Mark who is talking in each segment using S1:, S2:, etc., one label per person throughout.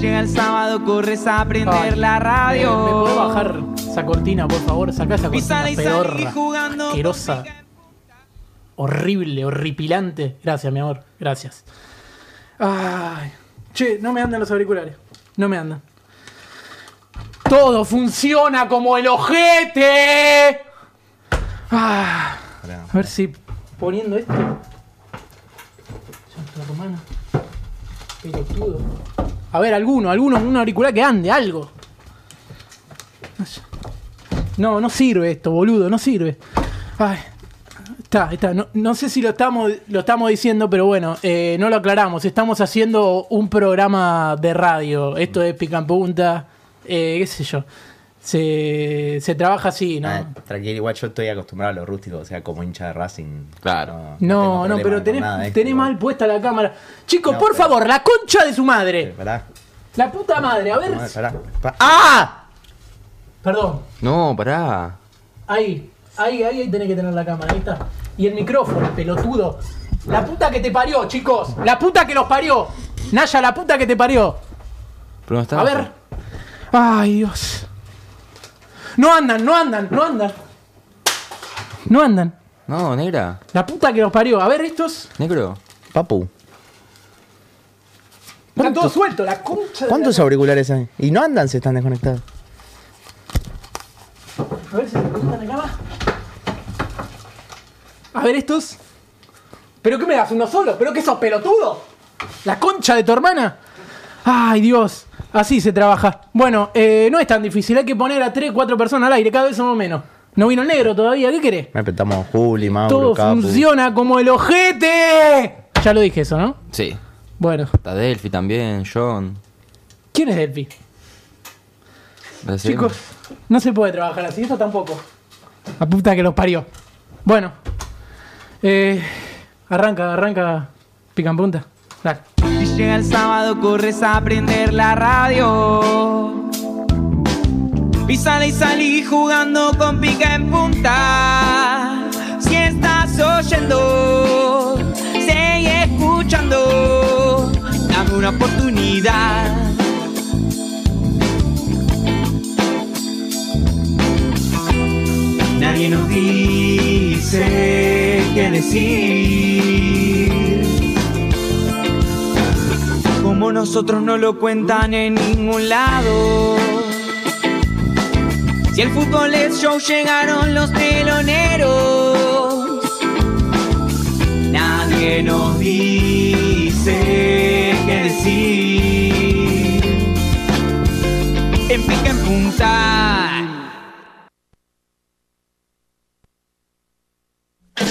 S1: llega el sábado, corres a prender
S2: Ay, eh,
S1: la radio.
S2: ¿Me podés bajar esa cortina, por favor? Sacá esa cortina
S1: Pisala y salí
S2: pedorra,
S1: jugando.
S2: asquerosa, horrible, horripilante. Gracias, mi amor, gracias. Ay. Che, no me andan los auriculares. No me andan. Todo funciona como el ojete. Ah,
S3: Pará.
S2: a ver si poniendo esto. Santa romana. Pelotudo. A ver, alguno, alguno, un auricular que ande, algo. No, no sirve esto, boludo, no sirve. Ay, está, está. No, no sé si lo estamos, lo estamos diciendo, pero bueno, eh, no lo aclaramos. Estamos haciendo un programa de radio. Esto es Pica en Punta, eh, qué sé yo. Se, se trabaja así, ¿no?
S3: Ah, tranquilo, igual yo estoy acostumbrado a lo rústico, o sea, como hincha de Racing.
S4: Claro.
S3: tengo
S2: No, no,
S3: problema
S2: pero
S3: con
S2: tenés,
S3: nada de esto,
S2: tenés mal
S3: igual.
S2: puesta la cámara. Chicos,
S3: No,
S2: por
S3: pero-
S2: favor, la concha de su madre.
S3: Pará.
S2: La puta madre, a ver.
S3: Pará, pará, pará. ¡Ah!
S2: Perdón,
S4: No, pará.
S2: ahí, ahí, ahí, ahí tenés que tener la cámara, ahí está. Y el micrófono, pelotudo. La puta que te parió, chicos. La puta que los parió. Naya, la puta que te parió.
S4: Pero no está.
S2: A ver. Ay, Dios. No andan, no andan, no andan. No andan.
S4: No, negra.
S2: La puta que los parió. A ver, estos.
S4: Negro.
S3: Papu,
S2: Están todos sueltos, la concha de
S3: ¿cuántos auriculares hay? Y no andan, se están desconectados.
S2: A ver si se presentan acá abajo. A ver estos. ¿Pero qué me das uno solo? ¿Pero qué sos pelotudo? ¿La concha de tu hermana? Ay, Dios. Así se trabaja. Bueno, eh, no es tan difícil. Hay que poner a 3, 4 personas al aire. Cada vez somos menos. No vino el negro todavía. ¿Qué querés?
S3: Me apretamos Juli, Mauro,
S2: Todo
S3: Capu.
S2: funciona como el ojete. Ya lo dije eso, ¿no?
S4: Sí.
S2: Bueno.
S4: Está Delphi también, John.
S2: ¿Quién es Delphi?
S4: Gracias.
S2: Chicos, no se puede trabajar así, esto tampoco. La puta que los parió. Bueno, eh, arranca, arranca, pican punta. Dale.
S1: Y llega el sábado, corres a prender la radio. Y sale y salí jugando con pica en punta. Si estás oyendo, sigue escuchando. Dame una oportunidad. Nadie nos dice qué decir. Como nosotros no lo cuentan en ningún lado. Si el fútbol es show, llegaron los teloneros. Nadie nos dice qué decir. En pica en punta.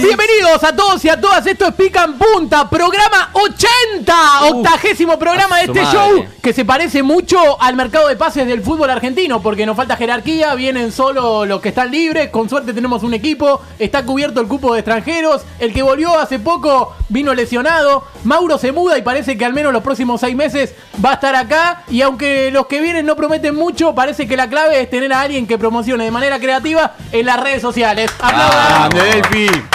S2: Bienvenidos a todos y a todas, esto es Pican Punta, programa 80, octagésimo programa de
S4: a su
S2: este
S4: madre.
S2: show que se parece mucho al mercado de pases del fútbol argentino, porque nos falta jerarquía, vienen solo los que están libres, con suerte tenemos un equipo, está cubierto el cupo de extranjeros, el que volvió hace poco vino lesionado, Mauro se muda y parece que al menos los próximos seis meses va a estar acá, y aunque los que vienen no prometen mucho, parece que la clave es tener a alguien que promocione de manera creativa en las redes sociales.
S4: Ah,
S2: ¡Aplaudan!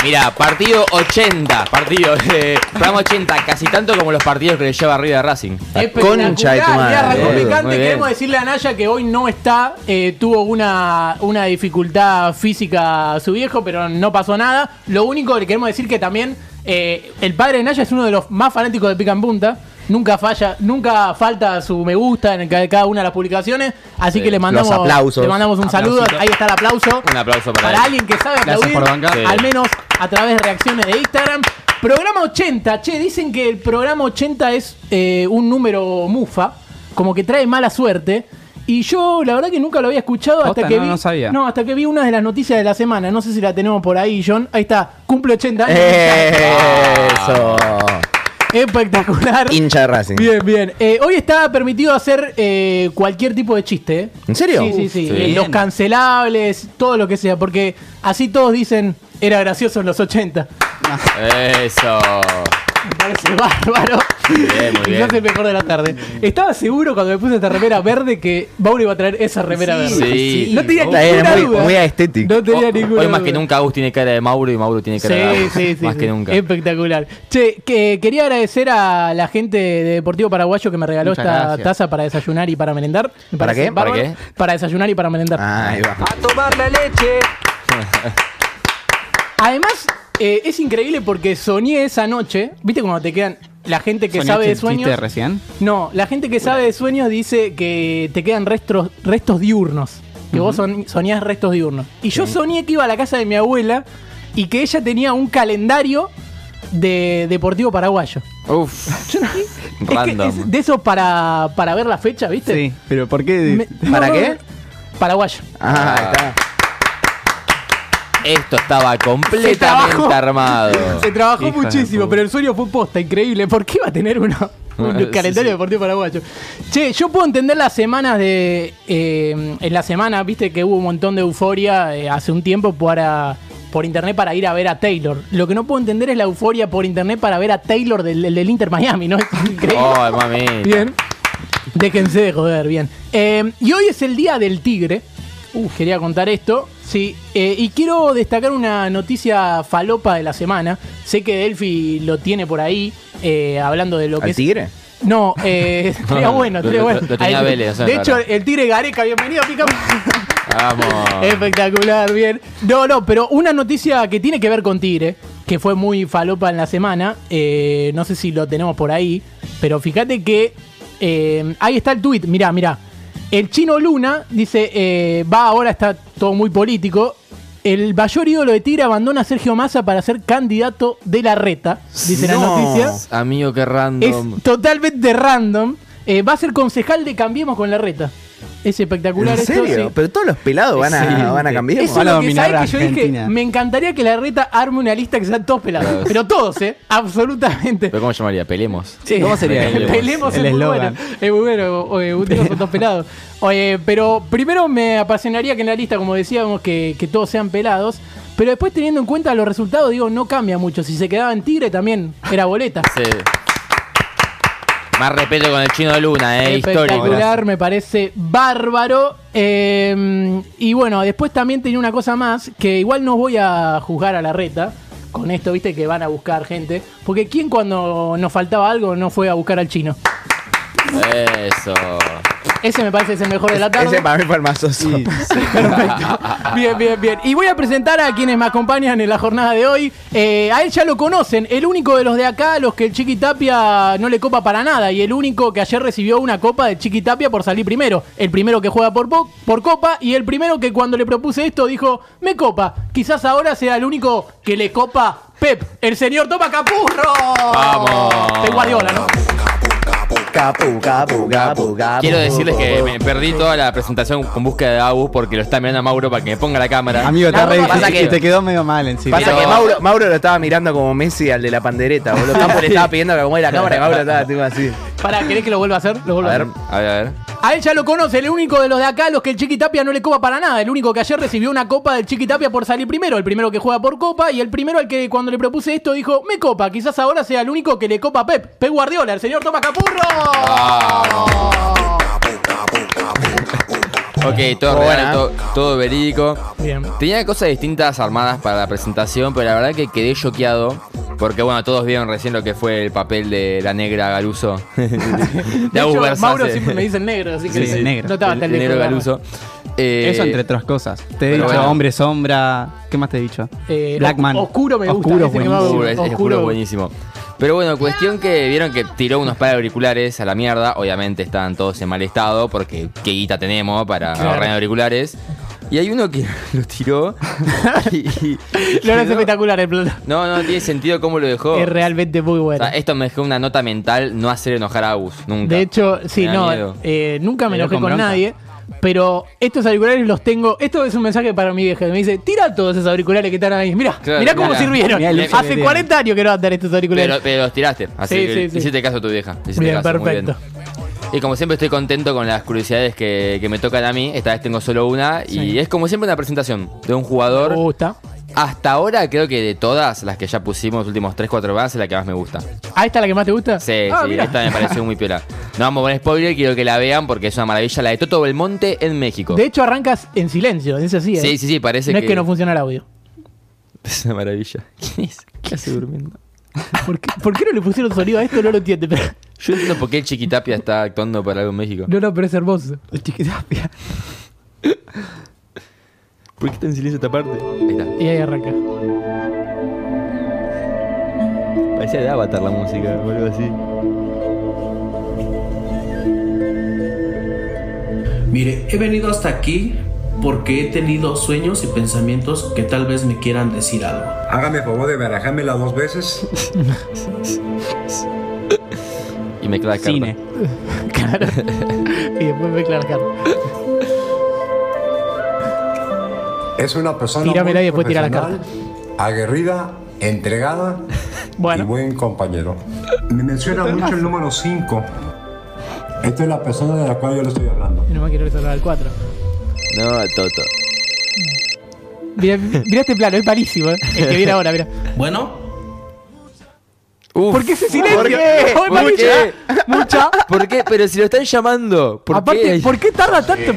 S4: Mira, partido 80. Partido. Eh, programa 80. Casi tanto como los partidos que le lleva arriba de Racing.
S3: La
S2: Espectacular,
S3: concha de tu
S2: ya
S3: madre,
S2: arrancó
S4: boludo.
S2: picante.
S4: Muy bien.
S2: Queremos decirle a Naya que hoy no está, eh, tuvo una, una dificultad física su viejo, pero no pasó nada. Lo único que le queremos decir que también eh, el padre de Naya es uno de los más fanáticos de Pica en Punta. Nunca falla, nunca falta su me gusta en el ca- cada una de las publicaciones. Así que le mandamos,
S3: los aplausos.
S2: le mandamos un saludo.
S4: Aplausito.
S2: Ahí está el aplauso.
S4: Un aplauso para él.
S2: alguien que sabe
S4: Gracias
S2: aplaudir,
S4: por bancar. Sí.
S2: al menos a través de reacciones de Instagram. Programa 80, che, dicen que el programa 80 es eh, un número mufa, como que trae mala suerte. Y yo la verdad que nunca lo había escuchado hasta
S5: Posta,
S2: que
S5: no,
S2: vi
S5: no sabía.
S2: no, hasta que vi una de las noticias de la semana, no sé si la tenemos por ahí, John. Ahí está, cumple 80 años.
S5: Eh.
S3: Eso.
S2: Espectacular.
S3: Hincha de Racing.
S2: Bien, bien. Eh, hoy está permitido hacer eh, cualquier tipo de chiste. ¿eh?
S3: ¿En serio?
S2: Sí, sí, sí.
S4: Sí.
S2: Eh, Los cancelables, todo lo que sea, porque así todos dicen, era gracioso en los 80.
S4: Eso.
S2: Me parece bárbaro.
S4: bien, muy
S2: Quizás
S4: bien.
S2: el mejor de la tarde. Estaba seguro cuando me puse esta remera verde que Mauro iba a traer esa remera
S4: Sí,
S2: verde.
S4: sí.
S2: No tenía
S3: Está bien,
S2: ninguna
S3: es muy-
S2: duda.
S3: muy estético.
S2: No tenía
S4: Hoy-
S2: ninguna
S4: Hoy más que
S2: duda.
S4: nunca Agus tiene cara de Mauro y Mauro tiene cara de
S2: Sí,
S4: Agus.
S2: sí, sí,
S4: más
S2: sí. Eh,
S4: que nunca.
S2: Espectacular. Che, que quería agradecer a la gente de Deportivo Paraguayo que me regaló
S4: Muchas
S2: esta
S4: gracias.
S2: taza para desayunar y para merendar. Me
S3: ¿Para
S2: parece
S3: qué?
S4: ¿Para
S2: bárbaro.
S4: qué?
S2: Para desayunar y para merendar.
S3: Ah, ahí va.
S6: A tomar la leche.
S2: Además, eh, es increíble porque soñé esa noche. ¿Viste cómo te quedan la gente que sabe de sueños?
S7: recién?
S2: No, la gente que sabe de sueños dice que te quedan restos, restos diurnos. Que vos son- soñás restos diurnos. Y yo soñé que iba a la casa de mi abuela y que ella tenía un calendario de Deportivo Paraguayo.
S7: Uf.
S2: Yo no- es que
S4: Random.
S2: es de esos para, para ver la fecha, ¿viste?
S7: Sí, pero ¿por qué?
S2: Me-
S3: ¿Para
S2: no, no,
S3: qué?
S2: Paraguayo.
S3: Ah, ahí está.
S4: Esto estaba
S2: Se trabajó.
S4: completamente armado.
S2: Se trabajó
S7: Hija de
S2: muchísimo,
S7: puta.
S2: pero el sueño fue posta, increíble. ¿Por qué iba a tener uno, un
S4: Sí,
S2: calendario
S4: sí.
S2: deportivo paraguayo? Che, yo puedo entender las semanas de. eh, en la semana, viste que hubo un montón de euforia eh, hace un tiempo para, por internet para ir a ver a Taylor. Lo que no puedo entender es la euforia por internet para ver a Taylor del, del- del Inter Miami, ¿no? Es increíble.
S4: Ay, mami.
S2: Bien. Déjense de joder, bien. Eh, y hoy es el Día del Tigre. Uh, quería contar esto. Sí, eh, y quiero destacar una noticia falopa de la semana. Sé que Delphi lo tiene por ahí, eh, hablando de lo que
S3: ¿Al
S2: es-
S3: tigre?
S2: No, eh, estaría bueno, estaría
S4: Lo- lo-
S2: bueno.
S4: lo tenía
S2: Ahí-
S4: Vélez, o sea,
S2: de hecho,
S4: raro.
S2: el Tigre Gareca, bienvenido, pica.
S3: Ah.
S4: Vamos.
S2: Espectacular, bien. No, no, pero una noticia que tiene que ver con Tigre, que fue muy falopa en la semana, eh, no sé si lo tenemos por ahí, pero fíjate que eh, ahí está el tweet, mirá, mirá. El chino Luna dice, eh, va ahora, está todo muy político. El mayor ídolo de Tigre abandona a Sergio Massa para ser candidato de la reta, dice la
S3: No.
S2: noticia.
S4: Amigo, qué
S2: Es
S4: random.
S2: totalmente random. Eh, va a ser concejal de Cambiemos con la reta. Es espectacular
S3: ¿En
S2: esto,
S3: serio?
S2: sí.
S3: ¿Pero todos los pelados van a, van a cambiar?
S2: Eso
S7: Van a
S2: es lo que
S7: dominar
S2: sabe
S7: a
S2: que yo dije.
S7: Argentina.
S2: Me encantaría que la reta arme una lista que sean todos pelados.
S4: Claro.
S2: Pero todos, ¿eh? Absolutamente.
S4: ¿Pero cómo se llamaría? Pelemos.
S7: Sí, ¿cómo sería?
S2: Pelemos,
S7: El
S2: es, muy bueno,
S7: eslogan.
S2: es muy bueno. oye, un tiro son todos pelados. Oye, pero primero me apasionaría que en la lista, como decíamos, que, que todos sean pelados. Pero después, teniendo en cuenta los resultados, digo, no cambia mucho. Si se quedaba en Tigre también era boleta.
S4: Sí. Más respeto con el chino de Luna, eh. Histórico.
S2: Espectacular, me parece bárbaro. Eh, y bueno, después también tenía una cosa más, que igual no voy a juzgar a la reta con esto, viste, que van a buscar gente. Porque ¿quién cuando nos faltaba algo no fue a buscar al chino?
S4: Eso.
S2: Ese me parece es el mejor de la tarde.
S3: Ese para mí fue el más soso.
S2: Perfecto. Bien, bien, bien. Y voy a presentar a quienes me acompañan en la jornada de hoy. Eh, a él ya lo conocen, el único de los de acá, a los que el Chiqui Tapia no le copa para nada, y el único que ayer recibió una copa de Chiqui Tapia por salir primero. El primero que juega por, po- por copa y el primero que cuando le propuse esto dijo, me copa. Quizás ahora sea el único que le copa Pep, el señor Toma Capurro.
S4: Vamos.
S2: De Guardiola, ¿no?
S3: Capu, capu, capu, capu.
S4: Quiero decirles que me perdí toda la presentación con búsqueda de Agus porque lo está mirando a Mauro para que me ponga la cámara.
S7: Amigo,
S2: No,
S7: está re
S2: no,
S4: pasa
S7: difícil,
S4: que-
S7: te quedó medio mal encima.
S3: Pasa
S4: Pero-
S3: que Mauro, Mauro lo estaba mirando como Messi al de la pandereta, boludo. Campo le estaba pidiendo que acomode la cámara y Mauro estaba tipo así.
S2: Para, ¿querés que lo vuelva a hacer? Lo vuelvo
S3: A
S2: a hacer.
S3: ver.
S4: A ver, a ver.
S2: A él ya lo conoce, el único de los de acá, los que el Chiqui Tapia no le copa para nada. El único que ayer recibió una copa del Chiqui Tapia por salir primero. El primero que juega por copa y el primero al que cuando le propuse esto dijo, me copa. Quizás ahora sea el único que le copa a Pep. Pep Guardiola, el señor Toma Capurro.
S4: Ok, todo
S3: Buena.
S4: real, todo, todo verídico.
S2: Bien.
S4: Tenía cosas distintas armadas para la presentación, pero la verdad que quedé choqueado. Porque bueno, todos vieron recién lo que fue el papel de la negra Galuso.
S2: De
S4: de Agus
S2: hecho,
S4: Versace.
S2: Mauro siempre me dice el negro, así que
S7: Sí, el negro.
S2: no estaba tan
S4: El
S2: lejos.
S4: negro
S2: la verdad.
S4: Galuso. Eh,
S7: Eso entre otras cosas. Te he
S4: pero
S7: dicho
S4: bueno.
S7: hombre sombra. ¿Qué más te he dicho?
S2: Eh,
S7: Black Man.
S2: Oscuro me gusta,
S7: Oscuro es
S2: ese que me va a
S7: buenísimo.
S4: Oscuro, es, es
S2: Oscuro.
S4: oscuro, buenísimo. Pero bueno, cuestión que vieron que tiró unos par de auriculares a la mierda. Obviamente estaban todos en mal estado porque qué guita tenemos para
S2: Claro.
S4: ahorrar en auriculares. Y hay uno que lo tiró. y- y-
S2: Lo es espectacular el plan.
S4: no, no tiene sentido cómo lo dejó.
S2: Es realmente muy
S4: O
S2: bueno.
S4: sea, esto me dejó una nota mental no hacer enojar a Agus nunca.
S2: De hecho, sí,
S4: Me da
S2: no,
S4: miedo.
S2: eh, nunca me
S7: Me dio
S2: enojé
S7: con
S2: con
S7: bronca.
S2: nadie. Pero estos auriculares los tengo. Esto es un mensaje para mi vieja. que Me dice: Tira todos esos auriculares que están ahí. Mirá,
S4: Claro,
S2: mirá cómo
S4: mirá.
S2: sirvieron.
S7: Mirá el uso que
S2: Hace
S7: tienen.
S2: 40 años que no andan estos auriculares.
S4: pero, eh, pero los tiraste, así
S2: Sí,
S4: que
S2: sí, sí.
S4: hiciste caso a tu vieja. le hiciste
S2: Bien,
S4: caso, muy
S2: perfecto.
S4: bien. Y como siempre estoy contento con las curiosidades que, que me tocan a mí. Esta vez tengo solo una. Y es como siempre una presentación de un jugador.
S2: Me gusta.
S4: Hasta ahora creo que de todas las que ya pusimos, los últimos 3-4 bands, es la que más me gusta.
S2: ¿Ah, esta es la que más te gusta?
S4: Sí,
S2: Ah,
S4: sí,
S2: mirá.
S4: esta me pareció muy piola. No vamos a poner spoiler, quiero que la vean porque es una maravilla. La de Toto Belmonte en México.
S2: De hecho, arrancas en silencio, es así. ¿eh?
S4: Sí, sí, sí, parece
S2: No es
S4: que-
S2: que no funciona el audio.
S4: Es una maravilla. ¿Quién es? ¿Qué hace durmiendo?
S2: ¿Por qué, por qué no le pusieron sonido a esto? No lo entiende. Pero...
S4: Yo entiendo por qué el Chiquitapia está actuando para algo en México.
S2: No, no, pero es hermoso.
S4: ¿Por qué está en silencio esta parte? Ahí está.
S2: Y ahí arranca.
S4: Parecía de Avatar la música o algo así.
S8: Mire, he venido hasta aquí porque he tenido sueños y pensamientos que tal vez me quieran decir algo.
S9: Hágame favor de barajármela dos veces.
S4: Y me queda
S7: Cine.
S2: Claro. y después me aclarar.
S9: Es una persona
S2: Tíramela
S9: muy
S2: y después tira la
S9: profesional, aguerrida, entregada y
S2: Bueno,
S9: buen compañero. Me menciona mucho el número 5. Esta es la persona de la cual yo le estoy hablando.
S2: y no me quiero retornar al 4.
S4: No, Toto.
S2: Mira, mira este plano, es malísimo. ¿eh? El que viene ahora, mira.
S8: Bueno,
S4: Uf,
S2: ¿Por qué ese silencio?
S4: ¿Por qué?
S2: Oh, es
S4: ¿Por
S2: malísimo.
S4: qué?
S2: Mucha.
S4: ¿Por qué? Pero si lo están llamando. ¿Por
S2: Aparte,
S4: qué?
S2: ¿por qué tarda tanto?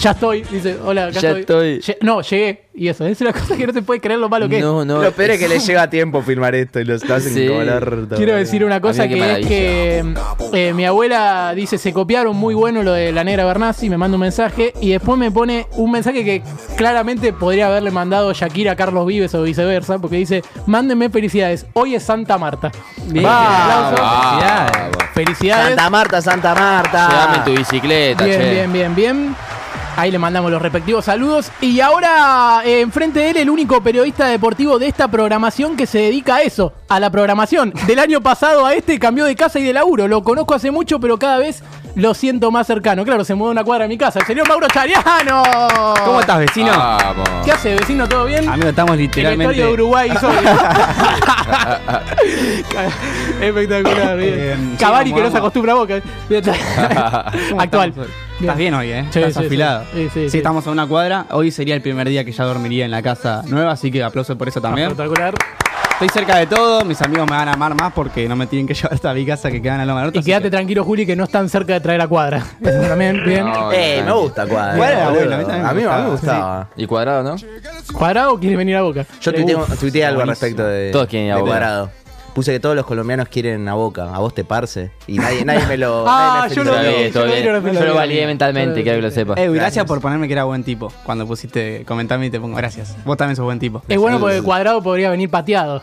S2: Ya estoy, dice, hola, acá
S4: Ya estoy.
S2: Lle- no, llegué. Y eso, es una cosa que no te puede creer lo malo que es.
S4: No, no.
S3: Lo peor es que le llega a tiempo filmar esto y lo hacen
S4: Sí.
S3: como el orto.
S2: Quiero decir una cosa
S4: Amigo, qué
S2: que es que eh, mi abuela dice, se copiaron muy bueno lo de la negra Bernasi, me manda un mensaje y después me pone un mensaje que claramente podría haberle mandado Shakira a Carlos Vives o viceversa, porque dice, mándenme felicidades, hoy es Santa Marta.
S7: Bien.
S2: Aplauso.
S4: Ah,
S7: Felicidades.
S4: vamos.
S2: Felicidades.
S3: Santa Marta, Santa Marta.
S4: Llévame tu bicicleta,
S2: Bien,
S4: che.
S2: bien, bien, bien. Ahí le mandamos los respectivos saludos. Y ahora, eh, enfrente de él, el único periodista deportivo de esta programación que se dedica a eso, a la programación. Del año pasado a este cambió de casa y de laburo. Lo conozco hace mucho, pero cada vez lo siento más cercano. Claro, se mudó una cuadra a mi casa. El señor Mauro Chariano.
S7: ¿Cómo estás, vecino?
S4: Vamos.
S2: ¿Qué hace, vecino? ¿Todo bien?
S7: Amigo, estamos literalmente.
S2: Territorio de Uruguay soy. Espectacular,
S7: Eh,
S2: bien.
S7: sí,
S2: Cavani
S7: vamos,
S2: que no se
S7: vamos.
S2: acostumbra a boca. Actual.
S7: estamos hoy? Estás bien hoy, ¿eh?
S2: Sí,
S7: Estás
S2: sí, sí.
S7: afilado.
S2: Sí, sí, sí.
S7: estamos a una cuadra. Hoy sería el primer día que ya dormiría en la casa nueva, así que aplauso por eso también.
S2: Espectacular.
S7: Estoy cerca de todo. Mis amigos me van a amar más porque no me tienen que llevar hasta mi casa que quedan a Loma Norte.
S2: Y
S7: así
S2: quédate
S7: que-
S2: tranquilo, Juli, que no están cerca de traer a cuadra. Eso también, bien.
S4: No,
S3: Eh, me
S4: no.
S3: gusta cuadra.
S7: Bueno,
S3: boludo.
S7: bueno, a mí también me
S3: a mí, a mí me
S7: gustaba.
S3: gustaba.
S4: Y cuadrado, ¿no?
S2: ¿Cuadrado o quiere venir a boca?
S3: Yo tuiteé, tuiteé algo al respecto de,
S4: Todos quieren ir a
S3: de
S4: Boca.
S3: Cuadrado. Puse que todos los colombianos quieren a Boca, a vos te parce. Y nadie, nadie me lo.
S2: Ah,
S3: nadie me
S2: yo lo
S4: Está
S3: felicitó.
S2: vi.
S4: bien, todo
S2: lo vi,
S4: bien.
S2: lo vi,
S4: Yo
S2: lo
S4: lo
S2: vi.
S4: validé mentalmente, quiero que lo sepa.
S7: Eh, gracias por ponerme que era buen tipo. Cuando pusiste, comentame y te pongo gracias. Vos también sos buen tipo.
S2: Es bueno porque cuadrado podría venir pateado.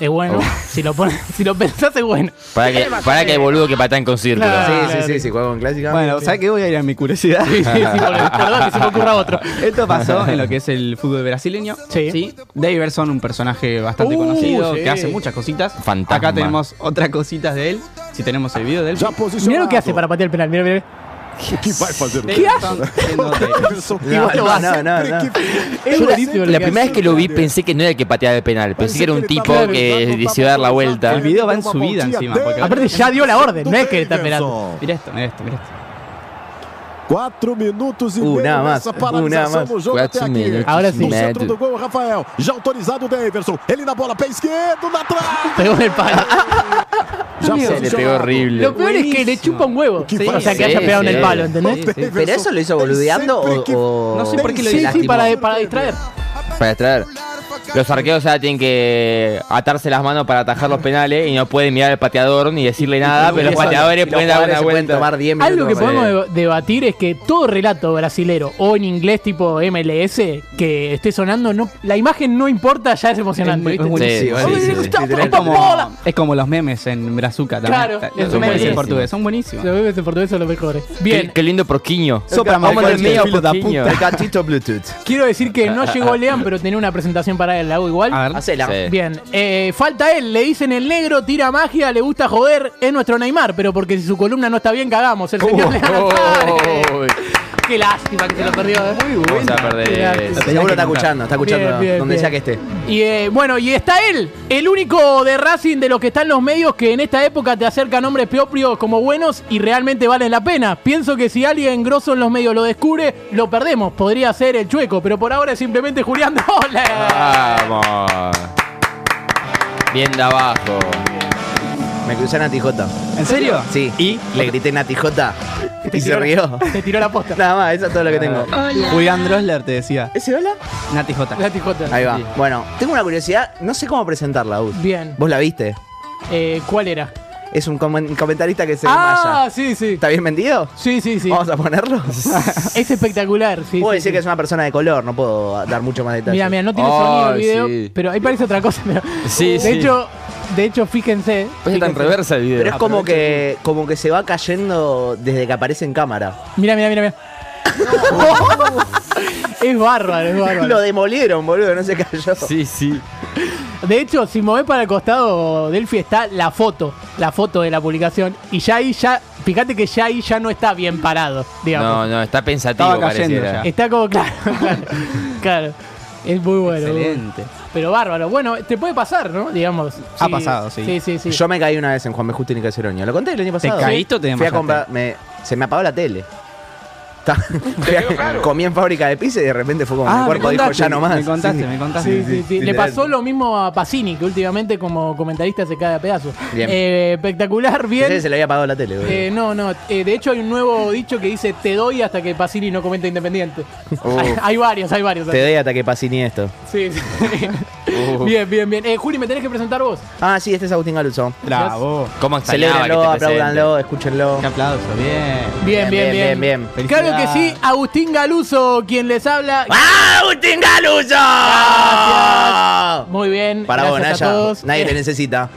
S2: Es
S7: Oh.
S2: bueno. Si lo pones, si lo pensás, es bueno.
S4: Para que, para que el boludo que patan con círculo.
S2: Claro.
S3: Sí, sí, sí, sí, juego en clásica.
S7: Bueno, ¿sabes qué? Voy a ir a mi curiosidad.
S2: Sí, sí, sí, porque- perdón que se me ocurra otro.
S7: Esto pasó en lo que es el fútbol brasileño.
S2: Sí.
S7: Daverson, un personaje bastante
S2: Uh,
S7: conocido,
S2: sí.
S7: que hace muchas cositas.
S4: Fantasma.
S7: Acá tenemos otras cositas de él. Si tenemos el video de él.
S2: Mirá lo que hace para patear el penal. Mirá, mirá.
S7: Daverson siendo Daverson.
S3: no,
S2: igual lo
S3: no,
S2: hace.
S3: no, no, no.
S2: Es
S4: Yo la,
S2: buenísimo.
S4: la
S2: lo que
S4: primera
S2: hace.
S4: vez que lo vi pensé que no era el que pateaba el penal. Pensé que era un tipo
S2: Claro.
S4: que decidió dar la vuelta.
S7: El video va en subida encima. Porque
S2: Aparte, ya dio la orden. No es que está esperando.
S7: Mira esto, mira esto, mira esto.
S10: Quatro minutos e
S3: Uh,
S10: meio
S3: nada mais,
S10: nessa paralisação
S3: uh, nada
S10: do jogo
S4: Quatro
S10: até aqui.
S4: minutos
S2: Agora
S10: no
S2: sim.
S10: centro
S4: médio.
S10: do gol, Rafael. Já autorizado o Davidson. Ele na bola, pé esquerdo, na trave.
S2: Pegó en el palo.
S10: Já
S4: Se le pegó horrible.
S2: Lo peor es que le chupa un huevo.
S10: Sí,
S2: o sea, que
S4: sí,
S2: haya pegado en el
S4: sí.
S2: palo, ¿entendés?
S7: Sí, sí.
S3: ¿Pero eso lo hizo boludeando o.? o-
S7: No sé por qué lo
S2: Sí,
S7: hizo.
S2: sí, para, para distraer.
S4: Para extraer. Los arqueos ahora tienen que atarse las manos para atajar los penales y no pueden mirar al pateador ni decirle nada, pero los
S3: Eso,
S4: pateadores
S3: y
S4: pueden dar
S3: jugadores
S4: una
S3: se pueden
S4: vuelta.
S3: tomar 10 minutos.
S2: Algo que
S3: para-
S2: podemos deba- debatir es que todo relato brasilero o en inglés tipo MLS que esté sonando, no, la imagen no importa, ya es emocionante.
S7: Es
S2: ¿viste?
S7: muy-
S4: Sí, sí,
S2: Ay,
S4: sí, sí.
S2: está-
S7: Es
S2: está bola.
S7: como, es como los memes en Brazuca también.
S2: Claro,
S7: los
S2: son
S7: memes en
S4: buenísimos.
S7: portugués son buenísimos.
S2: Los bebés en portugués son los mejores.
S4: Qué,
S2: ¿eh? Bien,
S4: qué lindo proquiño.
S7: Sopra,
S4: Vamos
S7: Michael,
S4: del medio
S7: que el filo da
S4: proquiño.
S3: El gatito Bluetooth.
S2: quiero decir que no llegó Lean, pero tenía una presentación para él, la hago igual.
S7: Ah, A ver.
S3: Hacela.
S4: Sí.
S2: Bien, eh, falta él, le dicen el negro, tira magia, le gusta
S7: Uh,
S2: joder, es nuestro Neymar, pero porque si su columna no está bien, cagamos. El señor Leandro Suárez.
S4: Uy.
S2: Qué lástima que se lo perdió, ¿eh?
S4: Vamos a perder.
S2: Gracias.
S4: eso.
S3: Seguro está escuchando, está escuchando
S2: Bien, bien,
S3: donde
S2: bien.
S3: sea que esté.
S2: Y eh, bueno, y está él, el único de Racing de los que están los medios que en esta época te acerca nombres propios como buenos y realmente valen la pena. Pienso que si alguien grosso en los medios lo descubre, lo perdemos. Podría ser el chueco, pero por ahora es simplemente Julián Doble.
S3: Ah.
S4: Vamos. Bien de abajo.
S3: Me crucé a Nati J.
S7: ¿En serio?
S3: Sí.
S7: ¿Y?
S3: Le grité Nati J. Y se rió.
S2: Te tiró la posta.
S3: Nada más, eso es todo lo que tengo.
S2: Ah,
S7: Julián Drosler te decía.
S3: ¿Ese hola?
S7: Nati J.
S2: La tijota.
S3: Ahí va. Bueno, tengo una curiosidad, no sé cómo presentarla, Gus.
S2: Bien.
S3: ¿Vos la viste?
S2: Eh, ¿Cuál era?
S3: Es un comen- comentarista que se
S2: ah,
S3: desmaya.
S2: sí, sí.
S3: ¿Está bien vendido?
S2: Sí, sí, sí.
S3: ¿Vamos a ponerlo?
S2: Es espectacular, sí.
S3: Puedo
S2: sí,
S3: decir
S2: sí.
S3: que es una persona de color, no puedo dar mucho más detalle.
S2: Mira, mira, no tiene
S4: Ay,
S2: sonido el video,
S4: sí.
S2: pero ahí parece otra cosa. Pero
S4: Sí,
S2: de
S4: sí.
S2: Hecho, de hecho, fíjense.
S4: Pues está en
S2: fíjense.
S4: reversa el video.
S3: Pero es como que, como que se va cayendo desde que aparece en cámara.
S2: Mira, mira, mira, mira. es bárbaro, es
S3: Lo
S2: bárbaro.
S3: demolieron, boludo, no se cayó.
S4: Sí, sí.
S2: De hecho, si movés para el costado, Delphi, está la foto, la foto de la publicación. Y ya ahí, ya, fíjate que ya ahí ya no está bien parado, digamos.
S4: No, no, está pensativo,
S7: Estaba cayendo
S4: pareciera.
S7: ya.
S2: Está como, claro, claro, claro. Es muy bueno. muy bueno.
S7: Excelente.
S2: Pero bárbaro. Bueno, te puede pasar, ¿no? Digamos.
S7: Ha pasado, sí.
S2: Sí, sí, sí.
S3: Yo me caí una vez en Juan B. Justo y Caceroño. Lo conté el año
S7: ¿Te
S3: pasado.
S7: caíste o te
S3: Fui a
S7: desmayaste?
S3: comprar. me- se me apagó la tele. Ta- fui a- comí en fábrica de pizza y de repente fue como
S7: Ah,
S3: mi
S7: me
S3: cuerpo dijo
S7: contaste,
S3: ya no más.
S7: me contaste,
S3: Sí.
S7: me contaste.
S2: Sí, sí, sí. Le
S3: Literal.
S2: pasó lo mismo a Pacini, que últimamente como comentarista se cae a pedazos.
S3: Bien.
S2: Eh, espectacular, bien.
S3: Pensé que se le había apagado la tele, boludo.
S2: Eh, no, no. eh, de hecho, hay un nuevo dicho que dice: Te doy hasta que Pacini no comente independiente. hay, hay varios, hay varios.
S3: Te doy hasta que Pacini esto.
S2: Sí, sí. Bien, bien, bien. Eh, Juli, me tenés que presentar vos.
S3: Ah, sí, este es Agustín Galuso.
S7: Bravo.
S4: ¿Cómo extrañaba que
S3: Celébrenlo,
S4: esté presente?
S3: apláudanlo, escúchenlo.
S7: Qué aplauso, bien.
S2: Bien, bien, bien.
S3: bien, bien, bien.
S2: Claro que
S7: Felicidad.
S2: sí, Agustín Galuso, quien les habla.
S3: ¡Ah, Agustín Galuso!
S2: Muy bien.
S3: Para vos,
S2: gracias a
S3: Naya.
S2: todos.
S3: Nadie
S2: Eh,
S3: te necesita.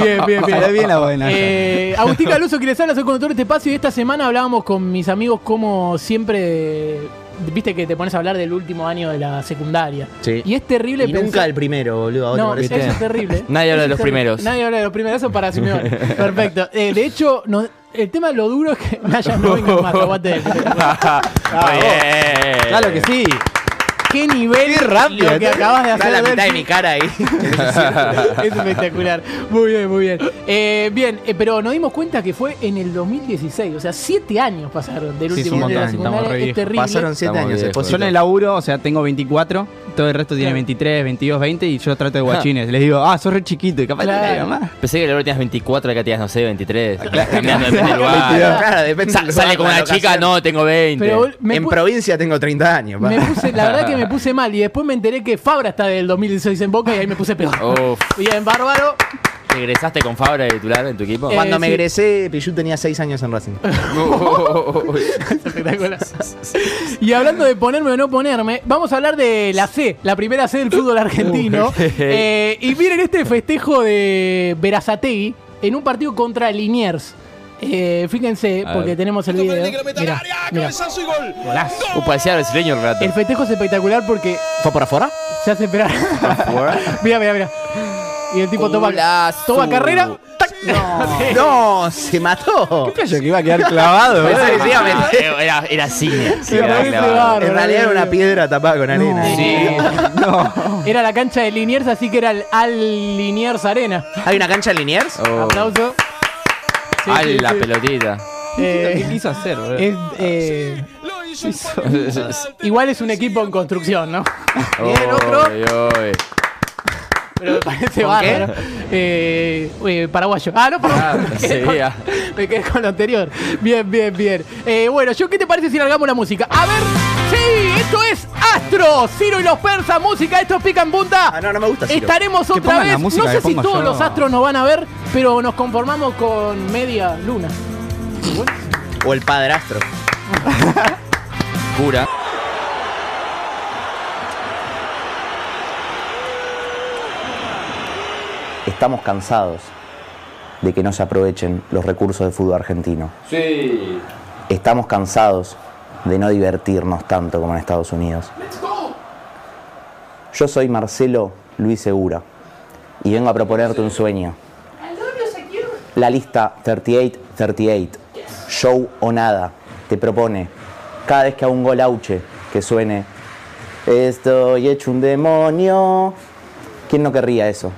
S2: Bien, bien, bien.
S7: Salió bien la voz de Naya.
S2: Eh, Agustín Caluso, quien les habla, soy conductor de este espacio y esta semana hablábamos con mis amigos como siempre, de- viste que te pones a hablar del último año de la secundaria.
S3: Sí.
S2: Y es terrible
S3: Y nunca el primero, boludo. ¿a vos te
S2: No,
S3: parece?
S2: eso es terrible.
S4: Nadie habla
S2: Eso
S4: de
S2: es
S4: los
S2: terrible.
S4: primeros.
S2: Nadie habla de los primeros, eso para Simeone. Perfecto. Eh, de hecho, no- el tema de lo duro es que Naya no venga más, aguante.
S4: Muy bien.
S7: Claro que sí.
S2: Qué nivel lo que acabas de
S3: Está
S2: hacer.
S3: la mitad de
S2: Delphi.
S3: mi cara ahí.
S2: es espectacular. Muy bien, muy bien. Eh, bien, eh, pero nos dimos cuenta que fue en el 2016. O sea, siete años pasaron del
S7: Sí, es
S2: último año
S7: un
S2: de la
S7: montón, estamos
S2: secundaria.
S7: re
S2: Es
S7: viejos.
S2: terrible.
S3: Pasaron siete
S4: Estamos
S3: años
S4: viejos.
S3: después.
S7: Pues Yo en el laburo, o sea, tengo 24, todo el resto tiene
S2: Claro.
S7: 23, 22, 20 y yo trato de guachines. Les digo, ah, sos re chiquito y capaz te
S2: Claro.
S7: caiga más.
S4: Pensé que la hora tenías 24, acá tenías, no sé, 23. Cambiando depende del lugar.
S3: Claro, depende
S4: Sa-
S3: del
S4: sale
S3: lugar,
S4: como
S3: la
S4: una chica,
S3: locación.
S4: no, tengo 20.
S2: Pero me,
S3: en
S2: pu-
S3: provincia tengo 30 años. pa.
S2: me puse, la verdad que me puse mal. Y después me enteré que Fabra está del 2016 en Boca y ahí me puse peor.
S7: Oh.
S4: Uf.
S2: Bien, bárbaro.
S4: ¿Regresaste con Fabra de titular en tu equipo?
S2: Eh,
S3: Cuando me
S2: sí.
S3: egresé, Pichu tenía 6 años en Racing.
S4: Uy.
S2: Espectacular. Y hablando de ponerme o no ponerme, vamos a hablar de la C, la primera C del fútbol argentino. Eh, y miren este festejo de Verazategui en un partido contra Liniers. Eh, fíjense,
S4: A
S2: porque
S4: ver.
S2: tenemos el video. Mirá, mirá.
S4: Uh, parecía brasileño el rato.
S2: El festejo es espectacular porque
S3: ¿Fue por afuera?
S2: se hace esperar. mira, mira, mira. Y el tipo toma,
S4: Golazo.
S2: toma carrera. ¡tac!
S3: No, se mató.
S7: Yo que iba a quedar clavado.
S3: Pensé que se iba a meter.
S4: Era, era- era cine.
S2: Sí,
S4: era
S2: parece
S4: clavado.
S2: bárbaro.
S3: En realidad era una piedra tapada con arena. ¿eh?
S4: Sí.
S2: Era la cancha de Liniers, así que era el Al Liniers Arena.
S3: ¿Hay una cancha en Liniers?
S4: Oh.
S2: Aplauso. Sí,
S4: Ay,
S2: sí,
S4: la
S2: sí.
S4: pelotita.
S7: ¿Qué
S2: Eh,
S7: quiso hacer, boludo?
S2: es, eh, igual es un equipo en construcción, ¿no? Bien, otro.
S4: Oy, oy.
S2: Pero me parece bárbaro. Eh, eh, paraguayo. Ah, no, perdón.
S4: Ah,
S2: me, quedé
S4: sería.
S2: con, me quedé con lo anterior. Bien, bien, bien. Eh, bueno, yo ¿qué te parece si largamos la música? A ver. Sí, esto es Astro, Ciro y los persas, música, esto es pica en punta.
S3: Ah, no, no me gusta. Ciro.
S2: Estaremos otra
S7: pongan la
S2: vez.
S7: música
S2: no
S7: que
S2: sé si
S7: pongo
S2: todos
S7: yo.
S2: los astros nos van a ver, pero nos conformamos con media luna.
S3: O el padrastro.
S4: Cura.
S11: Estamos cansados de que no se aprovechen los recursos del fútbol argentino.
S4: Sí.
S11: Estamos cansados de no divertirnos tanto como en Estados Unidos. Yo soy Marcelo Luis Segura y vengo a proponerte un sueño. La lista 3838, show o nada, te propone
S3: Cada vez que hago un gol auche, que suene, estoy hecho un demonio. ¿Quién no querría eso?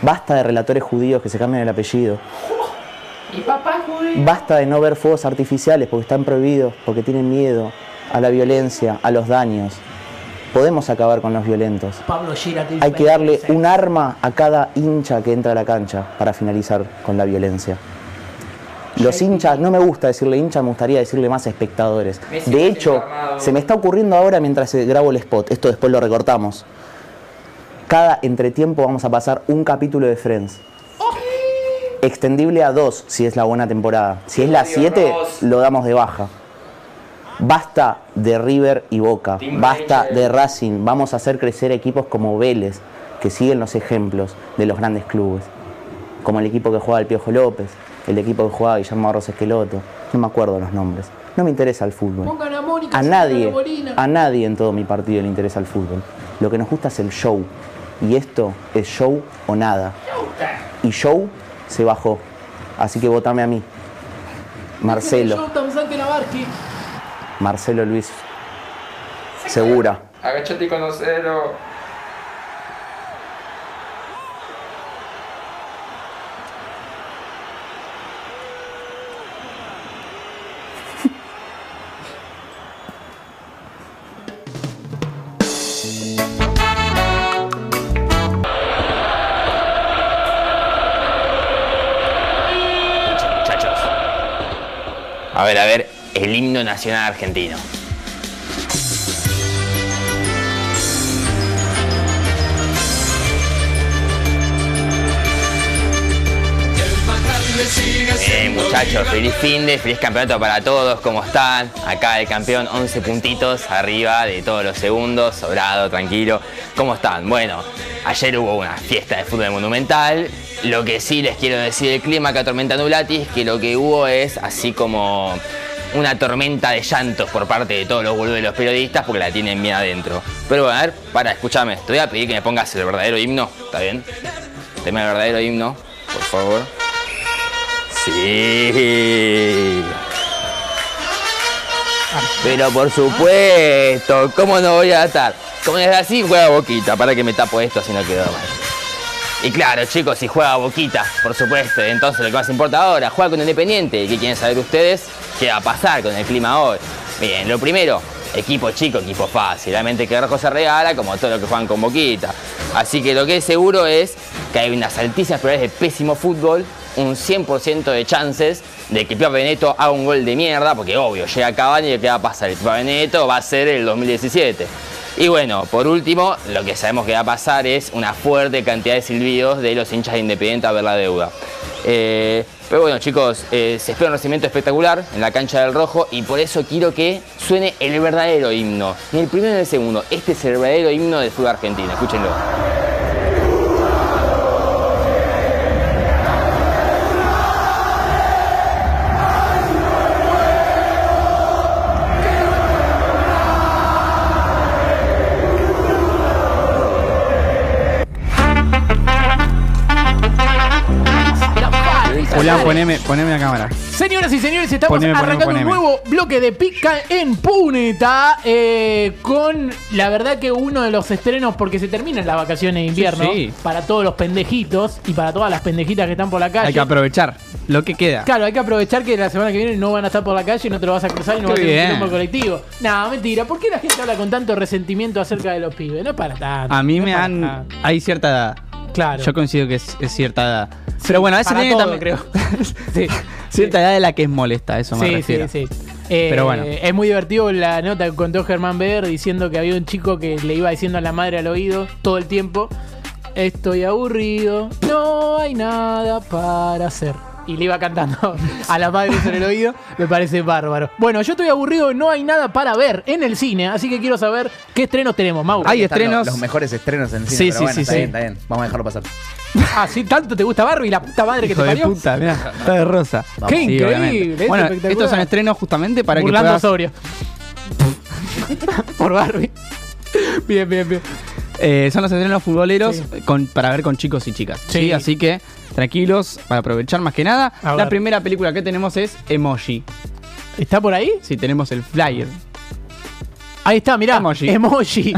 S3: Basta de relatores judíos que se cambian el apellido.
S6: Y papá judío.
S3: Basta de no ver fuegos artificiales porque están prohibidos, porque tienen miedo a la violencia, a los daños. Podemos acabar con los violentos.
S6: Pablo Gira,
S3: Hay que darle un arma a cada hincha que entra a la cancha para finalizar con la violencia. Los hinchas, no me gusta decirle hincha, me gustaría decirle más espectadores.
S6: Messi
S3: De
S6: es
S3: hecho,
S6: encarnado.
S3: se me está ocurriendo ahora mientras eh, grabo el spot, esto después lo recortamos. Cada entretiempo vamos a pasar un capítulo de Friends. Extendible a dos si es la buena temporada. Si es la
S6: Dios.
S3: 7, lo damos de baja. Basta de River y Boca,
S6: Team
S3: basta
S6: Rachel.
S3: de Racing, vamos a hacer crecer equipos como Vélez, que siguen los ejemplos de los grandes clubes, como el equipo que juega el Piojo López, el equipo que juega Guillermo Arroz Esqueloto, no me acuerdo los nombres, no me interesa el fútbol.
S6: Pongan a Mónica.
S3: A
S6: pongan
S3: nadie,
S6: Bolina.
S3: a nadie en todo mi partido le interesa el fútbol. Lo que nos gusta es el show, y esto es show o nada. Y show se bajó, así que votame a mí, Marcelo.
S2: Jonathan Sanquenavarqui.
S3: Marcelo Luis. Segura.
S4: Agachate y conocelo. Muchachos. A ver, a ver, el himno nacional argentino. Bien, Eh, muchachos, feliz fin de, feliz campeonato para todos, ¿cómo están? Acá el campeón 11 puntitos arriba de todos los segundos, sobrado, tranquilo. ¿Cómo están? Bueno, ayer hubo una fiesta de fútbol monumental. Lo que sí les quiero decir el clima que atormenta Nulatis, que lo que hubo es así como una tormenta de llantos por parte de todos los boludos de los periodistas porque la tienen bien adentro. Pero bueno, a ver, para, escúchame, te voy a pedir que me pongas el verdadero himno, ¿está bien? Deme el verdadero himno, por favor. Sí. Pero por supuesto, ¿cómo no voy a estar? Como es así, juega boquita, para que me tapo esto si no quedó mal. Y claro, chicos, si juega Boquita, por supuesto. Entonces lo que más importa ahora, juega con Independiente. ¿Y qué quieren saber ustedes? ¿Qué va a pasar con el clima hoy? Bien, lo primero, equipo chico, equipo fácil. Realmente que Rojo se regala como todo lo que juegan con Boquita. Así que lo que es seguro es que hay unas altísimas probabilidades de pésimo fútbol, un 100% de chances de que Pipa Beneto haga un gol de mierda, porque obvio, llega Cavani y ¿qué va a pasar? El Pipa Beneto va a ser el 2017. Y bueno, por último, lo que sabemos que va a pasar es una fuerte cantidad de silbidos de los hinchas de Independiente a ver la deuda. Eh, pero bueno, chicos, eh, se espera un recibimiento espectacular en la cancha del Rojo y por eso quiero que suene el verdadero himno. Ni el primero ni el segundo. Este es el verdadero himno del fútbol argentino. Escúchenlo.
S7: Julián,
S2: em-
S7: poneme, poneme la cámara.
S2: Señoras y señores, estamos
S7: Poneme, poneme,
S2: arrancando
S7: poneme.
S2: un nuevo bloque de Pica en Puneta eh, con la verdad que uno de los estrenos porque se terminan las vacaciones de invierno
S7: sí.
S2: para todos los pendejitos y para todas las pendejitas que están por la calle.
S7: Hay que aprovechar lo que queda.
S2: Claro, hay que aprovechar que la semana que viene no van a estar por la calle, no te lo vas a cruzar y no
S7: Qué
S2: vas a tener
S7: bien.
S2: un por colectivo. No, mentira. ¿Por qué la gente habla con tanto resentimiento acerca de los pibes? No es para tanto.
S7: A mí
S2: no es
S7: me
S2: para
S7: han.
S2: tanto.
S7: Hay cierta edad.
S2: Ah. Claro.
S7: Yo considero que es, es cierta edad. Pero bueno, a veces
S2: para
S7: tiene
S2: todo,
S7: también. sí. Cierta edad de la que es molesta, eso me
S2: Sí, sí,
S7: refiero.
S2: sí. Eh,
S7: Pero bueno.
S2: Es muy divertido la nota que contó Germán Beder diciendo que había un chico que le iba diciendo a la madre al oído todo el tiempo: Estoy aburrido, no hay nada para hacer. Y le iba cantando a la madre en el oído, me parece bárbaro. Bueno, yo estoy aburrido, no hay nada para ver en el cine, así que quiero saber qué estrenos tenemos, Mauro.
S7: Hay
S12: Están
S7: estrenos.
S12: Los, los mejores estrenos en el cine.
S7: Sí,
S12: pero
S7: sí,
S12: bueno,
S7: sí,
S12: está
S7: sí.
S12: bien, está bien. Vamos a dejarlo pasar.
S2: Ah, sí, tanto te gusta Barbie, la puta madre que
S7: Hijo
S2: te
S7: de
S2: parió.
S7: puta, mirá, está de rosa.
S2: Qué
S7: Sí,
S2: increíble,
S7: obviamente.
S2: es
S7: Bueno,
S2: espectacular.
S7: estos son estrenos justamente para
S2: Burlando
S7: que puedas-
S2: sobrio. Por Barbie. Bien, bien, bien.
S7: Eh, son los estrenos futboleros
S2: Sí.
S7: con- para ver con chicos y chicas.
S2: Sí.
S7: Sí. Así que tranquilos, para aprovechar más que nada.
S2: A
S7: la
S2: ver.
S7: primera película que tenemos es Emoji.
S2: ¿Está por ahí?
S7: Sí, tenemos el flyer.
S2: Ahí está, mirá.
S7: Emoji.
S2: Emoji.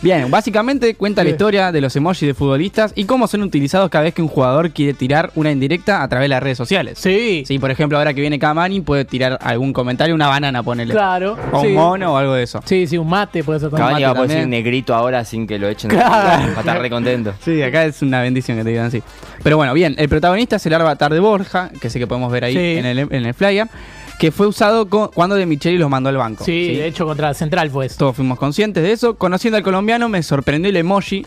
S7: Bien, básicamente cuenta la historia de los emojis de futbolistas y cómo son utilizados cada vez que un jugador quiere tirar una indirecta a través de las redes sociales.
S2: Sí.
S7: Sí, por ejemplo, ahora que viene Cavani puede tirar algún comentario, una banana, ponele.
S2: Claro.
S7: O
S2: sí.
S7: un mono o algo de eso.
S2: Sí, sí, un mate puede ser
S4: Cavani
S7: Mate
S4: va a poder
S7: también.
S4: decir negrito ahora sin que lo echen.
S7: pues, Claro.
S4: Va a estar re contento.
S7: Sí, acá es una bendición que te digan así. Pero bueno, bien, el protagonista es el avatar de Borja, que sé que podemos ver ahí
S2: Sí.
S7: en, el, en el flyer, que fue usado co- cuando De Micheli los mandó al banco.
S2: Sí, de hecho contra Central pues. fue eso.
S7: Todos fuimos conscientes de eso. Conociendo al colombiano me sorprendió el emoji,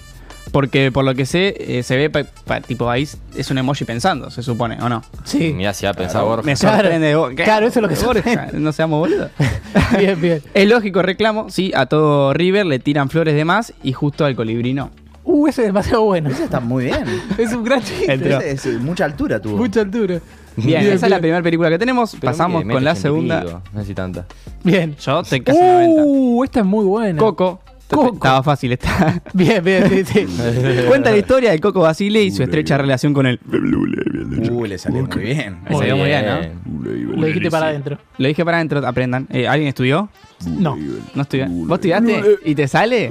S7: porque por lo que sé, eh, se ve pa- pa- tipo ahí, es un emoji pensando, se supone, ¿o no?
S2: Sí.
S4: Mirá si va a pensar Borja.
S7: Me
S2: Claro.
S7: sorprende. Bo- ¿Qué?
S2: Claro, eso es lo que
S7: Borja, no seamos boludos.
S2: Bien, bien.
S7: Es lógico reclamo, sí, a todo River le tiran flores de más y justo al colibrí no.
S2: Uh, ese es demasiado bueno.
S13: Está muy bien.
S2: Es un gran chiste.
S7: Entró.
S13: Es-
S12: eh,
S13: es- mucha altura tuvo.
S2: Mucha altura.
S7: Bien, esa es la primera película que tenemos.
S4: Pero mire,
S7: Pasamos
S4: mete
S7: con la
S4: gente
S7: segunda.
S4: pico, No sé si tanta.
S2: Bien.
S7: Yo te casi 90.
S2: Uh, esta es muy buena.
S7: Coco.
S2: Coco.
S7: Estaba fácil esta.
S2: Bien, bien, sí, sí.
S7: Cuenta la historia de Coco Basile y su estrecha relación con él.
S13: Uh, le salió muy bien.
S7: Le salió muy bien, ¿no?
S2: Lo dijiste para adentro.
S7: Lo dije para adentro, aprendan. Eh, ¿Alguien estudió?
S2: No.
S7: No estudió. ¿Vos
S14: eh,
S7: estudiaste y te sale?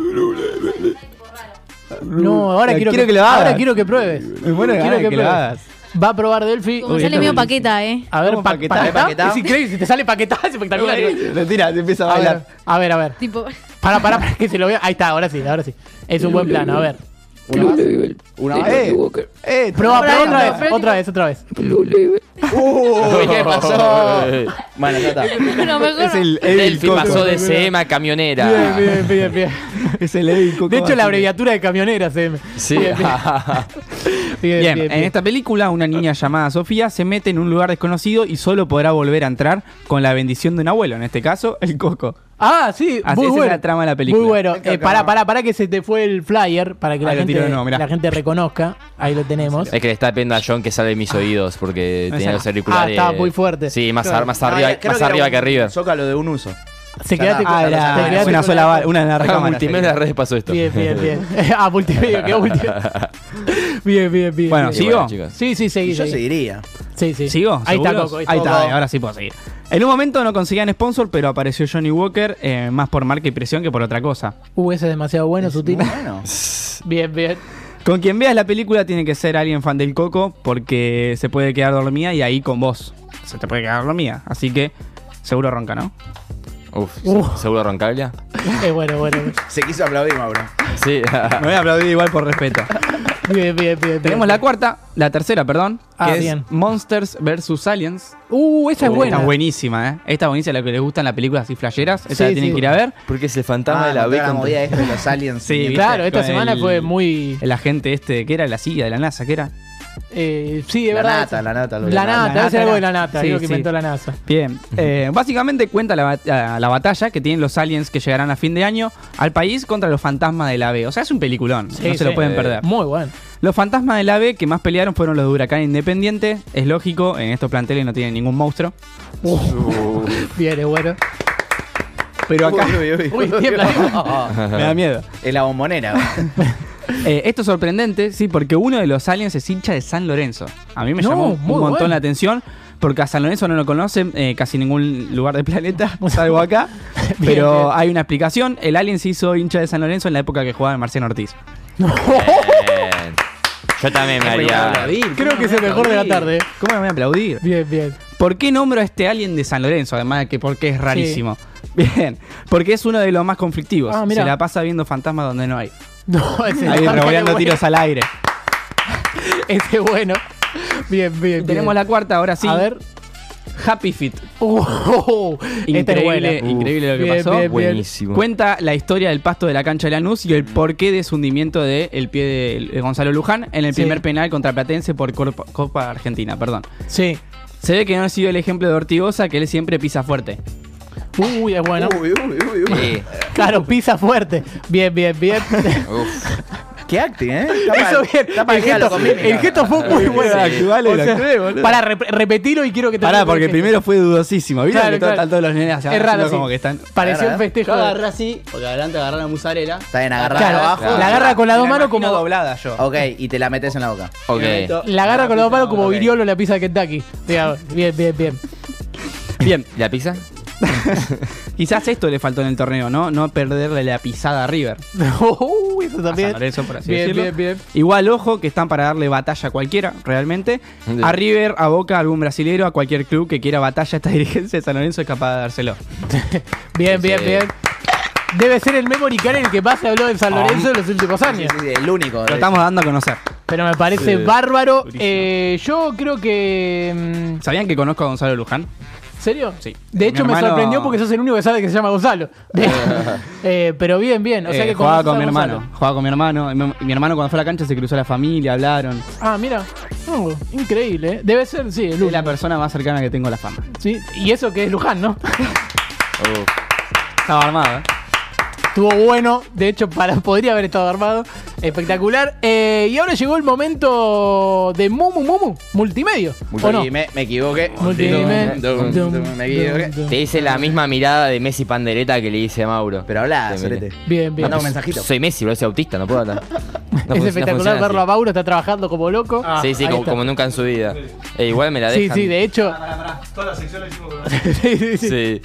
S2: No, ahora quiero,
S7: que, lo hagas.
S2: Ahora quiero que pruebes.
S7: bueno,
S2: quiero
S7: ahora que lo
S2: pruebes.
S7: hagas.
S2: Va a probar Delphi.
S14: Como
S7: este
S14: sale medio paqueta, ¿eh?
S2: A ver,
S7: ¿Cómo
S2: pa-
S7: paquetá?
S2: paquetá.
S7: ¿Paquetá?
S2: Es increíble, si te sale paquetá es espectacular.
S7: Te tira, te empieza a
S2: A
S7: bailar.
S2: ver, a ver, a ver.
S14: Tipo,
S2: Para, para, para que se lo vea. Ahí está, ahora sí, ahora sí. Es un buen plano, a ver.
S13: Una vez.
S7: Eh,
S2: Prueba, prueba
S13: Brian,
S2: otra
S13: no,
S2: vez, otra vez, otra vez.
S13: Uh, ¿Qué pasó? Bueno, ya está.
S14: no me acuerdo.
S4: Delphi pasó de CM a
S2: Bien,
S4: camionera.
S2: bien, bien, bien.
S7: Es el Edil Coco
S2: De hecho,
S7: Basile.
S2: la abreviatura de camionera se
S4: Sí.
S2: Bien, bien. Bien,
S7: Bien,
S2: bien,
S7: en
S2: bien.
S7: esta película una niña llamada Sofía se mete en un lugar desconocido y solo podrá volver a entrar con la bendición de un abuelo, en este caso el coco.
S2: Ah, sí,
S7: Así
S2: muy
S7: es
S2: bueno.
S7: la trama de la película.
S2: Muy bueno.
S7: Acá,
S2: Eh,
S7: acá.
S2: pará, pará, pará que se te fue el flyer para que la
S7: Ahí lo
S2: gente,
S7: tiro de nuevo, mirá.
S2: la gente reconozca. Ahí lo tenemos.
S4: Es que le está pidiendo a John que salve mis oídos porque
S2: Ah,
S4: tenía los
S2: ah,
S4: auriculares.
S2: estaba muy fuerte.
S4: Sí, más,
S2: Claro.
S4: ar- más
S13: Ah,
S4: arriba,
S13: creo
S4: más
S13: era
S4: arriba
S13: un
S4: que arriba.
S13: Zócalo de un uso.
S2: Se quedaste con
S7: Ah,
S2: te
S7: era,
S2: quedaste
S7: una
S2: con
S7: sola
S2: la-
S7: bala- una en la
S4: A
S7: recámara.
S4: multimedia de las redes pasó esto.
S2: Bien, bien, bien. ah, multimedia, quedó multimedia. Bien, bien, bien.
S7: Bueno,
S2: bien.
S7: ¿sigo?
S4: bueno, chicos.
S2: Sí, sí, seguí.
S13: Yo
S2: seguí.
S13: seguiría.
S2: Sí, sí.
S7: ¿Sigo?
S2: Ahí está,
S7: ¿Seguros?
S2: Coco.
S7: Ahí está,
S2: Coco.
S7: ahora sí puedo seguir. En un momento no conseguían sponsor, pero apareció Johnny Walker eh, más por marca y presión que por otra cosa.
S2: Uh, ese es demasiado bueno, sutil.
S13: Bueno.
S2: Bien, bien.
S7: Con quien veas la película tiene que ser alguien fan del coco porque se puede quedar dormida y ahí con vos. Se te puede quedar dormida. Así que seguro ronca, ¿no?
S4: Uf,
S2: Uh.
S4: ¿seguro roncaglia?
S2: Es bueno, bueno.
S13: Se quiso aplaudir, Mauro.
S4: Sí.
S7: Me voy a aplaudir igual por respeto.
S2: Bien, bien, bien. bien.
S7: Tenemos la cuarta, la tercera, perdón,
S2: Ah,
S7: que
S2: bien.
S7: es Monsters vs. Aliens.
S2: Uh, esa es buena.
S7: Está buenísima, ¿eh? Esta es buenísima, la que les gustan las películas así flasheras. Esa
S2: Sí,
S7: la tienen
S2: sí.
S7: que ir a ver.
S4: Porque es el fantasma
S13: Ah,
S4: de la
S13: toda
S4: B.
S13: la
S4: con-
S13: movida esta de los aliens.
S7: Sí,
S13: Bien.
S7: ¿viste?
S2: Claro, esta
S7: Con
S2: semana
S7: el-
S2: fue muy.
S7: El agente este, que era la silla de la NASA, que era.
S2: eh, sí, de
S13: La
S2: verdad.
S13: nata, la nata, lo de
S2: La
S13: la
S2: nata,
S7: nata.
S2: debe ser algo de la
S7: La
S2: nata,
S7: nata.
S2: algo
S7: Sí,
S2: que
S7: sí.
S2: inventó la NASA.
S7: Bien, eh, básicamente cuenta la, bat- la- la batalla que tienen los aliens que llegarán a fin de año al país contra los fantasmas del ave. O sea, es un peliculón,
S2: Sí,
S7: no se
S2: sí. Eh,
S7: lo pueden perder.
S2: Muy bueno.
S7: Los fantasmas del ave que más pelearon fueron los de Huracán Independiente. Es lógico, en estos planteles no tienen ningún monstruo.
S2: Bien, es bueno.
S7: Pero acá
S13: Uy, uy, uy.
S2: Uy, tiembla.
S7: me da miedo.
S13: Es la bombonera.
S7: Eh, esto es sorprendente, sí, porque uno de los aliens es hincha de San Lorenzo. A mí me
S2: No,
S7: llamó un
S2: muy
S7: montón
S2: bueno.
S7: la atención, porque a San Lorenzo no lo conocen eh, casi ningún lugar del planeta, salvo acá.
S2: Bien,
S7: pero
S2: bien.
S7: hay una explicación, el alien se hizo hincha de San Lorenzo en la época que jugaba Marciano Ortiz.
S2: Oh.
S4: Bien. Yo también me haría.
S2: Creo que es el mejor de la tarde. eh.
S7: ¿Cómo no me voy a aplaudir?
S2: Bien, bien.
S7: ¿Por qué nombro a este alien de San Lorenzo? Además de que porque es rarísimo. Bien, porque es uno de los más conflictivos.
S2: Ah, mirá.
S7: se la pasa viendo fantasmas donde no hay.
S2: No, ese
S7: Ahí
S2: marca
S7: revoleando
S2: de bueno.
S7: tiros al aire.
S2: Ese bueno. Bien, bien, bien.
S7: Tenemos la cuarta, ahora sí.
S2: A ver.
S7: Happy Fit.
S2: Uh, esta es buena.
S7: Increíble, increíble lo que
S2: Bien,
S7: pasó.
S2: bien, bien.
S4: Buenísimo.
S7: Cuenta la historia del pasto de la cancha de Lanús y el porqué de su hundimiento del pie de de Gonzalo Luján en el
S2: Sí.
S7: primer penal contra Platense por Corpa- Copa Argentina, perdón.
S2: Sí.
S7: Se ve que no ha sido el ejemplo de Ortigosa, que él siempre pisa fuerte.
S2: Uy, es bueno.
S13: Uy, uy, uy, uy.
S4: Sí.
S2: Claro, pisa fuerte. Bien, bien, bien.
S4: Uf.
S13: Qué acting, ¿eh?
S2: Eso bien.
S13: Está para
S2: El gesto, el gesto fue muy bueno. O sea, para rep- repetirlo y quiero que te
S7: Pará, porque el primero fue dudosísimo. ¿Viste
S2: Claro,
S7: que todo-
S2: claro.
S7: están todos los nenes hacia
S2: Es
S7: abajo,
S2: raro, sí.
S7: como que están.
S2: Pareció
S13: Agarra,
S2: un
S13: ¿eh?
S2: festejo.
S13: Yo
S2: de-
S13: así, porque adelante agarrar la musarela. Está bien, agarrar
S2: Claro,
S13: abajo.
S2: la agarra con las dos manos como.
S7: doblada yo.
S13: Ok, y te la metes en la boca.
S4: Ok.
S2: La agarra con las dos manos como
S13: Ok.
S2: viriolo la pizza de Kentucky. Digamos, Bien, bien, bien.
S7: Bien,
S4: ¿La pizza?
S7: Quizás esto le faltó en el torneo, ¿no? No perderle la pisada a River.
S2: Uy, eso
S7: A
S2: también.
S7: San Lorenzo, por así
S2: bien,
S7: decirlo.
S2: bien, bien.
S7: Igual, ojo, que están para darle batalla a cualquiera, realmente. A River, a Boca, a algún brasilero, a cualquier club que quiera batalla a esta dirigencia de San Lorenzo es capaz de dárselo.
S2: Bien, bien, bien. Debe ser el memory card en el que más se habló de San Lorenzo en los últimos años.
S3: el único.
S7: Lo estamos dando a conocer.
S2: Pero me parece
S7: Sí.
S2: bárbaro. Eh, yo creo que. mm,
S7: ¿Sabían que conozco a Gonzalo Luján?
S2: ¿Serio?
S7: Sí.
S2: De hecho,
S7: Mi
S2: me
S7: hermano-
S2: sorprendió porque sos el único que sabe que se llama Gonzalo. Eh, pero bien, bien. O sea
S7: Eh,
S2: que
S7: jugaba
S2: conoces
S7: con
S2: a
S7: mi
S2: Gonzalo.
S7: hermano. Jugaba con mi hermano. Y Mi, mi hermano cuando fue a la cancha se cruzó la familia, hablaron.
S2: Ah, mira. Oh, increíble, ¿eh? Debe ser, sí, el
S7: Es la persona más cercana que tengo a la fama.
S2: Sí, y eso que es Luján, ¿no?
S7: Estaba armado, ¿eh?
S2: Estuvo bueno, de hecho para, podría haber estado armado. Espectacular. Eh, y ahora llegó el momento de Mumu Mumu, multimedio. ¿o no?
S3: Multime, me equivoqué.
S2: Multime.
S3: Dum, dum, dum, Me equivoqué.
S4: Te hice la misma mirada de Messi Pandereta que le hice a Mauro.
S3: Pero habla,
S4: Te miré.
S3: solete.
S2: Bien, bien.
S4: No, pues, Soy Messi, bro, soy autista, no puedo hablar. No func-
S2: es
S4: no
S2: espectacular
S4: funciona
S2: verlo a Mauro, está trabajando como loco.
S7: Ah.
S4: así. sí, sí,
S2: Ah, Ahí
S4: como,
S2: está.
S4: como nunca en su vida. Eh, igual me la
S2: Sí,
S4: dejan.
S2: sí, de hecho. Sí, sí, sí.
S4: Sí.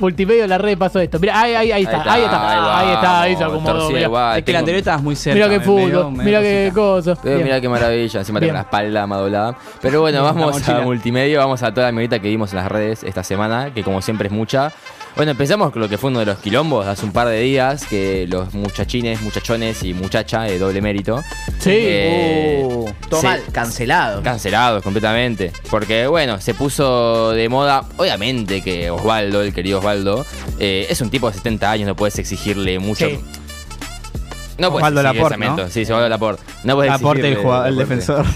S2: Multimedia la red pasó esto. Mira, ahí, ahí, ahí está, ahí está, ahí, está, ahí se acomodó. mirá.
S7: Es que la anterior estabas muy cerca.
S2: Mira qué
S7: me- me dio-
S2: fútbol,
S7: me dio
S2: mira qué cosa.
S4: Pero Eh, mirá qué maravilla, encima tengo
S2: Bien.
S4: la espalda amadolada. Pero bueno,
S2: Bien, la
S4: vamos a
S2: mochila.
S4: multimedia, vamos a toda la mierda que vimos en las redes esta semana, que como siempre es mucha. Bueno, empezamos con lo que fue uno de los quilombos hace un par de días, que los muchachines, muchachones y muchacha de doble mérito. eh,
S2: Sí.
S3: Uh, todo mal, cancelado.
S4: Cancelados completamente. Porque bueno, se puso de moda, obviamente que Osvaldo, el querido Osvaldo, eh, es un tipo de 70 años, no puedes exigirle mucho.
S7: Sí.
S4: No puedes
S7: Osvaldo
S4: exigirle
S7: Laporte,
S4: Sarmiento,
S7: ¿no?
S4: Sí, Osvaldo Laporte. No puedes
S7: Aporte el,
S4: exigirle,
S7: jugador- el
S4: Laporte.
S7: defensor.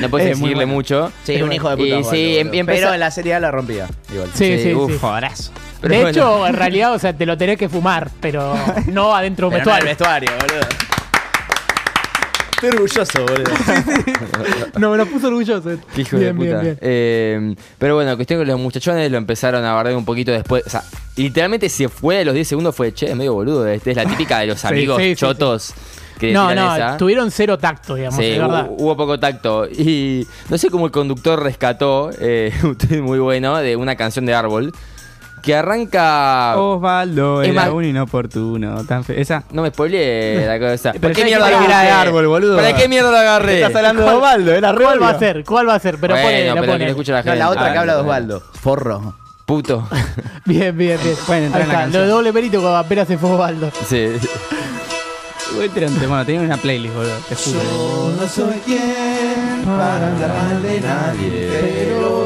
S4: No puedes
S3: Es muy
S4: exigirle
S3: bueno.
S4: mucho.
S3: Sí, un hijo de puta.
S4: Y
S3: Osvaldo,
S4: sí,
S3: boludo.
S4: em- empieza-
S3: Pero en la Serie A la rompía. Igual.
S2: Sí, sí, sí.
S4: uf,
S7: Jodazo.
S4: Pero
S2: de
S4: bueno.
S2: hecho, en realidad, o sea, te lo tenés que fumar, pero no adentro de un
S3: Pero no en el
S2: vestuario.
S3: vestuario, boludo. Estoy orgulloso, boludo.
S2: No, me lo puso orgulloso.
S4: Qué hijo de puta. Eh, pero bueno, cuestión que los muchachones lo empezaron a bardear un poquito después. O sea, literalmente se fue a los 10 segundos, fue che, es medio boludo. Este es la típica de los amigos
S2: sí, sí, sí.
S4: chotos que le
S2: No,
S4: tiran
S2: no,
S4: esa.
S2: tuvieron cero tacto, digamos,
S4: Sí, uh.
S2: de
S4: hu-
S2: verdad.
S4: hubo, poco tacto. Y no sé cómo el conductor rescató, eh, un tweet muy bueno, de una canción de árbol que arranca.
S7: Oh, Osvaldo
S4: Es
S7: era
S4: más-
S7: un inoportuno. Tan fe- Esa.
S4: No me spoileé la cosa.
S7: Pero ya dijiste que
S4: agarré?
S7: era de árbol, boludo.
S4: ¿Para qué mierda lo agarré?
S7: Estás hablando de Osvaldo, era
S2: ¿Cuál va a
S7: Rubio.
S2: ser? ¿Cuál va a ser? Pero
S4: Bueno,
S2: ponele, la
S4: pero que
S2: ponele.
S4: lo escuche la
S3: No,
S4: gente.
S3: la otra que
S4: Ah,
S3: habla de
S4: bueno.
S3: Osvaldo. Forro.
S4: Puto.
S2: Bien, bien, bien.
S7: Bueno, entra
S2: Ahí
S7: en
S2: está,
S7: la
S2: lo
S7: canción.
S2: de doble perito cuando apenas se fue Osvaldo.
S4: Sí.
S7: Uy, este tirante, Bueno, tenía una playlist, boludo. Te juro.
S13: No soy quien para hablar de nadie. Pero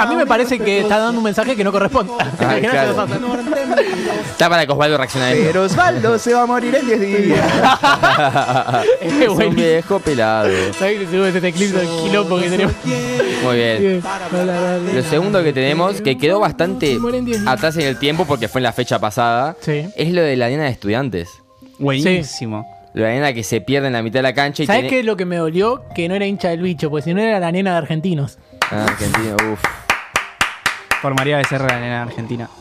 S2: A mí me parece que está dando un mensaje que no corresponde.
S4: Ah,
S2: Que no se
S4: claro.
S2: lo pasan.
S4: Está para que Osvaldo reaccione a esto.
S3: Pero Osvaldo se va a morir en 10 días.
S4: es un
S2: buenísimo.
S4: viejo pelado.
S2: ¿Sabes que te subes este clip del quilombo que tenemos?
S4: Muy bien.
S2: Bien.
S4: Lo segundo que tenemos, que quedó bastante atrás en el tiempo porque fue en la fecha pasada,
S2: Sí.
S4: es lo de la nena de estudiantes.
S7: Buenísimo.
S4: Lo de la nena que se pierde en la mitad de la cancha y
S2: ¿Sabes
S4: tiene-
S2: qué es lo que me dolió? Que no era hincha del bicho, porque si no era la nena de argentinos.
S4: Ah, Argentina, uf.
S7: Por María Becerra, la nena argentina.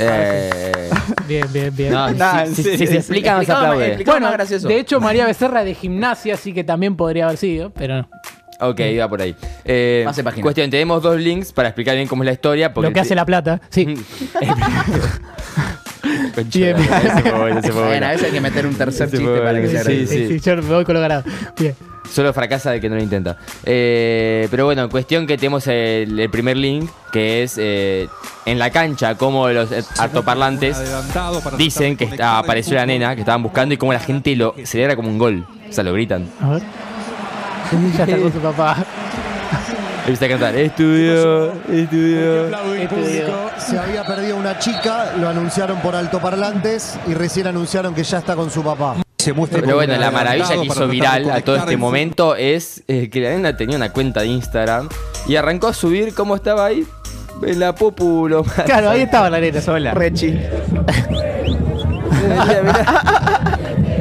S4: Eh,
S2: Bien, bien, bien.
S4: no,
S7: Nah,
S4: si,
S7: en
S4: si- si
S7: serio,
S4: se
S7: en
S4: explica, no se
S3: Explicaba más-
S4: aplaude.
S3: explicaba
S2: Bueno,
S3: más gracioso.
S2: de hecho, María Becerra de gimnasia, así que también podría haber sido, pero no.
S4: Ok, iba por ahí. Eh,
S3: Pase página.
S4: cuestión, tenemos dos links para explicar bien cómo es la historia. Porque
S2: Lo que hace la plata, sí.
S4: Concha,
S2: Bien.
S4: ese fue bueno, ese fue
S3: Bueno, a
S4: bueno.
S3: veces hay que meter un tercer
S4: Sí,
S3: chiste
S4: bueno,
S3: para que sea
S4: sí,
S3: gracioso.
S2: Sí, sí, yo me voy colorado. Bien.
S4: Solo fracasa de que no lo intenta. Eh, pero bueno, cuestión que tenemos el, el primer link, que es eh, en la cancha, como los eh, altoparlantes dicen que está- apareció la nena que estaban buscando y como la gente lo celebra como un gol. O sea, lo gritan.
S2: A ver. Ya está con su papá.
S4: Empieza a cantar, estudio, estudio.
S15: El público Este se había perdido una chica, lo anunciaron por altoparlantes y recién anunciaron que ya está con su papá.
S16: Se muestra
S4: Pero bueno, la maravilla que hizo viral a todo este momento es eh, que la nena tenía una cuenta de Instagram y arrancó a subir cómo estaba ahí en la populo.
S2: Claro, ahí estaba la nena.
S7: Sola.
S3: Rechi.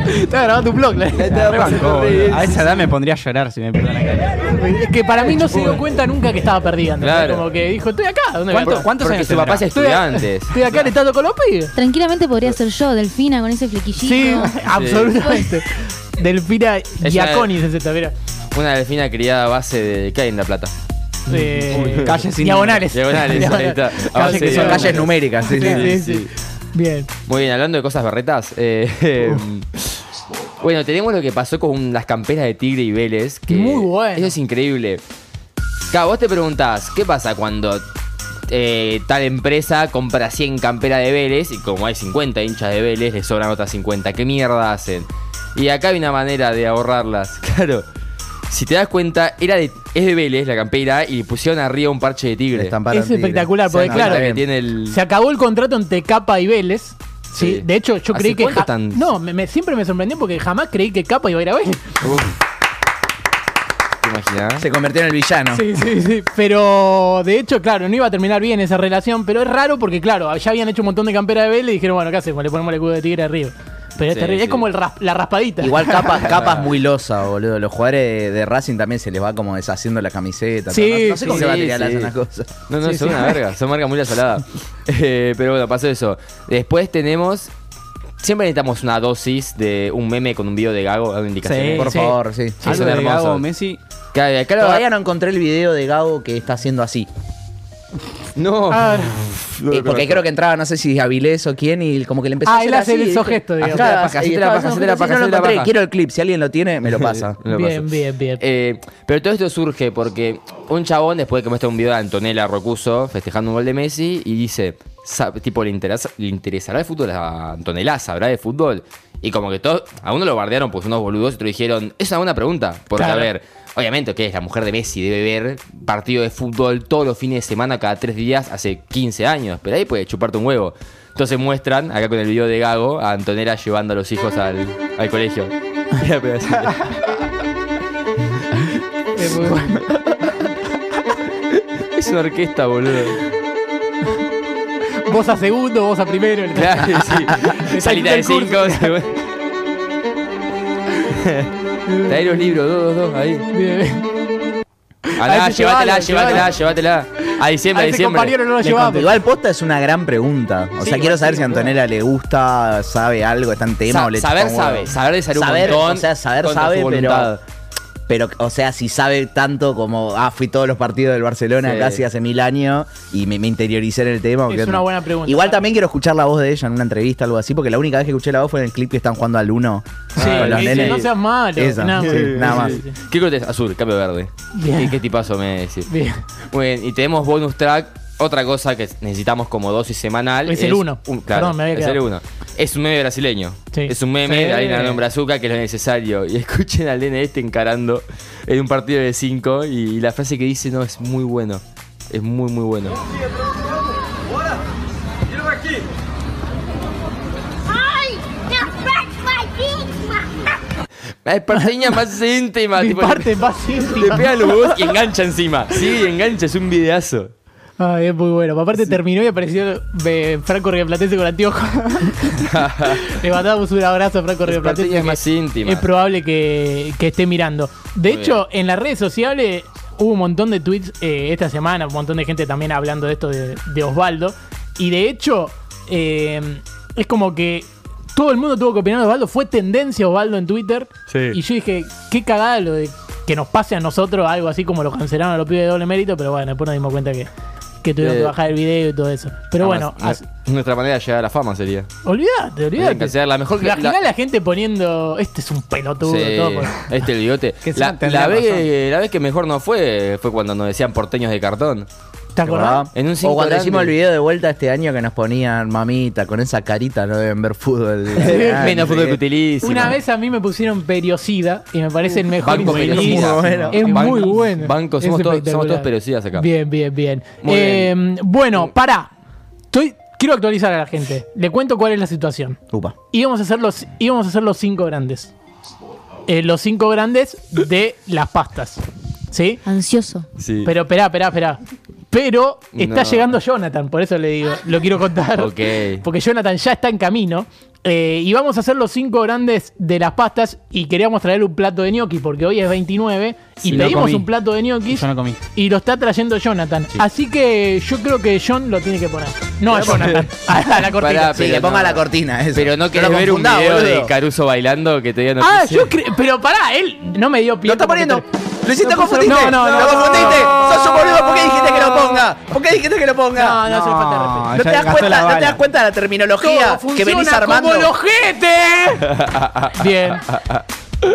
S2: Estaba grabando un blog. la nena.
S3: Ah,
S7: A esa edad me pondría a llorar si me perdonan.
S2: Es que para mí no se dio cuenta nunca que estaba perdida. ¿entendés?
S4: Claro.
S2: Como que dijo, estoy acá. ¿Dónde voy a
S7: ¿Cuánto-
S2: estar?
S7: cuántos
S4: Porque
S7: años
S4: su papá es
S7: tendrá?
S4: estudiante.
S2: Estoy acá en estado con los pibes.
S14: Tranquilamente podría ser yo, Delfina, con ese flequillito.
S2: Sí, absolutamente. Delfina
S4: una-
S2: Giaconis es esta, mira.
S4: Una delfina criada a base de... ¿Qué hay en La Plata?
S2: eh,
S7: Calles sin
S2: diagonales.
S7: número.
S4: Diagonales, ahí está. Ah,
S3: Calles que
S4: sí,
S3: son calles
S4: diagonales.
S3: numéricas, sí, sí, sí.
S2: Bien.
S4: Muy bien, hablando de cosas berretas. eh, em, bueno, tenemos lo que pasó con las camperas de Tigre y Vélez. Que
S2: Muy bueno.
S4: Eso es increíble. Claro, vos te preguntás, ¿qué pasa cuando eh, tal empresa compra 100 camperas de Vélez y como hay 50 hinchas de Vélez, les sobran otras 50? ¿Qué mierda hacen? Y acá hay una manera de ahorrarlas. Claro. Si te das cuenta, era de, es de Vélez la campera y le pusieron arriba un parche de tigre.
S2: Es espectacular, porque claro,
S4: Que tiene el...
S2: se acabó el contrato entre Capa y Vélez. Sí. De hecho, yo
S4: ¿Hace
S2: creí que. ja-
S4: cuánto están?
S2: No, me- me- siempre me sorprendió porque jamás creí que Capa iba a ir a Vélez.
S4: ¿Te imaginas?
S3: Se convirtió en el villano.
S2: Sí, sí, sí. Pero de hecho, claro, no iba a terminar bien esa relación. Pero es raro porque, claro, ya habían hecho un montón de campera de Vélez y dijeron, bueno, ¿qué hacemos? Le ponemos el escudo de tigre arriba. Pero es
S3: Sí,
S2: terrible.
S3: sí.
S2: Es como el ras- la raspadita.
S3: Igual capas capas muy losa, boludo. Los jugadores de, de Racing también se les va como deshaciendo la camiseta.
S4: Sí,
S3: todo. no, no sé cómo
S4: sí,
S3: se va a tirar
S4: sí.
S3: las cosas.
S4: No, no,
S3: Sí,
S4: son
S3: sí.
S4: una verga, son marcas muy asaladas. Eh, pero bueno, pasó eso. Después tenemos. Siempre necesitamos una dosis de un meme con un video de Gago, alguna indicación.
S3: Sí, Por sí. favor, sí.
S4: Sí,
S3: Algo
S4: son
S3: de
S4: hermosos.
S3: Gago,
S7: Messi.
S4: Claro, acá lo-
S3: Todavía no encontré el video de Gago que está haciendo así.
S4: No.
S2: Ah,
S3: Eh, porque creo que entraba, no sé si Avilés o quién, y como que le empezó
S2: Ah,
S3: a hacer
S2: él hace
S3: así,
S2: esos
S3: ¿viste?
S2: gestos, digamos.
S3: Acá,
S4: Hacete la
S3: y
S4: paja, hacete la
S3: estaba
S4: paja,
S3: haciendo
S4: hacete la
S3: gestos,
S4: paja,
S3: no lo
S4: hacete la
S3: encontré.
S4: paja.
S3: Quiero el clip, si alguien lo tiene, me lo pasa.
S4: Me lo
S2: Bien,
S4: paso.
S2: bien, bien.
S4: Eh, pero todo esto surge porque un chabón, después de que muestra un video de Antonella Rocuso festejando un gol de Messi, y dice: sa- Tipo, ¿le, interesa- le interesará el fútbol a Antonella? ¿Sabrá de fútbol? Y como que todos, a uno lo bardearon, pues unos boludos, y otros dijeron: Es una buena pregunta. Porque,
S2: Claro.
S4: a ver, obviamente, que es la mujer de Messi, debe ver partido de fútbol todos los fines de semana, cada tres días, hace 15 años. Pero ahí puede chuparte un huevo. Entonces muestran, acá con el video de Gago, a Antonella llevando a los hijos al, al colegio. Mira, pero así.
S3: Eh,
S4: Es una orquesta, boludo.
S2: Eh, Vos a segundo, vos a primero. el-
S4: Claro, sí. Salita de
S2: El curso.
S4: 5. Trae los libros, dos, dos, dos, ahí.
S2: Bien, bien.
S4: Andá,
S2: A ese
S4: llévatela,
S2: llévalo,
S4: llévatela, llévatela. A diciembre, a
S3: Me
S4: diciembre.
S3: contó. Igual posta es una gran pregunta. O sea, quiero saber si a Antonella le gusta, sabe algo, está en tema
S4: Sa-
S3: o le
S4: saber
S3: chupa un huevo.
S4: sabe, saber de saber un montón
S3: O sea, saber
S4: contra
S3: sabe,
S4: su voluntad.
S3: pero. Pero, o sea, si sabe tanto como, ah, fui todos los partidos del Barcelona
S2: Sí.
S3: casi hace mil años y me, me interioricé en el tema. o
S2: Es
S3: qué
S2: una
S3: onda.
S2: buena pregunta.
S3: Igual también quiero escuchar la voz de ella en una entrevista, algo así, porque la única vez que escuché la voz fue en el clip que están jugando al uno
S2: Sí,
S3: con Ah, los
S2: sí,
S3: nenes.
S2: no seas malo.
S3: Esa,
S2: Nada más.
S3: sí, nada más.
S4: ¿Qué corte es? Azul, cambio verde.
S2: Bien.
S4: ¿Qué, qué tipazo me decís?
S2: Bien.
S4: Bueno, y tenemos bonus track. Otra cosa que necesitamos como dosis semanal.
S2: Es el uno.
S4: un- claro,
S2: Perdón, me había
S4: es el
S2: quedado.
S4: uno. Es un meme brasileño.
S2: Sí.
S4: Es un meme
S2: Sí.
S4: de harina de hombre azúcar que es lo necesario. Y escuchen al nene este encarando en un partido de 5 y la frase que dice no es muy bueno. Es muy, muy bueno.
S13: Bora! Tira daqui! Ai! Minha parte mais
S4: Es parteña más íntima.
S2: Mi
S4: Ah, tipo,
S2: parte
S4: le,
S2: más íntima.
S4: le pega los huevos y engancha encima. Sí, engancha, es un videazo.
S2: Ay, es muy bueno. Aparte terminó y apareció eh, Franco Rioplatense con anteojos. Le mandamos un abrazo a Franco
S4: Es
S2: Rioplatense.
S4: parteña más íntima.
S2: Es probable que, que esté mirando. De
S4: Muy
S2: hecho, en las redes sociales hubo un montón de tweets eh, esta semana, un montón de gente también hablando de esto de, de Osvaldo. Y de hecho, eh, es como que todo el mundo tuvo que opinar de Osvaldo. Fue tendencia Osvaldo en Twitter. Y yo dije, qué cagada lo de que nos pase a nosotros algo así como lo cancelaron a los pibes de doble mérito. Pero bueno, después nos dimos cuenta que, que tuvieron
S4: Eh,
S2: que bajar el video y todo eso. Pero
S4: Además,
S2: bueno, as-
S4: nu- nuestra manera de llegar a la fama sería.
S2: olvídate,
S4: Tienen que
S2: olvídate.
S4: hacer la mejor que
S2: Imaginá
S4: la-
S2: la... gente poniendo, este es un pelotudo.
S4: Sí,
S2: Todo por-
S4: este el bigote.
S2: se
S4: la,
S2: mantenga
S4: la
S2: la
S4: vez, que- la vez que mejor no fue fue cuando nos decían porteños de cartón.
S2: ¿Te acordás?
S4: En un
S3: O
S4: cinco
S3: cuando
S4: grande.
S3: hicimos el video de vuelta este año que nos ponían mamita, con esa carita no deben ver fútbol.
S2: Ah,
S4: Menos fútbol que utilísimo.
S2: Una vez a mí me pusieron periocida y me parece el mejor
S4: Banco
S2: insulto.
S4: periocida.
S2: Es muy bueno. Es
S4: Ban-
S2: muy bueno.
S4: banco,
S2: Es
S4: somos todos- somos
S2: espectacular.
S4: todos periocidas acá.
S2: Bien, bien, bien.
S4: Muy
S2: Eh, Bueno, pará. Estoy, quiero actualizar a la gente. Le cuento cuál es la situación.
S3: Upa.
S2: Íbamos a hacer los, íbamos a hacer los cinco grandes. Eh, los cinco grandes de las pastas. ¿Sí?
S14: Ansioso.
S4: Sí.
S2: Pero esperá, esperá, esperá. Pero está
S4: No.
S2: llegando Jonathan, por eso le digo, lo quiero contar.
S4: Ok.
S2: Porque Jonathan ya está en camino. Eh, y vamos a hacer los cinco grandes de las pastas. Y queríamos traer un plato de gnocchi, porque hoy es 29.
S7: Sí,
S2: y
S7: lo
S2: pedimos
S7: comí.
S2: un plato de gnocchi.
S7: Yo no comí.
S2: Y lo está trayendo Jonathan. Así que yo creo que John lo tiene que poner. No a Jonathan. A la cortina.
S4: Pará,
S3: Sí,
S4: pero
S3: que ponga
S4: no.
S3: la cortina, eso.
S4: Pero no
S3: No
S4: querés
S3: lo
S4: ver un
S3: confundás,
S4: video
S3: boludo.
S4: de Caruso bailando que te digan
S2: Ah, yo creo. Pero pará, él no me dio pie. Lo está poniendo.
S3: Luisito,
S2: No puso-
S3: confundiste.
S2: No, no,
S3: lo
S2: no.
S3: confundiste.
S2: No.
S3: Sos un boludo. ¿Por qué dijiste que lo ponga? ¿Por qué dijiste que lo ponga? No,
S2: no, es una falta de respeto.
S3: ¿No
S2: ya
S3: te, das
S2: gastó la
S3: cuenta, ¿No te
S2: bala.
S3: das cuenta de la terminología
S2: Todo
S3: que venís
S2: funciona
S3: armando?
S2: como el ojete. Bien.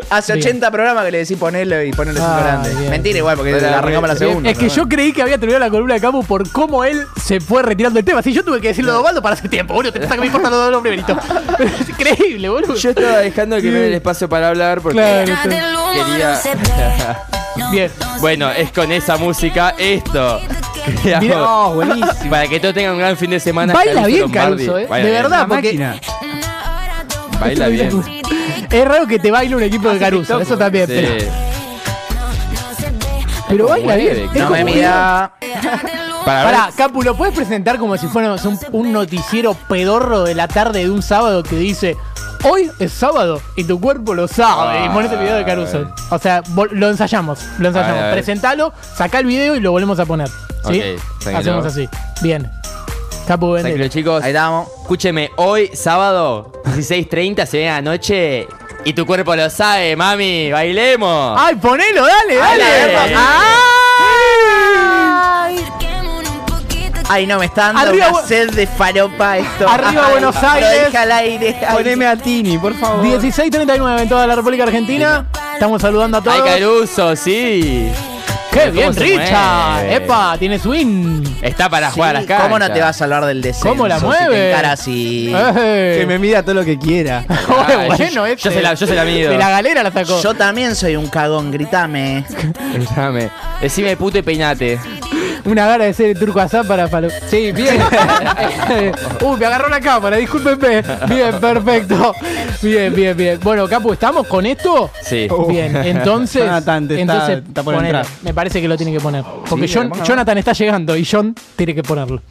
S3: Hace
S2: Bien.
S3: 80 programas que le decís ponelo y ponelo
S2: Ah,
S3: cinco grande.
S2: bien.
S3: Mentira igual, porque
S2: Bien.
S3: arrancamos la
S2: Bien.
S3: segunda.
S2: Es que yo creí que había terminado la columna de Camus por cómo él se fue retirando del tema. Si yo tuve que decirlo de Osvaldo para hace tiempo, boludo. Te pasa que me importan los dos nombres, Benito. Es increíble, boludo.
S4: Yo estaba dejando que me dé el espacio para hablar porque
S2: Claro,
S4: quería.
S2: Bien.
S4: Bueno, es con esa música esto.
S2: Mirá, oh, buenísimo.
S4: Para que todos tengan un gran fin de semana.
S2: Baila
S4: Caruso
S2: bien,
S4: Lombardi.
S2: Caruso, eh.
S4: Baila
S2: de
S4: bien.
S2: verdad, porque.
S4: Baila bien.
S2: Es raro que te baile un equipo de Caruso, eso también.
S4: Sí.
S2: Pero, pero baila
S4: mueve,
S2: bien.
S4: que no me
S3: mira.
S4: Para ver-
S2: Pará, Capu, ¿lo puedes presentar como si fuera un, un noticiero pedorro de la tarde de un sábado que dice Hoy es sábado y tu cuerpo lo sabe? Y
S4: Ah,
S2: ponete el video de
S4: eh.
S2: Caruso. O sea, vol- lo ensayamos, lo
S4: A ver, a
S2: ensayamos.
S4: ver.
S2: Presentalo, sacá el video y lo volvemos a poner. ¿Sí?
S4: Ok, sáquenlo.
S2: Hacemos así. Bien. Capu, vende.
S4: Tranquilo, chicos. Ahí
S3: estamos.
S4: Escúcheme, hoy, sábado, 16.30, se viene la noche. Y tu cuerpo lo sabe, mami. Bailemos.
S2: ¡Ay, ponelo! ¡Dale, dale!
S4: Ay,
S3: Ay, no, me está dando
S2: Arriba,
S3: una
S2: Bu-
S3: sed de faropa esto.
S2: Arriba,
S3: Ay,
S2: Buenos
S3: lo
S2: Aires.
S3: dije al aire. Ay.
S2: Poneme a Tini, por favor. 16.39 en toda la República Argentina. Estamos saludando a todos.
S4: Ay, Caruso, sí.
S2: ¡Qué
S4: Pero
S2: bien,
S4: ¿cómo se
S2: Richard!
S4: mueve?
S2: ¡Epa! Tiene swing.
S4: Está para
S3: Sí,
S4: jugar a las cartas.
S3: ¿Cómo no te va a salvar del descenso?
S2: ¿Cómo la
S3: Si
S2: mueve?
S3: te encara así.
S2: Ey.
S7: Que me mida todo lo que quiera.
S2: Ay, bueno,
S4: yo- yo
S2: este.
S4: se la- yo se la mido.
S2: De la galera la sacó.
S3: Yo también soy un cagón, gritame.
S4: Dame. Decime puto y peinate.
S2: Una gana de ser el turco azar para Falo. Sí, bien. Uy, me agarró la cámara, discúlpenme. Bien, perfecto. Bien, bien, bien. Bueno, Capu, ¿estamos con esto?
S4: Sí.
S2: Bien, entonces.
S7: Jonathan, te está-
S2: entonces
S7: está por
S2: ponelo.
S7: entrar.
S2: Me parece que lo tiene que poner. Porque
S7: Sí,
S2: John-
S7: lo pongo.
S2: Jonathan está llegando y John tiene que ponerlo.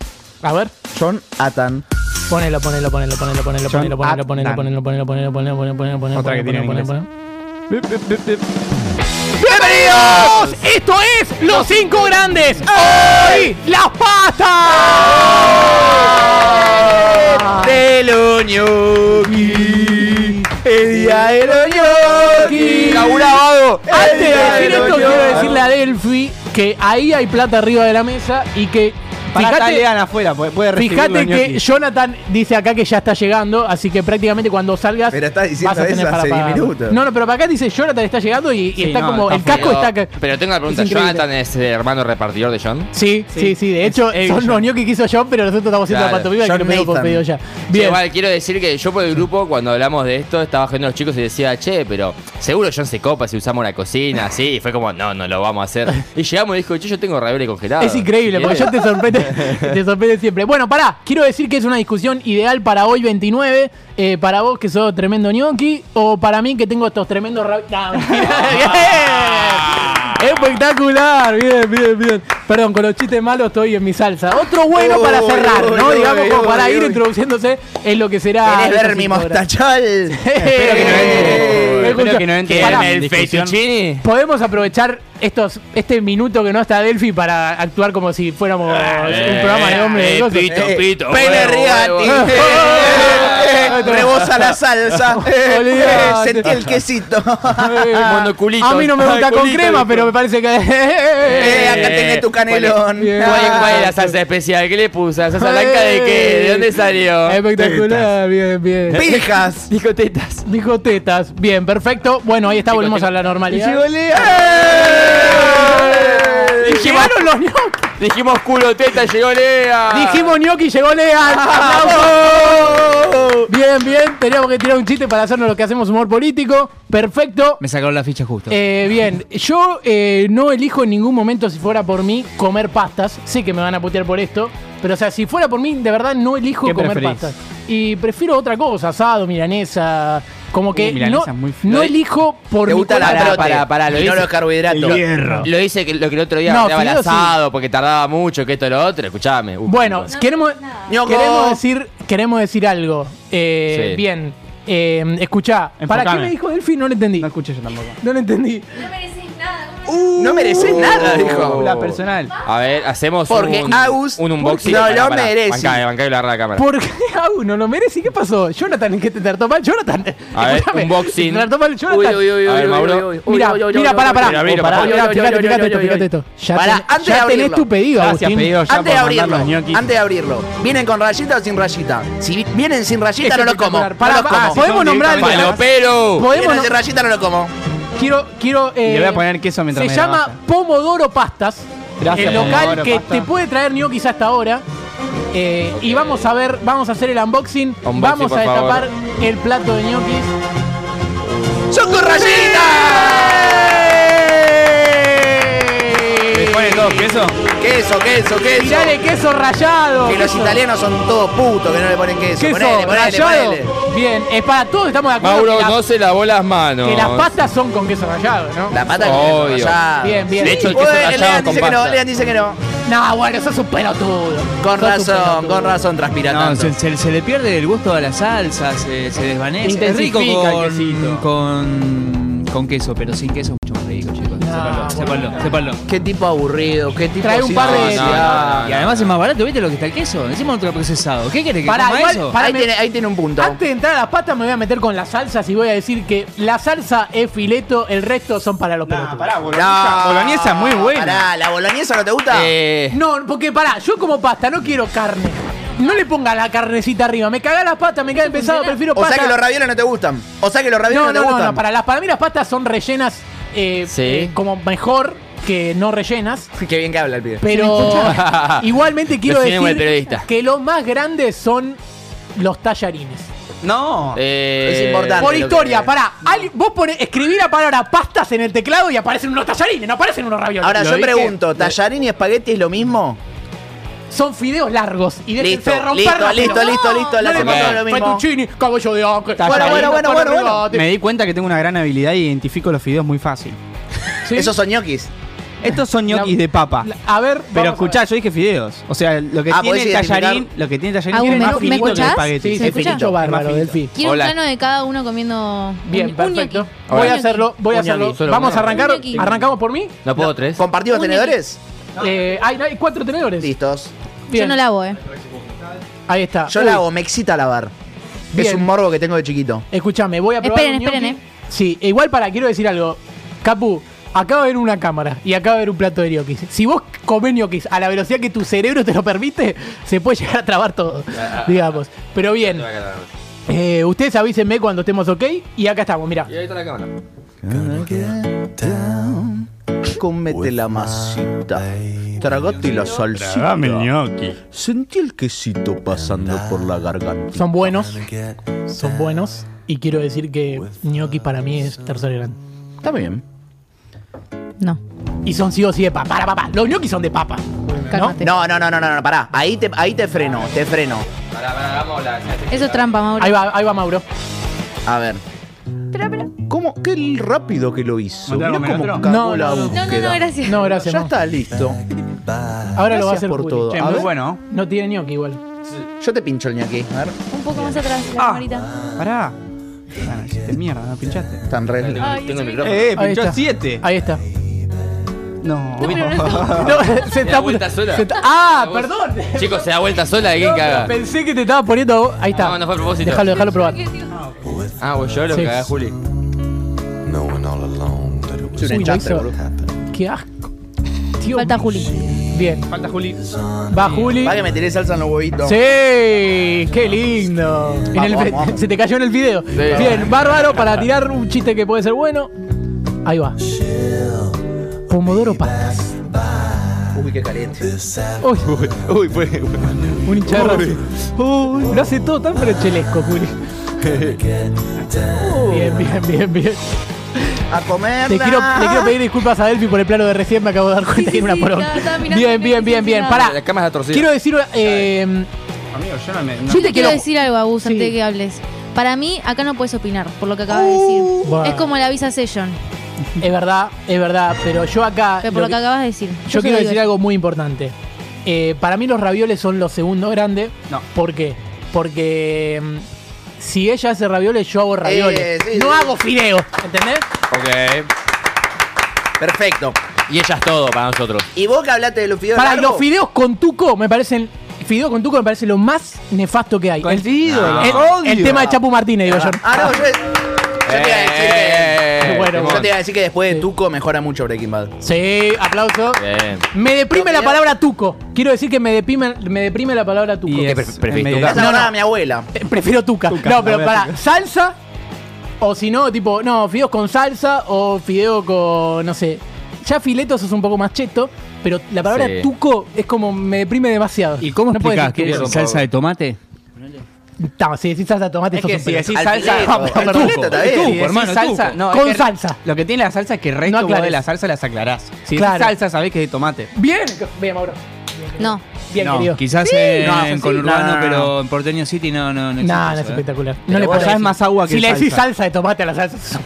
S2: A ver.
S3: John Atan.
S2: Ponelo, ponelo, ponelo, ponelo, ponelo,
S7: John
S2: ponelo, ponelo, ponelo, ponelo,
S7: Atan.
S2: ponelo, ponelo, ponelo, ponelo, ponelo, ponelo,
S7: Otra que
S2: ponelo,
S7: tiene en
S2: ponelo,
S7: inglés.
S2: ponelo. ¡Bienvenidos! Esto es Los Cinco Grandes. ¡Hoy! ¡Las patas!
S3: Del Oñoqui. El día del Oñoqui.
S2: Antes de decir esto, quiero decirle a Delphi que ahí hay plata arriba de la mesa y que.
S7: Pará, está Lean
S2: Fíjate,
S7: afuera, puede, puede recibirlo,
S2: fíjate que
S7: Gnocchi.
S2: Jonathan dice acá que ya está llegando, así que prácticamente cuando salgas.
S3: Pero está diciendo
S2: vas a tener
S3: eso
S2: para
S3: hace 10
S2: pagar.
S3: minutos.
S2: No, no, pero para acá dice Jonathan está llegando y, y
S7: Sí,
S2: está
S7: no,
S2: como.
S7: está
S2: el casco
S4: pero,
S2: está. acá.
S4: Pero tengo una pregunta.
S2: Es increíble.
S4: ¿Jonathan es el hermano repartidor de John?
S2: Sí, sí, sí, De hecho,
S4: es
S2: son
S4: John.
S2: los ñoquis que hizo John, pero nosotros estamos haciendo
S4: Claro.
S2: la pantomima que
S4: John
S2: no me lo puedo
S4: Nathan.
S2: pedir ya.
S4: Sí,
S2: Bien.
S4: igual quiero decir que yo por el grupo, cuando hablamos de esto, estaba viendo a los chicos y decía, che, pero seguro John se copa si usamos la cocina, así. Y fue como, no, no lo vamos a hacer. Y llegamos y dijo, che, yo tengo ravioles congelados.
S2: Es increíble, porque yo te sorprende, te sorprende siempre. Bueno, pará, quiero decir que es una discusión ideal para hoy 29, eh, para vos que sos tremendo ñoqui, o para mí que tengo estos tremendos rab- No, mentira. Bien. Espectacular, bien, bien, bien. Perdón, con los chistes malos estoy en mi salsa. Otro bueno para
S3: Uy,
S2: cerrar,
S3: uy,
S2: ¿no?
S3: uy,
S2: Digamos, como
S3: uy,
S2: para
S3: uy,
S2: ir
S3: uy.
S2: introduciéndose en lo que será.
S3: ¿Querés ver
S2: estos
S3: mi
S2: cinco horas.
S3: mostachol?
S2: que
S3: Espero
S2: no
S17: Eh,
S2: entre.
S7: Espero que no entre
S2: Pará.
S7: en discusión.
S2: Podemos aprovechar estos, este minuto que no está Delphi para actuar como si fuéramos
S4: Ah, eh,
S2: un programa de hombres de cosas.
S3: Eh, Pene Rigatti.
S2: huevo.
S3: Eh, eh, eh, Rebosa la salsa. Eh, eh,
S2: Olvidate.
S3: Sentí el quesito.
S4: Monoculito.
S2: Eh, A mí no me gusta
S4: Ay,
S2: con
S4: culito,
S2: crema,
S4: hijo.
S2: pero me parece que.
S3: Eh, acá tenés tu canelón.
S4: ¿Cuál es, cuál es- cuál es la salsa especial? ¿Qué le puso? ¿La ¿Salsa blanca de qué?
S2: Eh.
S4: ¿De dónde salió?
S2: Espectacular, bien, bien.
S3: Pijas.
S4: Dijo tetas.
S2: Dijo tetas. Bien, perfecto. Bueno, ahí está, volvemos a la normalidad.
S7: Llegó Lean.
S2: Eh, Llegaron los ñoquis.
S4: Dijimos culo, teta, llegó Lea.
S2: Dijimos ñoqui, llegó Lean.
S4: Ah.
S2: ¡Aplausos! Bien, bien. Teníamos que tirar un chiste para hacernos lo que hacemos humor político. Perfecto.
S7: Me sacaron la ficha justo.
S2: Eh, bien, yo eh, no elijo en ningún momento, si fuera por mí, comer pastas. Sé que me van a putear por esto, pero o sea, si fuera por mí, de verdad no elijo
S7: ¿Qué
S2: comer
S7: preferís?
S2: pastas. Y prefiero otra cosa, asado, milanesa, como que
S7: Uh, milanesa
S2: no,
S7: es muy
S2: no
S7: feo.
S2: elijo por
S3: Te
S2: mi
S3: gusta la
S2: cuenta.
S3: prote
S4: pará, pará, lo
S3: y no
S4: dice-
S3: los carbohidratos.
S4: Lo- Lo hice que, lo que el otro día
S2: No,
S4: daba el
S2: fideos sí.
S4: asado porque tardaba mucho, que esto lo otro. Escuchame. Uh,
S2: Bueno,
S4: perdón.
S2: queremos,
S3: Ñoco.
S2: queremos, decir, queremos decir algo. Eh,
S4: Sí.
S2: Bien, eh, escuchá. ¿Para qué
S7: Enfocame.
S2: me dijo Delphi? No lo entendí.
S7: No escuché yo tampoco.
S2: No lo entendí.
S18: No mereces nada.
S3: no
S2: Uh,
S3: mereces nada, dijo.
S7: La personal.
S16: A ver, hacemos
S3: Porque
S16: un,
S3: Agus-
S16: un unboxing.
S3: No
S16: Pará,
S3: lo
S16: pará.
S3: merece.
S16: Bancame, bancame la rara cámara.
S2: ¿Por qué a uno lo merece? ¿Y ¿Qué pasó? Jonathan, ¿en qué te trató mal? Jonathan.
S16: A ver,
S2: escúchame,
S16: unboxing.
S2: te trató mal
S16: Uy,
S2: Jonathan.
S16: uy, uy,
S2: A ver,
S16: uy,
S2: Mauro.
S16: uy, uy, uy.
S2: Mira,
S16: Uy, uy, uy,
S2: mira,
S16: uy,
S2: pará,
S16: uy,
S2: pará.
S16: uy, uy, abrilo,
S2: Pará,
S16: papá.
S2: mirá,
S16: Uy, uy,
S2: Fíjate,
S16: uy, uy,
S2: fíjate
S16: uy,
S2: esto,
S16: uy,
S2: fíjate
S16: uy.
S2: esto. Ya
S3: Pará,
S2: ten-
S3: antes
S2: ya
S3: de abrirlo.
S2: tenés tu pedido,
S3: Gracias,
S2: Agustín.
S3: pedido, ya Antes de abrirlo. Antes de abrirlo. ¿Vienen con rayita o sin rayita? Si vienen sin rayita,
S2: Es
S3: no lo como.
S2: espectacular. Pará,
S3: no lo
S2: pará,
S3: como.
S2: podemos nombrar
S3: Vienen
S2: algunas.
S16: Palopero.
S2: Podemos
S3: sin
S2: nom-
S3: rayita, no lo como.
S2: Quiero, quiero. eh,
S7: Le voy a poner queso mientras
S2: Se
S7: me
S2: llama
S7: trabaja.
S2: Pomodoro Pastas.
S7: Gracias,
S2: el local
S7: Pomodoro
S2: que
S7: Pasta.
S2: te puede traer ñoquis hasta ahora. Eh, Y vamos a ver, vamos a hacer el unboxing.
S16: Unboxing,
S2: vamos a
S16: por
S2: destapar el plato de ñoquis.
S3: ¡Son con rayita!
S17: ¿Le pone todo queso?
S3: Queso, queso, queso.
S2: Tirale queso rallado.
S3: Que los
S2: queso-
S3: italianos son todos putos que no le ponen queso.
S2: Queso
S3: Ponele, ponele,
S2: rallado.
S3: ponele.
S2: Bien, es para todos estamos de acuerdo.
S16: Mauro,
S2: que, la-
S16: no se lavó las manos.
S2: que las pastas son con queso rallado, ¿no?
S3: La pata con
S16: Obvio.
S3: queso rallado.
S2: Bien, bien.
S16: De hecho, el
S3: Uy,
S16: queso rallado
S3: Lean
S16: es con
S3: dice que no,
S16: pasta.
S3: Lean dice que no.
S2: No, bueno, sos un pelotudo.
S3: Con
S2: Sos un
S3: razón,
S2: pelotudo.
S3: con razón transpira
S17: No,
S3: tanto.
S17: se, se- se le pierde el gusto a la salsa, se, se desvanece. Es
S2: Intensifica
S17: rico
S2: el
S17: con,
S2: quesito.
S17: con, con queso, pero sin queso es mucho más rico, chicos. Sépanlo,
S2: No,
S17: sépanlo, sépanlo.
S3: Qué tipo aburrido, qué tipo
S2: Trae un
S3: sin
S2: par de-
S3: necesidad.
S17: Y además es más barato, ¿viste lo que está el queso? Encima otro procesado. ¿Qué querés que
S2: Pará,
S17: coma
S2: igual,
S17: eso?
S2: pará,
S3: ahí,
S2: me-
S3: tiene, ahí tiene un punto.
S2: Antes de entrar a las pastas me voy a meter con las salsas y voy a decir que la salsa es fileto, el resto son para los pelotudos.
S3: No,
S7: boloñesa muy buena.
S3: Pará, ¿la boloñesa no te gusta?
S16: Eh,
S2: No, porque pará, yo como pasta, no quiero carne. No le ponga la carnecita arriba, me caga las pastas, me cae el pesado, prefiero
S3: o
S2: pasta.
S3: sea que los ravioles no te gustan. O sea que los ravioles
S2: no, no,
S3: no, te
S2: no,
S3: gustan.
S2: no, para, las, para mí las pastas son rellenas eh,
S16: Sí.
S2: eh, como mejor que no rellenas.
S3: Qué bien que habla el pibe.
S2: Pero igualmente quiero
S16: Decime como el
S2: decir
S16: periodista.
S2: que los más grandes son los tallarines.
S7: No.
S16: eh,
S3: es importante.
S2: Por
S3: lo
S2: historia,
S3: que-
S2: pará, al- vos pone, escribí la palabra pastas en el teclado y aparecen unos tallarines, no aparecen unos ravioles.
S3: Ahora
S2: Lo
S3: yo
S2: dije.
S3: pregunto, ¿tallarín y espagueti es lo mismo?
S2: Son fideos largos y dejen
S3: Listo,
S2: de romper
S3: listo,
S2: las
S3: listo,
S2: pelotas.
S3: listo, listo,
S2: No
S3: la
S2: le
S3: hacemos
S2: pongan
S3: todo lo mismo.
S2: Fettuccini, caballo de anca,
S7: bueno,
S2: tallarines, pan
S3: bueno, bueno, bueno.
S2: arriba,
S7: Me di cuenta que tengo una gran habilidad y identifico los fideos muy fácil.
S2: ¿sí?
S3: Esos son ñoquis.
S7: Estos son ñoquis de papa.
S2: La- A ver,
S7: Pero
S2: vamos a ver.
S7: escuchá, yo dije fideos. O sea, lo que
S3: Ah,
S7: tiene
S3: podés
S7: tallarín,
S3: identificar-
S7: lo que tiene tallarín
S14: Agus,
S7: es
S14: ¿me-
S7: más
S14: me
S7: finito que el
S14: escuchás?
S7: espagueti.
S14: Sí,
S2: Sí,
S14: se
S2: se
S7: Es
S14: escucha.
S7: finito,
S2: escuchó
S7: es más
S2: bárbaro,
S7: finito.
S2: Delfi.
S14: Quiero
S16: Hola.
S14: un plano de cada uno comiendo.
S2: Bien,
S14: un-
S2: perfecto.
S14: un ñoqui.
S2: Voy
S14: Un
S2: a
S14: ñoqui.
S2: hacerlo, voy a
S16: Un ñoqui,
S2: hacerlo.
S16: solo
S2: Vamos a
S14: uno.
S2: arrancar.
S14: Un ñoqui.
S2: ¿Arrancamos por mí?
S16: no puedo tres.
S3: ¿Compartimos
S14: Un
S3: tenedores?
S2: Eh, hay, hay cuatro tenedores.
S3: Listos.
S14: Yo
S2: Bien.
S14: no lavo, eh.
S2: Ahí está.
S3: Yo
S2: Ah, Uy,
S3: la hago, me excita lavar. Es
S2: Bien.
S3: un morbo que tengo de chiquito.
S2: Escuchame, voy a probar.
S14: Esperen,
S2: un ñoqui.
S14: esperen, eh.
S2: Sí, e igual para, quiero decir algo. Capu, acaba de ver una cámara y acaba de ver un plato de ñoquis. Si vos comés ñoquis a la velocidad que tu cerebro te lo permite, se puede llegar a trabar todo,
S16: Ah,
S2: digamos. Pero bien, eh, ustedes avísenme cuando estemos ok y acá estamos, mira.
S16: Y ahí está la cámara.
S3: Comete la masita. Tragate la salsita.
S10: Dame gnocchi.
S3: Sentí el quesito pasando por la garganta.
S2: Son buenos, son buenos y quiero decir que ñoquis para mí es tercer grande.
S3: Está bien.
S14: No.
S2: Y son sí o sí de papa. Para, papá. Los ñoquis son de papa. ¿No?
S14: Cálmate.
S3: No, no, no, no, no, no, pará. Ahí te, ahí te freno, te freno.
S16: Pará, pará, vamos a hablar.
S14: Eso es trampa, Mauro.
S2: Ahí va, ahí va Mauro.
S3: A ver. ¿Cómo? Qué rápido que lo hizo.
S10: ¿Mandalo,
S3: Mirá cómo
S10: Melandro?
S3: cagó
S2: No, no,
S3: la
S2: no. No, no,
S14: No, no,
S3: búsqueda.
S14: no, gracias.
S2: No, gracias.
S3: Ya
S2: no.
S3: está listo.
S2: Ahora lo va a
S3: Gracias
S2: hacer
S3: por
S2: Juli.
S3: todo.
S2: Che,
S3: A
S7: muy
S3: ver.
S7: bueno.
S2: No tiene ñoqui igual.
S3: Yo te pincho el ñaqui. A ver.
S14: Un poco más atrás, la camarita.
S7: Ah. Pará. Ah, de mierda, no pinchaste.
S3: Tan re.
S14: Ay,
S16: Tengo el
S14: sí.
S16: micrófono.
S7: Eh,
S2: Ahí
S7: pinchó
S2: está.
S7: 7.
S2: Ahí está.
S7: No.
S14: No, pero no.
S2: No, se está
S16: vuelta sola.
S2: se está- ah,
S16: Me da vuelta.
S2: perdón.
S16: Chicos, se da vuelta sola de quién caga.
S2: Pensé que te estaba poniendo. a vos. Ahí está.
S16: No, no fue a propósito.
S2: Déjalo, déjalo probar.
S16: Ah, vos yo lo
S2: Sí.
S16: cagás, Juli.
S3: Es un
S2: Uy, lo
S3: enchastre,
S2: hizo.
S3: boludo.
S2: Qué asco. Tío,
S14: Falta Juli.
S2: Bien.
S7: Falta Juli.
S2: Va Juli.
S3: Va que me tiré salsa en los huevitos.
S2: Sí, qué lindo. En el-
S3: vamos, vamos.
S2: Se te cayó en el video. Bien, bárbaro para tirar un chiste que puede ser bueno. Ahí va. Pomodoro pastas.
S3: Uy, qué caliente.
S2: Uy, un hincha de Racing. Uy, lo hace todo tan perochelesco, Juli. Bien, bien, bien, bien.
S3: A comer.
S2: Te quiero, te quiero pedir disculpas a Delphi por el plano de recién, me acabo de dar cuenta
S14: Sí,
S2: que era
S14: sí,
S2: una
S14: sí,
S2: poronga.
S14: estaba- estaba mirando
S2: Bien,
S14: que
S2: bien,
S14: no
S2: bien,
S14: hice
S2: bien.
S14: nada.
S2: Pará,
S16: La cámara está torcida.
S2: quiero decir... eh,
S7: Amigo, yo no me. no-
S14: Yo te quiero
S2: quiero-
S14: decir algo, Agus, antes
S2: Sí.
S14: de que hables. Para mí, acá no puedes opinar, por lo que acabas de decir.
S2: Bueno.
S14: Es como la visa session,
S2: Es verdad, es verdad, pero yo acá...
S14: pero por
S2: lo
S14: lo
S2: que-
S14: que acabas de decir.
S2: Yo
S14: se
S2: quiero
S14: lo
S2: decir
S14: digo.
S2: algo muy importante. Eh, para mí los ravioles son los segundos grandes.
S7: No.
S2: ¿Por qué? Porque mm, si ella hace ravioles, yo hago ravioles.
S3: Eh, sí,
S2: no
S3: sí.
S2: hago fideos, ¿entendés?
S16: Ok.
S3: Perfecto.
S4: Y ella es todo para nosotros.
S3: Y vos que hablaste de los fideos
S2: Para
S3: largos?
S2: los fideos con tuco me parecen. Fideo con tuco me parece lo más nefasto que hay. El,
S16: Ah,
S3: Coincido,
S2: el-
S3: lo
S2: el
S3: odio.
S2: tema de Chapu Martínez, digo yo.
S3: Ah, no, yo, yo te iba a decir que.
S2: Eh, bueno,
S3: yo te iba a decir que después de Tuco mejora mucho Breaking Bad.
S2: Sí, aplauso. Me deprime la palabra tuco. Quiero decir que me deprime, me deprime la palabra tuco.
S3: ¿Qué pre- preferís, Tuca? Esa
S2: No,
S3: hablaba
S2: no,
S3: mi abuela.
S2: eh, prefiero tuca. No, pero
S3: la
S2: para salsa o si no, tipo, no, fideos con salsa o fideo con, no sé. Ya filetos es un poco más cheto, pero la palabra
S7: Sí.
S2: tuco es como me deprime demasiado. ¿Y
S7: ¿Cómo explicás que es salsa de tomate?
S2: si decís salsa de tomate,
S7: Es
S2: sos
S7: que
S2: un
S7: si
S2: pelotudo.
S7: decís Al salsa- fileto, al
S2: Perdón.
S7: fileto está bien.
S2: Si decís
S7: hermano,
S2: salsa-
S7: tuco. no, es
S2: con
S7: que-
S2: salsa.
S7: Lo que tiene la salsa es que el
S2: No
S7: resto vos
S2: aclares.
S7: de la salsa las aclarás. Si es
S2: Claro.
S7: salsa sabés que es de tomate.
S2: Bien, bien, Mauro.
S19: No.
S2: Bien,
S7: no,
S2: querido.
S7: quizás
S2: Sí.
S7: en
S2: No, sí, sí.
S7: conurbano,
S2: No, no, no.
S7: pero en Porteño City no, no, no
S2: No,
S7: existe.
S2: no
S7: eso,
S2: es
S7: ¿eh?
S2: espectacular.
S7: Pero
S2: No le
S7: vos
S2: podés
S7: decís-
S2: decir-
S7: más agua que
S2: Si le decís
S7: salsa.
S2: salsa de tomate a la salsa.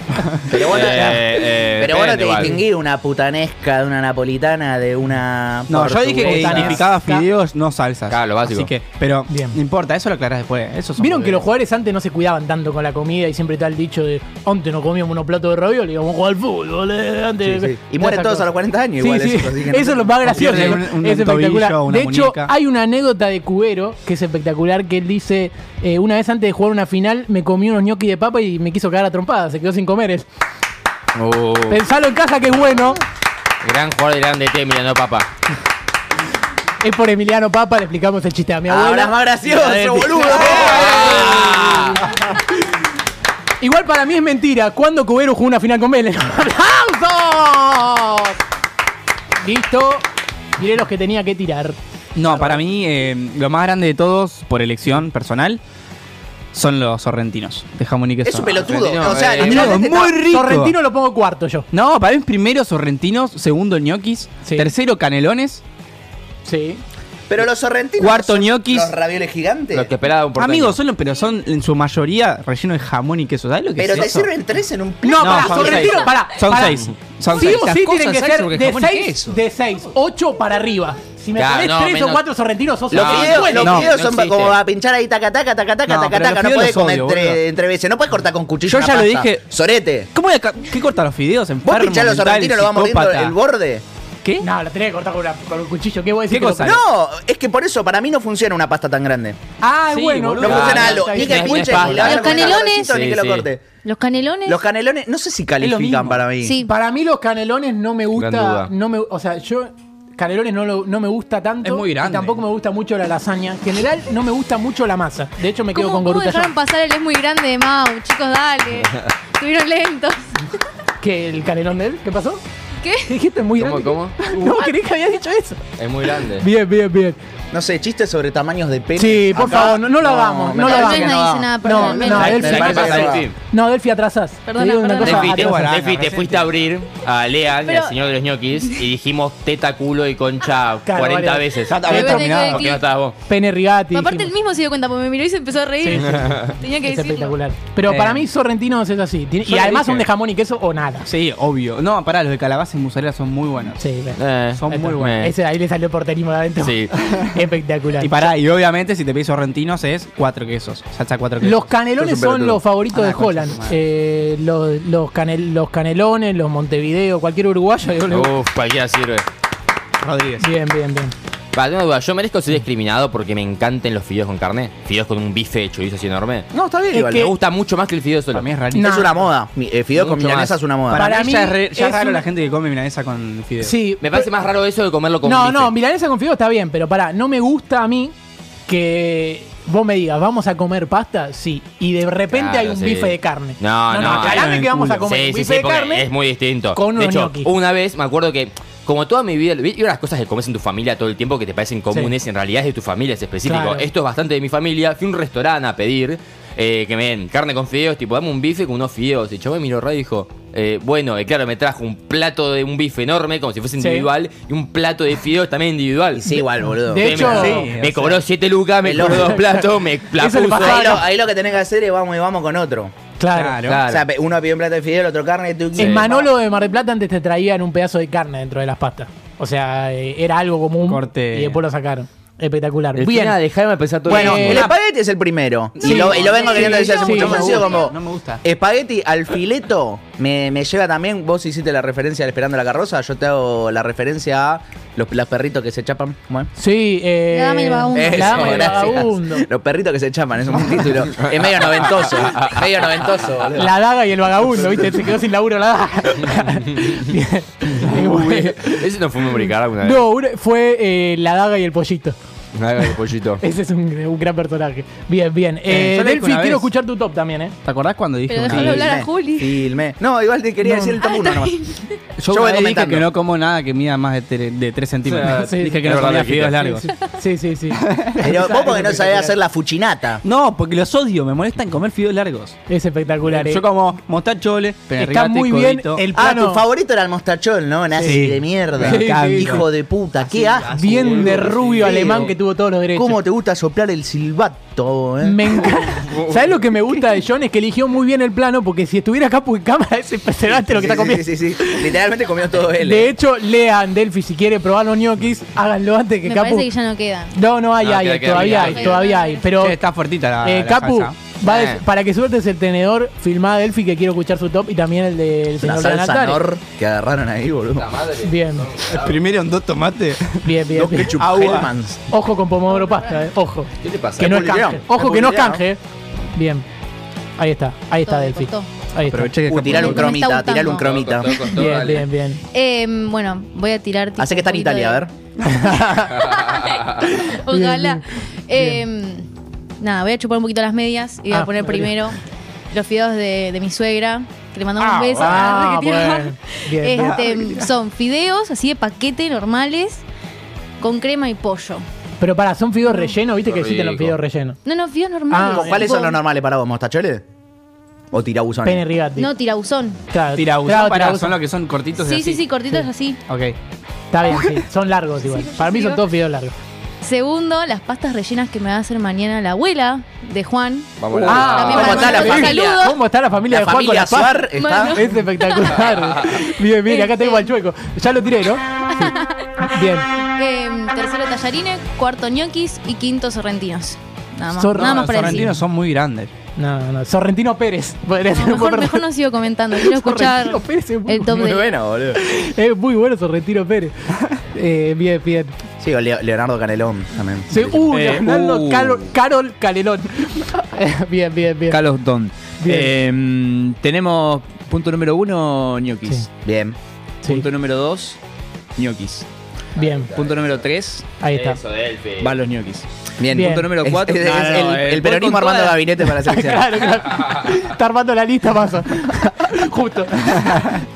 S3: Pero vos no-
S4: eh,
S3: pero vos no
S4: depende,
S3: te
S4: igual.
S3: distinguís una putanesca de una napolitana de una.
S7: No, yo dije que
S3: portuguesa.
S7: significaba fideos, no salsas. Claro, lo
S4: básico.
S7: Así que, pero no importa, eso lo aclarás después. Eso son
S2: Vieron que los
S7: boludeces.
S2: jugadores antes no se cuidaban tanto con la comida y siempre está el dicho de antes no comíamos unos platos de ravioli, íbamos a jugar al fútbol. eh, antes".
S3: Sí, sí. Y mueren
S2: Esa
S3: todos
S2: cosa.
S3: a los 40 años
S2: Sí,
S3: igual
S2: sí.
S3: eso,
S2: Eso,
S3: así que no
S2: es
S3: te-
S2: lo más
S3: o
S2: gracioso.
S3: pierden
S2: ¿no?
S3: un-
S2: es
S3: un
S2: espectacular.
S3: tobillo, una
S2: de hecho,
S3: muñeca.
S2: hay una anécdota de Cubero que es espectacular que él dice, eh, una vez antes de jugar una final me comí unos gnocchi de papa y me quiso cagar a trompada, se quedó sin comer él.
S4: Oh,
S2: Pensalo en casa que es bueno.
S4: gran jugador de grande T, mirando papá.
S2: Es por Emiliano Papa, le explicamos el chiste a mi abuela.
S3: Ahora es Ah, más gracioso, boludo. Ah.
S2: Igual para mí es mentira. ¿Cuándo Cubero jugó una final con Vélez? ¡Aplausos! Listo. Miré los que tenía que tirar.
S7: No, para mí, eh, lo más grande de todos, por elección personal, son los sorrentinos. De jamón y queso.
S3: Es un pelotudo.
S7: Sorrentino,
S3: O sea,
S7: eh,
S3: literalmente
S7: amigo, muy
S3: está-
S7: rico.
S2: Sorrentino lo pongo cuarto yo.
S7: No, para mí primero sorrentinos, segundo ñoquis, tercero canelones,
S2: Sí.
S3: Pero los sorrentinos.
S7: Cuarto
S3: son
S7: ñoquis.
S3: Los ravioles gigantes.
S4: esperaba un
S7: Amigos, son, los- pero son en su mayoría relleno de jamón y queso. ¿Sabes lo que
S3: Pero
S7: es
S3: te
S7: eso?
S3: sirven tres en un plato.
S2: No, pará,
S7: son
S2: Sorrentino,
S7: seis.
S2: pará.
S7: Son
S2: pará.
S7: seis. Son
S2: sí
S7: seis.
S2: o
S7: Las
S2: sí
S7: cosas
S2: tienen que
S7: salsa
S2: ser
S7: porque
S2: de
S7: jamón y
S2: 6,
S7: queso.
S2: de 6, 8 para arriba. Si me
S7: Ya,
S2: tenés
S7: no,
S2: 3 o
S7: menos.
S2: 4 sorrentinos, sos
S3: Los
S2: un
S3: fideos,
S2: Ah, bueno.
S3: los fideos son pa- como a pinchar ahí taca taca taca taca
S7: No,
S3: taca
S7: pero
S3: taca.
S7: los
S3: No
S7: fideos
S3: puedes
S7: los
S3: comer
S7: odio,
S3: entre,
S7: boludo.
S3: entre veces. No puedes cortar con cuchillo.
S7: Yo
S3: una
S7: ya lo
S3: pasta.
S7: dije.
S3: Sorete.
S7: ¿Cómo voy a ca- ¿Qué corta los fideos?
S3: Vos pinchás los sorrentinos, lo vas mordiendo el borde.
S7: ¿Qué?
S2: No, lo tenés que cortar con, una- con un cuchillo. ¿Qué voy a decir? que lo-
S3: No, es que por eso para mí no funciona una pasta tan grande.
S2: Ah,
S3: Sí,
S2: bueno.
S3: boludo. No funciona algo, ni que pinche, ni la-
S19: Los canelones.
S3: Ni que lo corte.
S19: Los canelones.
S3: Los canelones, no sé si califican para mí.
S19: Sí.
S2: Para mí los canelones no me
S3: Gran
S2: gusta,
S3: duda.
S2: no me, o sea, yo canelones no, lo- no me gusta tanto.
S7: Es muy grande.
S2: y tampoco me gusta mucho la lasaña. En general no me gusta mucho la masa. De hecho me quedo con
S19: ¿Cómo, ¿cómo
S2: Goruta
S19: dejaron pasar el es muy grande de Mau? Chicos, dale. Estuvieron lentos.
S2: ¿Qué? ¿El canelón de él? ¿Qué pasó?
S19: ¿Qué?
S2: Dijiste muy
S4: ¿Cómo,
S2: grande.
S4: cómo?
S2: No, creí que habías dicho eso.
S4: Es muy grande.
S2: Bien, bien, bien.
S3: No sé, chistes sobre tamaños de pene.
S2: Sí, por
S3: Acá,
S2: favor, no, no lo hagamos,
S3: me
S2: no lo
S3: parece
S2: hagamos.
S3: que
S19: Nadie dice nada,
S2: No,
S19: perdón.
S2: no,
S19: menos.
S2: Delphi.
S4: Pasa
S2: atrasás.
S4: Delphi.
S2: No, Delphi atrasás. Te
S19: Perdona,
S2: digo una
S19: perdona.
S2: cosa
S4: Defi, te,
S2: atrasás.
S4: Defi, te fuiste a abrir a Lean,
S19: Pero-
S4: el señor de los ñoquis, y dijimos teta, culo y concha
S2: Claro,
S4: 40
S2: vale.
S4: veces.
S2: Ya te había Pero terminado.
S19: tengo que-
S4: ¿Por qué no estabas vos?
S2: Pene Rigati.
S19: Pero aparte
S2: dijimos.
S19: él mismo se dio cuenta, porque me miró y se empezó a reír. Tenía que
S2: es
S19: decirlo.
S2: espectacular. Pero
S7: Eh.
S2: para mí sorrentinos es así. Tiene-
S7: Yo
S2: y
S7: lo
S2: además
S7: dije.
S2: son de jamón y queso o nada.
S7: Sí, obvio. No, pará, los de calabaza y mozzarella son muy buenos.
S2: Sí, ve.
S7: Son muy
S4: Eh,
S7: buenos.
S2: Ese ahí le salió porterismo de adentro.
S7: Sí.
S2: Espectacular.
S7: Y pará, y obviamente si te pedís sorrentinos es cuatro quesos. Salsa cuatro quesos.
S2: Los canelones
S7: Sos un
S2: son
S7: pelotudo.
S2: los favoritos
S7: Ah,
S2: de
S7: concha
S2: Holland.
S7: su madre.
S2: Eh, los, los, canel- los canelones, los Montevideo, cualquier uruguayo. yo le-
S4: Uf, cualquiera sirve.
S7: Rodríguez.
S2: Bien, bien, bien.
S4: Va, tengo duda. Yo merezco ser discriminado porque me encantan los fideos con carne. Fideos con un bife de chorizo así enorme.
S3: No, está bien.
S2: Es
S3: igual.
S2: que-
S4: Me gusta mucho más que el fideo solo.
S7: Para mí es
S3: Es
S7: rarísimo.
S3: una moda. Mi- eh, Fideos con
S4: Mucho
S3: milanesa
S4: más.
S3: es una moda.
S7: Para,
S2: Para
S7: mí,
S2: mí
S7: ya es, re- ya es
S2: es
S7: raro
S2: un-
S7: la gente que come milanesa con fideos.
S2: Sí.
S4: Me parece más raro eso de comerlo con
S2: No,
S4: bife.
S2: no, milanesa con fideo está bien, pero pará, no me gusta a mí que vos me digas, ¿vamos a comer pasta? Sí. Y de repente
S4: Claro,
S2: hay un
S4: sí.
S2: bife de carne.
S4: No, no,
S2: no,
S4: claro,
S2: aclarame
S4: en
S2: que vamos a
S4: culo.
S2: comer
S4: Sí,
S2: un
S4: sí,
S2: bife
S4: sí,
S2: de
S4: porque
S2: carne.
S4: Es muy distinto.
S2: con
S4: de
S2: unos
S4: hecho,
S2: ñoquis.
S4: una vez me acuerdo que, como toda mi vida, y unas cosas que comes en tu familia todo el tiempo que te parecen comunes, en realidad es de tu familia, es específico.
S2: Claro.
S4: Esto es bastante de mi familia. Fui a un restaurante a pedir eh, que me den carne con fideos, tipo, dame un bife con unos fideos. Y yo me miró raro y dijo. eh, bueno, eh, claro, me trajo un plato de un bife enorme, como si fuese
S2: Sí.
S4: individual, y un plato de fideos también individual.
S3: Sí, igual, boludo.
S2: De
S4: Me-
S2: hecho-
S4: me,
S2: Sí,
S4: me cobró 7 lucas, me
S3: el
S4: cobró
S3: ojo.
S4: dos platos, me la
S2: Eso le
S4: puso.
S2: pasaba
S3: ahí, lo, ahí lo que tenés que hacer es vamos y vamos con otro.
S2: Claro.
S3: O sea, pe- uno pide un plato de fideo, el otro carne. Tú,
S2: En Manolo de Mar del Plata antes te traían un pedazo de carne dentro de las pastas. O sea, eh, era algo común
S7: Corte.
S2: y después lo sacaron. Espectacular.
S4: Delfina,
S2: Bien.
S4: dejame pensar todo
S3: Bueno,
S4: el
S3: el espagueti es el primero. y, lo, y lo vengo
S2: Sí,
S3: queriendo decir hace
S2: sí,
S3: mucho
S2: no me
S3: más sido
S2: gusta,
S3: como
S7: No me gusta.
S3: espagueti al fileto Me, me lleva también, vos hiciste la referencia al Esperando la Carroza, yo te hago la referencia a los, los perritos que se chapan. ¿cómo es?
S2: Sí, eh,
S14: La dama y el vagabundo.
S3: Eso,
S2: La dama y el
S3: gracias.
S2: vagabundo.
S3: Los perritos que se chapan, es un título. Em, es medio noventoso. medio noventoso, boludo.
S2: La daga y el vagabundo, ¿viste? Se quedó sin laburo la daga.
S4: Ese no fue un lubricar alguna vez.
S2: No, una- fue eh, la daga y el pollito.
S4: Una vez el pollito.
S2: Ese es un, un gran personaje. Bien, bien.
S3: Eh,
S2: Eh,
S3: yo le dije
S2: Delphi,
S3: una
S2: quiero
S3: vez-
S2: escuchar tu top también, ¿eh?
S7: ¿Te acordás cuando dije?
S2: Pero
S7: una
S2: déjalo
S7: vez?
S2: hablar a
S14: Juli.
S3: Filme. No, igual te quería decir el top 1 nomás. Yo
S7: Yo,
S3: voy
S7: una vez dije
S3: comentando.
S7: que no como nada que mida más de, tre- de 3 centímetros.
S2: Sí, sí.
S7: dije que
S2: Es
S7: no
S2: verdad,
S7: comía
S2: lo
S7: fideos
S2: dijiste.
S7: largos.
S2: Sí, sí, sí.
S3: Pero vos porque no sabés
S2: espectacular.
S3: hacer la fuchinata.
S7: No, porque los odio, me molestan comer fideos largos.
S2: Es espectacular, eh.
S7: Yo como mostachole,
S3: Está
S7: perrigate,
S3: muy bien
S7: codito.
S3: el Ah, tu favorito era el mostachón, ¿no? Nazi
S7: Sí.
S3: de mierda.
S7: Sí, sí,
S3: Hijo
S7: sí.
S3: de puta, qué asco.
S2: Bien de
S3: boludo.
S2: rubio
S3: Sí.
S2: alemán que tuvo todos los derechos.
S3: ¿Cómo te gusta soplar el silbato, eh?
S2: Me encanta. ¿Sabes lo que me gusta de John? Es que eligió muy bien el plano, porque si estuviera acá por cámara es impresionante lo que está comiendo.
S3: Sí, sí, sí. Literalmente comió todo él. eh.
S2: De hecho, lean Delphi si quiere probar los ñoquis, háganlo antes que
S14: Me
S2: Capu.
S14: parece que ya no quedan.
S2: No, no hay,
S7: No,
S2: hay,
S7: queda- queda
S2: todavía hay,
S7: rica.
S2: todavía hay. Pero
S7: Che, está fuertita la,
S2: eh,
S7: la
S2: Capu,
S7: salsa.
S2: va de-
S7: Eh.
S2: para que sueltes el tenedor, filmá a Delphi que quiero escuchar su top y también el del
S3: La
S2: señor
S3: salsa
S2: Lanatari.
S3: Nor que agarraron ahí, boludo.
S2: Bien,
S7: Primero en dos tomates.
S2: bien, bien.
S3: Dos
S2: bien.
S3: ketchup
S2: Agua.
S3: Hellmans.
S2: Ojo con pomodoro pasta, eh. ojo.
S3: ¿Qué te pasa?
S2: Que no es
S3: Publicidad.
S2: canje. Ojo que no es
S3: Publicidad,
S2: canje. eh. Bien. Ahí está, ahí está Delphi.
S14: costó.
S2: Ahí está.
S7: uh,
S3: Aproveché que Uy, tirar un
S14: Porque me está
S3: cromita, tirar un
S14: gustando.
S3: cromita.
S2: Bien, bien, bien.
S14: Eh, bueno, voy a tirar. tipo,
S3: Hace que está en
S14: un poquito
S3: Italia, a
S14: de-
S3: ver.
S14: Ojalá. Eh, nada, voy a chupar un poquito las medias y voy
S2: Ah,
S14: a poner
S2: vale.
S14: primero los fideos de, de mi suegra, que le mandamos
S2: Ah,
S14: un beso.
S2: ah,
S14: la verdad que tiene-
S2: bueno. Ah, Bien, bien.
S14: Este, son fideos así de paquete normales con crema y pollo.
S2: Pero para, son fideos rellenos, viste que existen los
S3: rico.
S2: fideos Ah, rellenos.
S14: No, no, fideos normales.
S3: ¿Con ¿Cuáles
S14: tipo-
S3: son los normales para vos, mostacholes? ¿O tirabuzones?
S2: Pene rigati.
S14: No, tirabuzón.
S2: Claro,
S7: Tirabuzón,
S2: claro,
S7: pará,
S2: tirabuzón.
S7: son los que son cortitos
S14: Sí,
S7: y así.
S14: sí, sí, cortitos así.
S7: Ok.
S2: Está bien, sí. Son largos igual. Para mí son
S14: sí.
S2: todos fideos largos.
S14: Segundo, las pastas rellenas que me va a hacer mañana la abuela de Juan.
S4: Vamos
S2: a
S14: Ah, también para mandarle un saludo.
S2: ¿Cómo está la familia
S3: La
S2: de Juan con
S3: familia
S2: la paz?
S3: Suar está- Bueno.
S2: Es espectacular. bien, bien, acá tengo al chueco. Ya lo tiré, ¿no? Sí. Bien.
S14: Eh, tercero, tallarines. Cuarto, ñoquis. Y quinto, sorrentinos. Nada más,
S2: Sorra-
S14: nada
S2: no,
S14: más para decir.
S7: Sorrentinos son muy grandes.
S2: No, no, no. Sorrentino Pérez. Podría ser un
S14: Mejor,
S2: buen
S14: mejor no sigo comentando. Quiero escuchar
S2: Sorrentino Pérez es muy,
S14: el top
S3: Muy
S14: de...
S3: bueno, boludo.
S2: Es muy bueno Sorrentino Pérez. Eh, bien, bien.
S3: Sí, o Leo- Leonardo Canelón también.
S2: Sí, uh,
S7: Eh,
S2: Leonardo
S7: uh.
S2: Calo- Carol Calelón. Eh, bien, bien, bien.
S7: Carlos Don.
S2: Bien.
S7: Eh, tenemos punto número uno, ñoquis.
S2: Sí.
S3: Bien.
S2: Sí,
S7: Punto número dos, ñoquis.
S2: bien.
S7: Punto número tres,
S2: Ahí está.
S4: Eso, Delphi.
S7: van los ñoquis.
S3: Bien.
S2: Bien.
S7: Punto número
S3: Es-
S7: cuatro,
S3: es-
S7: no,
S3: es
S7: no,
S3: el,
S7: eh,
S3: el
S7: voy
S3: peronismo
S7: con
S3: armando
S7: todas.
S3: gabinete para la selección.
S2: Claro, claro. Está armando la lista, pasa. Justo.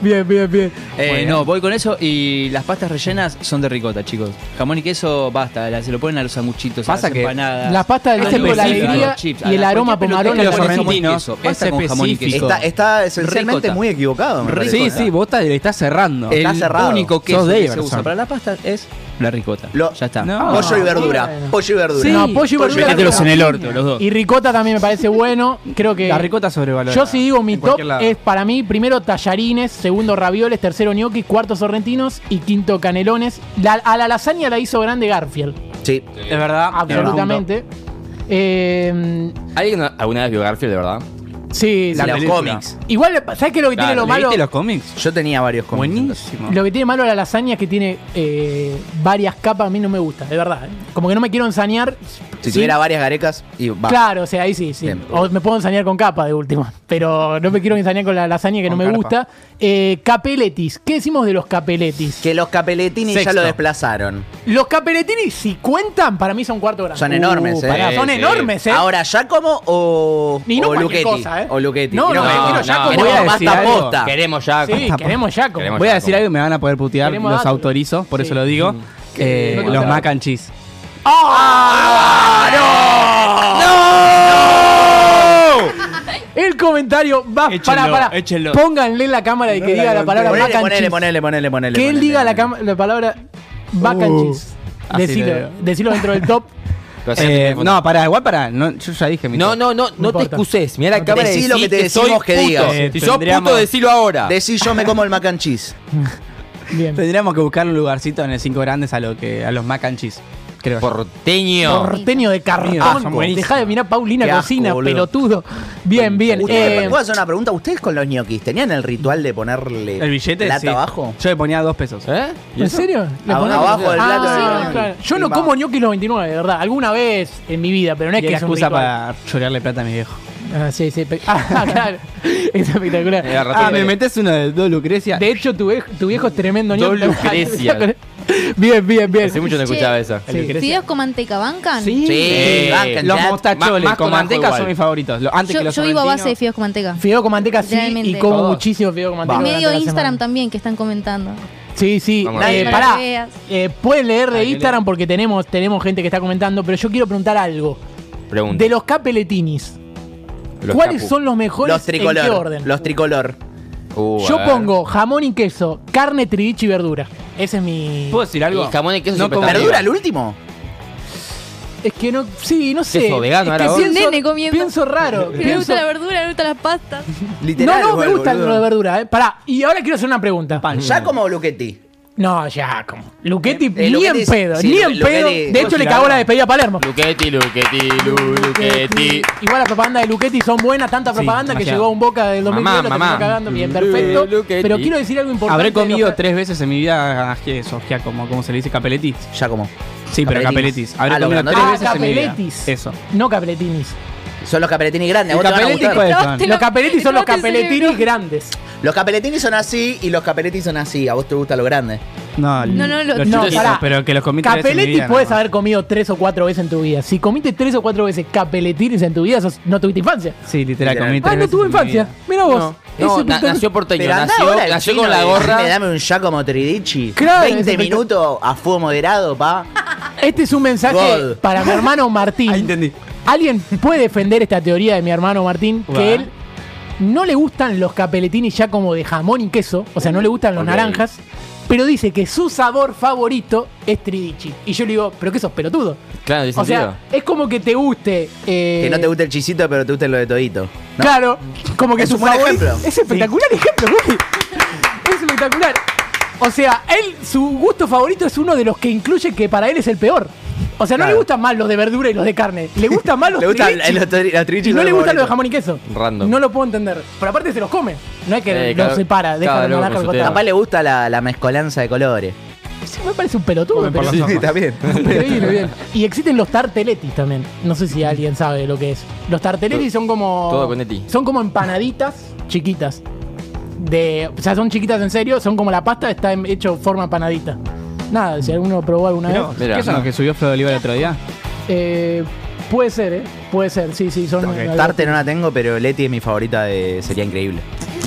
S2: Bien, bien, bien.
S7: Eh, no, voy con eso y las pastas rellenas son de ricota, chicos. Jamón y queso, basta. la- se lo ponen a los sanguchitos, a
S3: Pasa
S7: las
S3: que
S7: empanadas.
S2: La pasta del
S7: a
S2: tipo,
S7: los
S2: la
S7: específicos,
S2: alegría
S7: a los chips,
S2: y
S7: a
S2: el
S7: la-
S2: aroma
S7: cualquier
S2: pomarón le
S7: pelotita con
S2: ponen
S7: jamón y
S2: jamón y
S7: queso. Pasta con jamón y queso.
S3: Está, está esencialmente
S7: Ricota.
S3: muy equivocado. me parece.
S7: Sí, sí, vos te le estás cerrando.
S3: Está cerrado.
S7: único
S3: Sos
S7: queso que se
S3: Daverson.
S7: usa para la pasta es la ricota.
S3: Lo-
S7: ya está.
S2: No.
S3: Pollo y verdura.
S2: Bueno.
S3: Pollo y verdura.
S7: Sí.
S2: No, pollo y
S3: Pollo y
S2: verdura.
S7: Métetelos en el orto, los dos.
S2: Y ricota también me parece bueno. Creo que.
S7: La ricota sobrevalorada.
S2: Yo si digo mi
S7: En
S2: top
S7: cualquier lado.
S2: es para mí primero tallarines, segundo ravioles, tercero gnocchi, cuarto sorrentinos y quinto canelones. La- a la lasaña la hizo grande Garfield.
S3: Sí.
S7: Es verdad.
S2: absolutamente. Eh,
S4: ¿Alguien alguna vez vio Garfield, de verdad?
S2: sí,
S3: La
S2: sí.
S3: los
S7: película.
S3: cómics.
S2: Igual, ¿sabes qué es lo que tiene
S4: Claro,
S2: lo malo?
S7: ¿Leíste los cómics?
S3: Yo tenía varios cómics.
S7: Buenísimo.
S2: Lo que tiene malo la lasaña es que tiene eh, varias capas, a mí no me gusta, de verdad. eh. Como que no me quiero ensañar.
S3: Si
S2: Sí.
S3: tuviera varias garecas y va.
S2: Claro, o sea, ahí sí, sí.
S3: Bien.
S2: O me puedo ensañar con capa de última, pero no me quiero ensañar con la lasaña que
S7: Con
S2: no me
S7: carpa.
S2: gusta. Eh, capeletis, ¿qué decimos de los capeletis?
S3: Que los capelletini ya
S7: Sexto.
S3: lo desplazaron.
S2: Los capeletinis, si cuentan, para mí son cuarto grande.
S3: Son enormes, eh.
S2: pará,
S4: Sí,
S2: son
S4: sí.
S2: enormes, eh.
S3: Ahora, ¿Giacomo o,
S2: Y no
S3: o
S2: cualquier
S3: Luchetti?
S2: cosa, eh.
S3: O Luchetti.
S2: No, no,
S3: me-
S2: quiero Giacomo.
S3: no,
S7: Voy a
S3: basta
S7: decir algo.
S3: posta.
S4: Queremos ya.
S2: sí, queremos ya. como-
S4: Queremos
S7: Voy a
S4: ya,
S7: decir
S4: como-
S7: algo y me van a poder putear,
S2: Queremos
S7: los
S2: datos.
S7: autorizo, por
S2: Sí.
S7: eso lo digo. Eh,
S2: no te
S7: los
S2: gusta.
S7: mac and cheese.
S2: El comentario va
S7: Échenlo,
S2: para, para.
S7: échenlo.
S2: Pónganle la cámara y que diga la palabra
S3: Ponele,
S2: mac and
S3: ponele,
S2: cheese.
S3: ponele, ponele, ponele.
S2: Que él
S3: ponele,
S2: diga la,
S3: ponele.
S2: cam- la palabra mac and cheese.
S7: Uh, así lo
S2: Decilo,
S7: digo.
S2: decilo dentro del top.
S4: Lo hacía en el
S7: Eh,
S4: teléfono.
S7: no, pará, igual pará. No, yo ya dije mi
S4: No,
S7: top.
S4: no, no, no te
S2: importa.
S4: excuses. Mira la cámara y
S3: Decí lo que
S4: decí
S3: te
S4: soy
S3: decimos que
S4: puto.
S3: digas.
S7: Eh,
S4: Si sos puto,
S7: tendríamos-
S4: decilo ahora.
S2: Ah.
S3: Decí yo me como el mac and cheese.
S2: Bien.
S7: Tendríamos que buscar un lugarcito en el 5 grandes a lo que a los mac and cheese. creo.
S4: Porteño.
S2: Porteño de
S7: Ah,
S2: cartón.
S7: son buenísimos.
S2: Deja de mirar Paulina
S3: Qué asco,
S2: cocina,
S3: boludo.
S2: pelotudo. Bien, bien.
S3: Ustedes,
S2: eh,
S3: ¿Puedo hacer una pregunta? ¿Ustedes con los ñoquis tenían el ritual de ponerle
S7: El billete
S3: plata
S7: sí.
S3: abajo?
S7: Yo le ponía dos pesos.
S4: ¿Eh?
S7: ¿Y
S2: ¿En
S7: eso?
S2: serio? ¿Le
S3: Ab-
S2: ponés-
S3: abajo del
S2: Ah,
S3: plato
S2: sí,
S3: de-
S2: no, claro. Yo no
S3: Encima.
S2: como ñoquis los 29, de verdad. Alguna vez en mi vida, pero no es
S7: Y
S2: que
S7: era
S2: es un
S7: excusa
S2: ritual.
S7: para chorearle plata a mi viejo.
S2: Ah, sí, sí. pe- Ah, claro. Es espectacular.
S4: Eh,
S7: Era
S2: Ah,
S7: Ah, me metes una de dos Lucrecia.
S2: De hecho, tu, viejo- tu viejo es tremendo ñoqui.
S4: Dos Lucrecia.
S2: bien, bien, bien.
S4: Hace mucho no
S14: Che,
S4: escuchaba esa.
S2: Sí.
S14: ¿Fideos con manteca bancan?
S7: Sí.
S4: Sí. Bancan,
S7: Los
S4: ya. Más-
S7: mostacholes
S4: más
S7: con
S4: con ajo
S7: manteca
S4: igual.
S7: son mis favoritos. Lo- Antes que
S14: Yo,
S7: los
S14: yo vivo a
S7: sorrentinos.
S14: base de fideos con manteca.
S2: Fideo con manteca sí y
S14: Realmente.
S2: como
S14: Todos.
S2: muchísimo fideo con manteca.
S14: Y medio
S2: durante la
S14: Instagram
S2: semana.
S14: también que están comentando.
S2: Sí, sí.
S4: Vamos
S14: a
S2: Eh,
S14: ver.
S2: pará.
S14: Para que veas.
S2: Eh, pueden leer de
S4: Hay que
S2: Instagram porque tenemos, tenemos gente que está comentando, pero yo quiero preguntar algo.
S4: Pregunta.
S2: De los capeletinis,
S4: Los
S2: ¿cuáles
S4: capu.
S2: son los mejores
S3: Los
S2: en qué
S3: tricolor.
S2: orden?
S3: Los tricolor.
S4: Uh, a
S2: Yo
S4: ver.
S2: pongo jamón y queso, carne, triviche y verdura. Ese es mi.
S7: ¿Puedo decir algo?
S4: Y jamón y queso
S7: No
S4: siempre
S7: como-
S4: está
S3: ¿Verdura
S4: arriba.
S3: al último?
S2: Es que no. Sí, no sé.
S4: Queso vegano,
S2: es que
S4: ahora vos.
S14: Sí, el
S2: pienso,
S14: nene comiendo.
S2: pienso raro.
S14: Que le
S2: pienso-
S14: gusta la verdura, le gustan las pastas.
S2: no,
S3: Literal.
S2: no, me
S3: igual,
S2: gustan
S3: boludo.
S2: las verduras, eh. Pará. Y ahora quiero hacer una pregunta.
S3: ¿Giacomo o Luchetti?
S2: No, ya, como. Luchetti,
S3: eh,
S2: ni
S3: Luchetti
S2: en
S3: es-
S2: pedo,
S3: sí,
S2: ni
S3: Lu-
S2: en pedo.
S3: Luchetti-
S2: de hecho, le cagó la despedida a Palermo. Eh,
S4: Luquetti, Luquetti, Lu, Luquetti.
S2: Igual la propaganda de Luchetti son buenas, tanta propaganda que
S7: demasiado.
S2: llegó a un boca del 2010
S7: Mamá,
S2: lo terminó
S7: mamá.
S2: cagando bien,
S7: Mm,
S2: perfecto.
S4: Luchetti.
S2: Pero quiero decir algo importante.
S7: Habré
S2: de los
S7: comido
S2: ca-
S7: tres veces en mi vida eso, como, como se le dice, capeletis.
S3: Giacomo.
S7: Sí, pero
S3: Capeletinis.
S7: capeletis. Habré
S3: Ah, los
S7: comido tres
S3: grandotes.
S2: Ah,
S7: veces en mi vida.
S2: capeletis.
S7: Eso.
S2: No capeletinis.
S3: Son los capelletini grandes.
S7: El
S3: ¿Vos te van a
S7: capeletti,
S3: gustar.
S7: ¿cuál es?
S14: Te
S2: Los
S14: lo-
S2: capeletinis son los
S14: no te
S2: capeletinis
S14: cerebro.
S2: grandes.
S3: Los capelletini son así y los capelletini son así. A vos te gusta lo grande.
S7: No,
S14: No, no, lo-
S7: los
S14: no,
S7: chiquitos,
S2: pará.
S7: pero que los comí tres veces en mi
S2: Capeletis
S7: vida,
S2: puedes
S7: no.
S2: haber comido tres o cuatro veces en tu vida. Si comiste tres o cuatro veces capeletinis en tu vida, sos- no tuviste infancia.
S7: Sí, literal,
S3: Literal.
S7: comí tres
S2: Ah, no
S7: veces
S2: tuve
S7: en mi
S2: infancia.
S7: vida.
S2: Mira vos.
S4: No,
S2: Eso
S4: na-
S2: te-
S4: nació porteño,
S3: Pero andá
S4: nació,
S3: ahora eh. al
S4: nació
S3: chino
S4: con la
S3: y
S4: gorra.
S3: decime, Dame un Giacomo Tridici.
S2: Claro, ese
S3: 20
S2: me-
S3: minutos a fuego moderado, pa.
S2: Este es un mensaje
S3: God.
S2: para mi hermano Martín.
S7: Ahí Ah, entendí.
S2: ¿Alguien puede defender esta teoría de mi hermano Martín?
S7: Uah.
S2: Que él no le gustan los capeletinis ya como de jamón y queso, o sea, no le gustan los
S4: Ok.
S2: naranjas, pero dice que su sabor favorito es tridichi. Y yo le digo, ¿pero qué sos pelotudo?
S4: Claro, dice
S2: O sea, es como que te guste. eh,
S3: Que no te gusta el chisito, pero te gusta lo de todito. ¿no?
S2: Claro, como que
S3: Es
S2: su
S3: un buen
S2: favorito-
S3: ejemplo.
S2: Es espectacular ejemplo, güey. Es espectacular. O sea, él, su gusto favorito es uno de los que incluye que para él es el peor. O sea, no
S3: Claro.
S2: le gustan más los de verdura y los de carne. Le gustan más los
S3: Le gusta
S2: trileche.
S3: los tri- los trileche
S2: Y no
S3: son
S2: le
S3: los
S2: gustan los de
S3: favoritos.
S2: jamón y queso.
S4: Random.
S2: No lo puedo entender. Pero aparte se los come. No es que
S4: Eh,
S2: los
S4: cada-
S2: separa, deja
S4: cada
S2: los
S4: loco
S2: naranjas
S4: con su
S2: al costado.
S3: Capaz le gusta la, la mezcolanza de colores.
S2: Sí, me parece un pelotudo.
S7: Comen por
S2: pero-
S7: los ojos.
S3: también.
S2: Increíble, bien. Y existen los tarteletis también. No sé si alguien sabe lo que es. Los tarteletis son como.
S4: Todo con eti.
S2: Son como empanaditas chiquitas. De, o sea, son chiquitas en serio, son como la pasta, está en- hecho forma empanadita. Nada, si alguno probó alguna
S7: Mirá
S2: vez.
S7: vos,
S4: Mirá,
S7: ¿Qué son
S4: no.
S7: los que subió Flo de Oliva el otro día?
S2: eh, puede ser, ¿eh? Puede ser, sí, sí, son.
S3: Ok, Tarte no la tengo, pero Leti es mi favorita de. Sería increíble.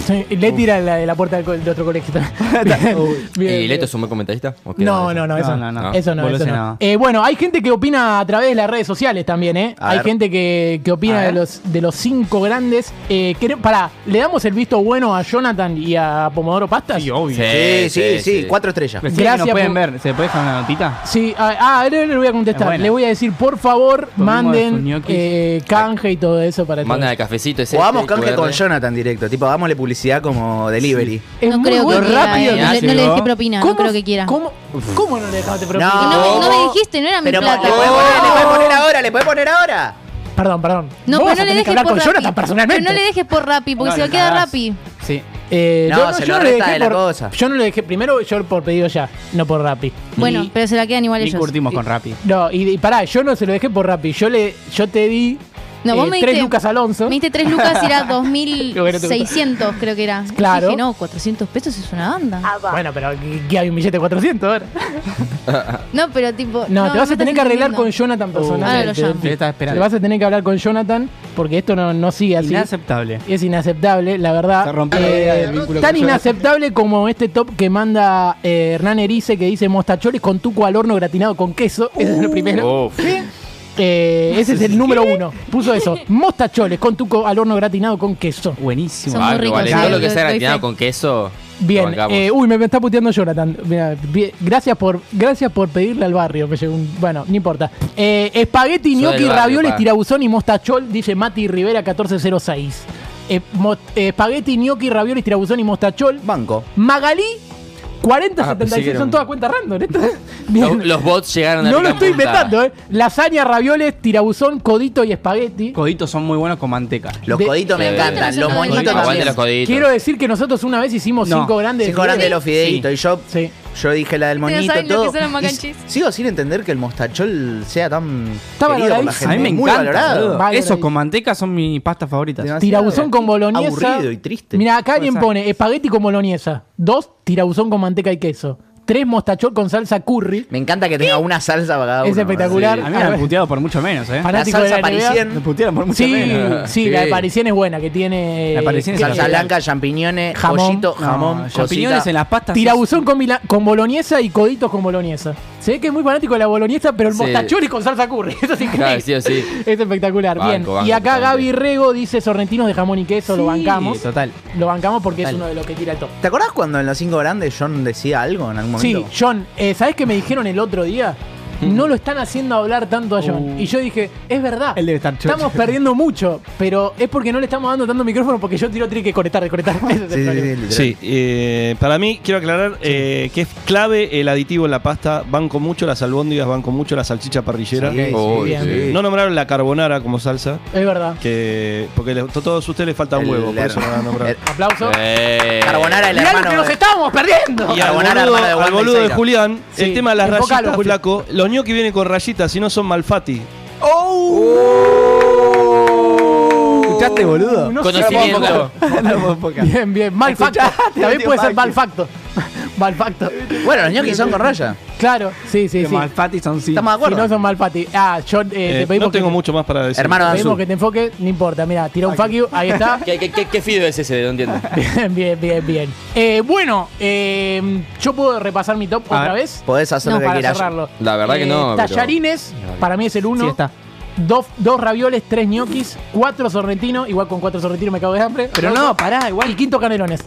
S2: Sí, y Leti era la de la puerta del, co- de otro colegio también. Bien, bien,
S4: ¿Y Leto
S2: bien.
S4: es un buen comentarista? ¿O qué?
S2: No, no, no, eso
S7: No,
S2: no.
S7: no, Ah, no.
S2: Eso no,
S7: Vos lo
S2: eso
S7: sé,
S2: no.
S7: no.
S2: Eh, bueno, hay gente que opina a través de las redes sociales también, ¿eh?
S3: A
S2: hay
S3: ver.
S2: gente que, que opina
S7: A
S2: de
S7: ver.
S2: los, de los cinco grandes. Eh, quere- pará, ¿le damos el visto bueno a Jonathan y a Pomodoro Pastas?
S7: obvio.
S3: Sí, sí, sí, cuatro estrellas.
S7: Gracias.
S2: Gracias
S7: nos pueden
S2: por-
S7: ver. ¿Se puede dejar una notita?
S2: Sí, a- ah, le, le voy a
S7: Es
S2: contestar.
S7: buena.
S2: Le voy a decir, por favor,
S7: de sus
S2: manden
S7: ñoquis.
S2: eh, canje y todo eso para
S4: Manda
S2: todos.
S4: de cafecito ese. este,
S3: O vamos canje con Jonathan directo. Tipo, hagámosle publicidad como delivery.
S2: Es
S14: no
S2: muy
S14: creo que
S2: bueno,
S14: quiera,
S2: rápido
S14: eh.
S2: que
S14: No, le-
S2: llegó.
S14: no le dejé propina, no
S2: ¿Cómo-
S14: creo que quiera.
S2: ¿Cómo, cómo no le dejaste propina?
S14: Y no, me-
S2: Oh,
S14: no me dijiste, no era mi
S3: Pero po-
S14: plata.
S3: le puede poner, le puede poner ahora, le puede poner ahora.
S2: Perdón, perdón.
S14: No,
S2: Vos vas
S14: pero
S2: a
S14: no le
S2: tener que
S14: dejes
S2: hablar
S14: por
S2: con Jonathan
S14: Rappi.
S2: personalmente.
S14: Pero no le dejes por Rappi, porque
S7: No,
S14: se
S7: lo
S14: lo queda
S7: cagás.
S14: Rappi.
S7: Sí.
S2: Eh,
S3: No, se lo
S2: dejé
S3: resta de la
S2: por-
S3: cosa.
S2: Yo no le dejé. Primero, yo por pedido ya, no por Rappi.
S14: Bueno,
S7: Y-
S14: pero se la quedan igual
S7: Y
S14: ellos.
S7: curtimos con Rappi.
S2: No, y, y pará, yo no se lo dejé por Rappi. Yo le, yo te di
S14: No,
S2: eh,
S14: vos me
S2: tres
S14: diste-
S2: Lucas Alonso.
S14: Me diste 3 lucas y era
S2: Lo que no te gusta.
S14: 2.600, creo que era.
S2: Claro.
S14: Dije, no, 400 pesos es una banda.
S2: Bueno, pero aquí aquí hay un billete de 400 ahora.
S14: No, pero tipo.
S2: No, te vas a
S14: estás
S2: tener que arreglar con
S14: entendiendo.
S2: Jonathan
S14: Ahora lo
S2: personalmente.
S14: llamo.
S7: Te estaba
S2: te
S7: esperando.
S2: vas a tener que hablar con Jonathan porque esto no, no sigue así.
S7: Inaceptable.
S2: Es inaceptable, la verdad.
S7: Se rompió la
S2: Eh,
S7: idea del vínculo
S2: tan
S7: con Jonathan.
S2: inaceptable como este top que manda eh, Hernán Erice que dice mostacholes con tuco al horno gratinado con queso. Ese es el primero.
S4: Uf.
S2: Eh, ese es el número uno. Puso eso. Mostacholes con tuco al horno gratinado con queso.
S7: Buenísimo.
S14: Son-
S4: Ah,
S14: muy
S4: pero
S14: ricos,
S4: vale,
S14: sí,
S4: todo
S14: lo-
S4: lo que sea
S14: doy fe.
S4: gratinado con queso. lo
S2: Bien.
S4: bancamos.
S2: eh, uy, me, me está puteando Jonathan. Mirá, bien, gracias, por, gracias por pedirle al barrio. Me llegó un- bueno, no importa. Eh, espagueti,
S4: Soy
S2: gnocchi,
S4: del barrio,
S2: ravioles,
S4: pa.
S2: tirabuzón y mostachol, dice Mati Rivera 1406. Eh, mo- eh, espagueti, gnocchi, ravioles, tirabuzón y mostachol.
S3: Banco.
S2: Magalí,
S4: Ah, pensé que
S2: 4076.
S4: era
S2: Son
S4: un-
S2: todas cuentas random. esto.
S4: Los, los bots llegaron a
S2: No lo
S4: picar
S2: estoy
S4: punta.
S2: inventando, ¿eh? Lasaña, ravioles, tirabuzón, codito y espagueti.
S7: Coditos son muy buenos con manteca.
S3: Los
S2: De-
S3: coditos me
S2: Sí.
S3: encantan, los
S2: Coditos
S3: moñitos
S2: son
S3: también.
S2: buenos. Quiero decir que nosotros una vez hicimos
S3: No,
S2: cinco grandes.
S3: Cinco grandes de los fideitos. Y yo, yo dije la del
S2: Ustedes
S3: moñito,
S2: saben lo que
S3: todo.
S2: son los mac
S3: Y
S2: and
S3: s-
S2: cheese.
S3: sigo sin entender que el mostachol sea tan
S2: Está
S3: querido por la
S2: valoradísimo.
S3: gente.
S7: A mí me
S3: Muy
S7: encanta.
S3: valorado.
S7: boludo. Esos con manteca son mis pastas favoritas.
S2: Tirabuzón con boloñesa.
S3: Aburrido y triste.
S2: Mira, acá alguien
S7: Puede ser.
S2: pone espagueti con boloñesa. Dos, tirabuzón con manteca y queso. Tres, mostachol con salsa curry.
S3: Me encanta que tenga una salsa para cada
S2: Es
S3: uno,
S2: espectacular.
S3: ¿no?
S7: A mí me han puteado por mucho menos, ¿eh?
S2: Fanático La salsa de la NBA. parisien.
S7: Me putearon por mucho
S2: Sí,
S7: menos.
S2: sí, la de Parisien es buena, que tiene.
S7: La Parisien es
S2: que-
S3: Salsa blanca, champiñones,
S2: Jamón.
S3: pollito, jamón,
S7: champiñones
S3: cosita.
S7: en las pastas.
S2: Tirabuzón con, mila- con boloñesa y coditos con boloñesa. Se ve que es muy fanático de la boloñesa, pero el
S4: Sí.
S2: mostachol es con salsa curry. Eso sí
S4: Claro, sí o sí.
S2: Es espectacular.
S4: Banco,
S2: Bien.
S4: banco,
S2: y acá Gaby
S4: totalmente.
S2: Rego dice sorrentinos de jamón y queso, lo
S7: Sí.
S2: bancamos.
S7: Sí, total.
S2: Lo bancamos porque
S3: Total.
S2: es uno de los que tira el top.
S3: ¿Te acordás cuando en los cinco grandes John decía algo en algún
S2: Sí,
S3: momento?
S2: John, eh, ¿sabés qué me dijeron el otro día? No lo están haciendo hablar tanto a John. Y yo dije, es verdad.
S7: Él debe estar chocho.
S2: Estamos perdiendo mucho, pero es porque no le estamos dando tanto micrófono porque yo tiro tiene que conectar, desconectar. Ese es el problema.
S20: Sí, eh, para mí quiero aclarar eh, que es clave el aditivo en la pasta. Banco mucho las albóndigas, banco mucho la salchicha parrillera.
S2: Sí, sí, Oh, bien. sí.
S20: No nombraron la carbonara como salsa,
S2: Es verdad.
S20: que Eh, porque le- a todos ustedes les falta un huevo, por eso no la nombraron.
S2: Aplauso.
S4: Eh,
S3: Carbonara, el
S2: Mirá lo
S3: hermano
S2: que nos
S3: de-
S2: estamos perdiendo.
S20: Y al boludo, al boludo de Julián,
S2: Sí.
S20: el tema de las
S2: Enfocalo,
S20: rayitas,
S2: Julián.
S20: flaco. Los ñoquis vienen con rayitas, si no son malfati.
S7: ¿Escuchaste, boludo?
S2: No sé.
S4: Conocimiento.
S2: Bien, bien. Mal facto.
S7: Escuchaste,
S2: También
S7: tío
S2: puede ser
S7: Maxi.
S2: mal facto. Mal facto.
S3: Bueno, los ñoquis son con raya.
S2: Claro, sí, sí,
S7: Que
S2: sí.
S7: Malfatti son sí.
S3: Estamos de
S2: Si
S3: acuerdo.
S2: no son mal pati. Ah, yo eh, te
S20: Eh,
S2: pedimos
S20: no tengo
S2: que,
S20: mucho más para decir.
S3: Hermano
S2: te, pedimos
S3: Danzú.
S2: que te enfoques, no importa. Mira, tira un fuck you, ahí está.
S4: ¿Qué, qué, qué- qué fido es ese? No entiendo.
S2: Bien, bien, bien, bien. Eh, bueno, eh, yo puedo repasar mi top otra vez.
S3: Podés hacer
S2: No,
S3: lo que
S2: para
S3: quieras.
S2: cerrarlo. Eh,
S4: La verdad que no, pero-
S2: Tallarines, para mí es el uno.
S7: Sí, está.
S2: Dos, dos ravioles, tres ñoquis, cuatro sorrentinos. Igual con cuatro sorrentinos me cago de hambre.
S7: Pero
S2: Otro.
S7: no, pará, igual.
S2: Y quinto canelones.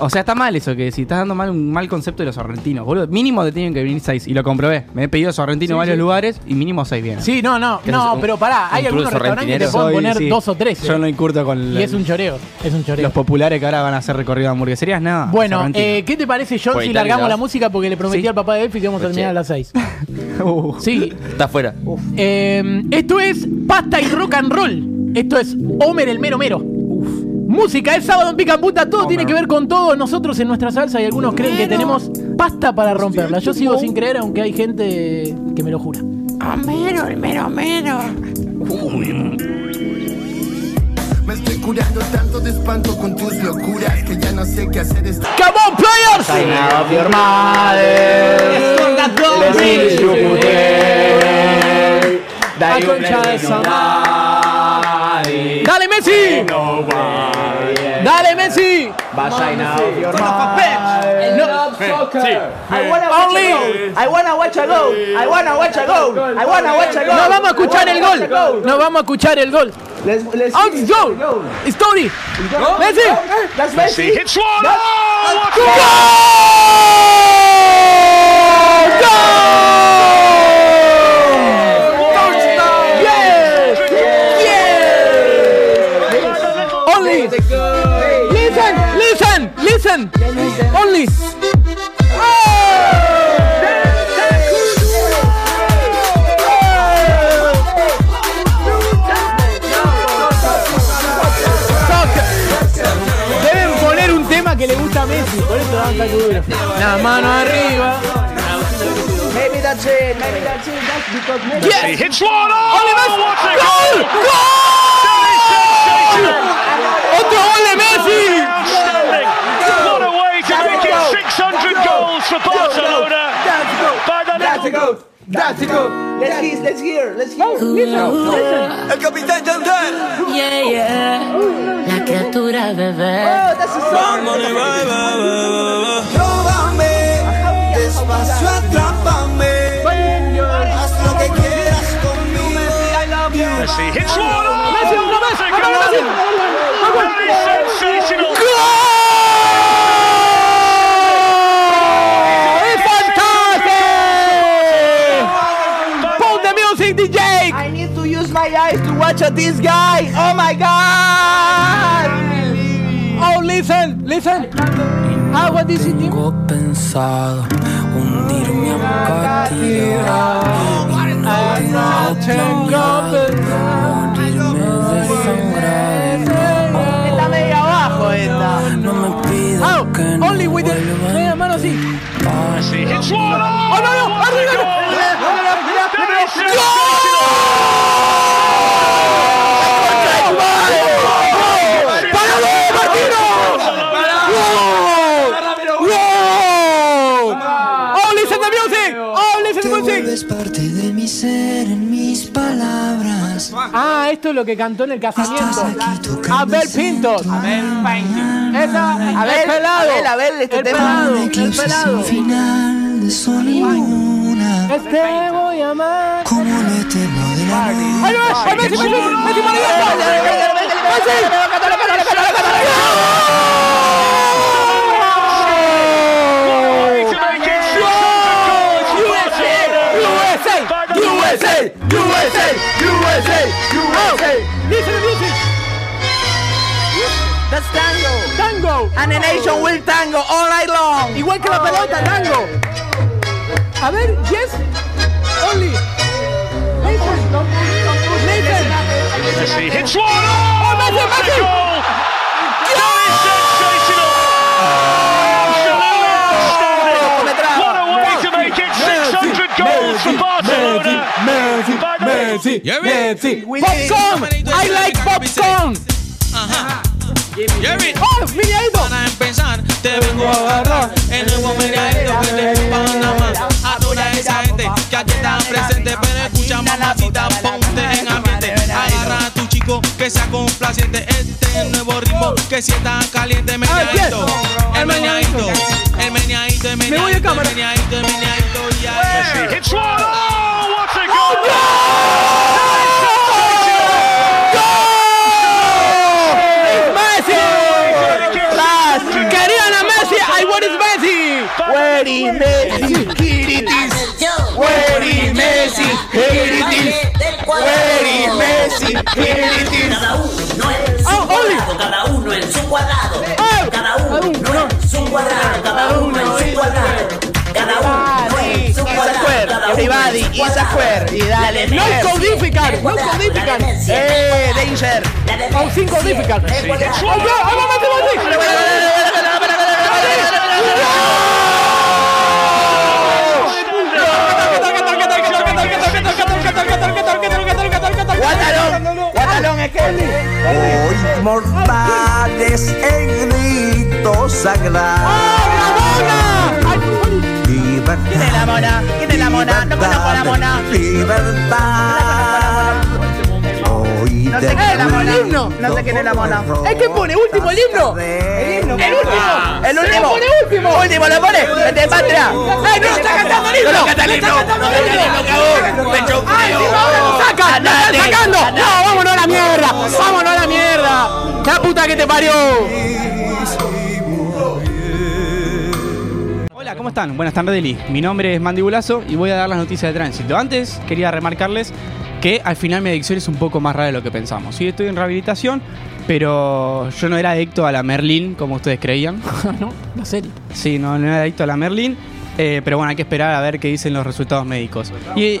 S7: O sea, está mal eso, que si estás dando mal un mal concepto de los sorrentinos, boludo. Mínimo te tienen que venir seis. Y lo comprobé. Me he pedido sorrentino
S2: Sí,
S7: en varios
S2: sí.
S7: lugares y mínimo seis bien.
S2: Sí, no, no,
S7: Que
S2: no,
S7: es un-
S2: pero pará, hay
S7: un
S2: algunos
S7: club
S2: restaurantes que te
S7: sorrentinero.
S2: pueden
S7: Soy,
S2: poner
S7: sí.
S2: dos o tres.
S7: Yo
S2: eh.
S7: no incurto con
S2: Y es un choreo, es un choreo.
S7: los populares que ahora van a hacer recorrido de hamburgueserías, nada.
S2: Bueno,
S7: sorrentino.
S2: eh, ¿qué te parece, John,
S7: Pues
S2: si
S7: Italia
S2: largamos
S7: dos.
S2: la música? Porque le prometí
S7: Sí.
S2: al papá de Delphi que vamos a terminar a las seis.
S7: Uh,
S2: Sí,
S4: Está afuera.
S2: eh, esto es Pasta y Rock and Roll. Esto es Homer el Mero Mero. Música, es sábado en Picamputa, todo tiene que ver con todo. Nosotros en nuestra salsa y algunos creen que tenemos pasta para romperla. Yo sigo sin creer, aunque hay gente que me lo jura.
S1: Homero, el mero mero. Me estoy curando tanto de espanto con tus locuras que ya no sé qué hacer.
S2: ¡Come on, players!
S1: Dai
S2: un concha de esa ¡Dale, Messi! ¡Dale, Messi!
S1: Only I wanna watch a goal. I wanna watch a goal. I wanna watch a goal.
S2: ¡Nos vamos a escuchar el gol! ¡Nos vamos a escuchar el gol! ¡Out goal! ¡Story! ¡Messi!
S1: That's Messi. Hits one.
S2: Only! Listen! Listen! Listen! Only! Deben poner un tema que le gusta a Messi, por eso dan tan duro. La mano arriba.
S1: Maybe that's it. Maybe that's it. That's because Messi.
S2: Yes.
S1: Hits one. Oh,
S2: Ole Messi. Goal. Goal. Otro gol de Messi.
S1: Outstanding. What a way to make it 600 goals for Barcelona. That's a goal. That's a goal. That's a goal. Let's hear. Let's hear. Let's hear. Listen. Listen. El capitán Jantar.
S21: Yeah, yeah. La criatura bebé.
S1: Oh, that's a song. Róbame, despacio atrápame. Haz lo que quieras conmigo. Messi hits one. Oh, Messi, una vez. Very sensational.
S2: ¡Es fantástico! Pon the music, DJ.
S1: I need to use my eyes to watch at this guy. Oh my god.
S2: Oh, listen, listen. Agua dice
S14: Tengo pensado hundirme a boca
S3: Está medio abajo esta. No me pidas que no
S2: Only with the. Mira, mano así.
S3: ¡Oh, no, no! ¡Arriba!
S2: Es parte de mi ser en mis palabras. Ah, esto es lo que cantó en el casamiento. Abel Pintos. Abel Pintos. Esa,
S3: Abel,
S2: el pelado.
S3: Abel, Abel, este
S2: el
S3: tema.
S2: pelado.
S3: Un
S2: El
S3: eclipse
S2: pelado.
S3: sin
S2: final de sol y luna. Este voy a amar. Como le temo de la ¡Ahí va! ¡Ahí va! ¡Messi, Messi, Messi,
S3: That's tango. Tango. And the nation will tango all night long. Igual que la pelota, tango. A ver, yes. Only. Nathan. Nathan. Hits one. Oh, Messi, Messi. What a way to make it 600 goals for Barcelona.
S2: Messi, Messi,
S3: Popcorn. I like popcorn.
S2: ¡Oh, Miriadito!
S6: Para empezar, te vengo a agarrar en el momento que te en Panamá. A toda esa gente que aquí está presente, pero escucha mamacita, ponte en ambiente. Agarra a tu chico que sea complaciente. Este nuevo ritmo que si está caliente, meneadito. El meneadito, el meneadito, el meneadito. Me voy a cámara. El meneadito, el meneadito. y
S3: Pues.
S6: ahí.
S3: Messi! Last. Querían a Messi. I want is Messi. Where is Messi? Here it is. Where is Messi? Here it is. Where is Messi? Here it is. Oh, Oli. Cada uno en su cuadrado. Eh, Cada uno en su cuadrado. Cada uno en su cuadrado. Cada uno en su cuadrado. Everybody is a square. Y dale.
S2: No
S3: Messi.
S2: codificar, no codificar.
S3: Eh, danger.
S2: O sin codificar.
S3: Eh,
S2: ¡Oh, no! ¡Oh, no, Messi, Messi!
S3: Guatalón, guatalón es Hoy mortales en grito sagrado. ¿Quién es la mona? ¿Quién es la mona? No conozco a la mona. Libertad. No sé quién es la mona. No sé quién es la mona.
S2: Es que pone último el himno. El último.
S3: El
S2: Se
S3: último.
S2: lo pone último.
S3: Último lo pone. El de patria. ¡Eh, no lo está cantando el himno!
S2: No, no, no está cantando el himno. Ah, encima ahora lo sacan. Lo están sacando. No, vámonos a la mierda. Vámonos a la mierda. La puta que te parió.
S7: Hola, ¿cómo están? Buenas tardes, Deli. Mi nombre es Mandibulazo y voy a dar las noticias de tránsito. Antes, quería remarcarles que al final mi adicción es un poco más rara de lo que pensamos. Sí, estoy en rehabilitación, pero yo no era adicto a la Merlin, como ustedes creían.
S2: No, la serie.
S7: Sí, no, no era adicto a la Merlin. eh, pero bueno, hay que esperar a ver qué dicen los resultados médicos. Y,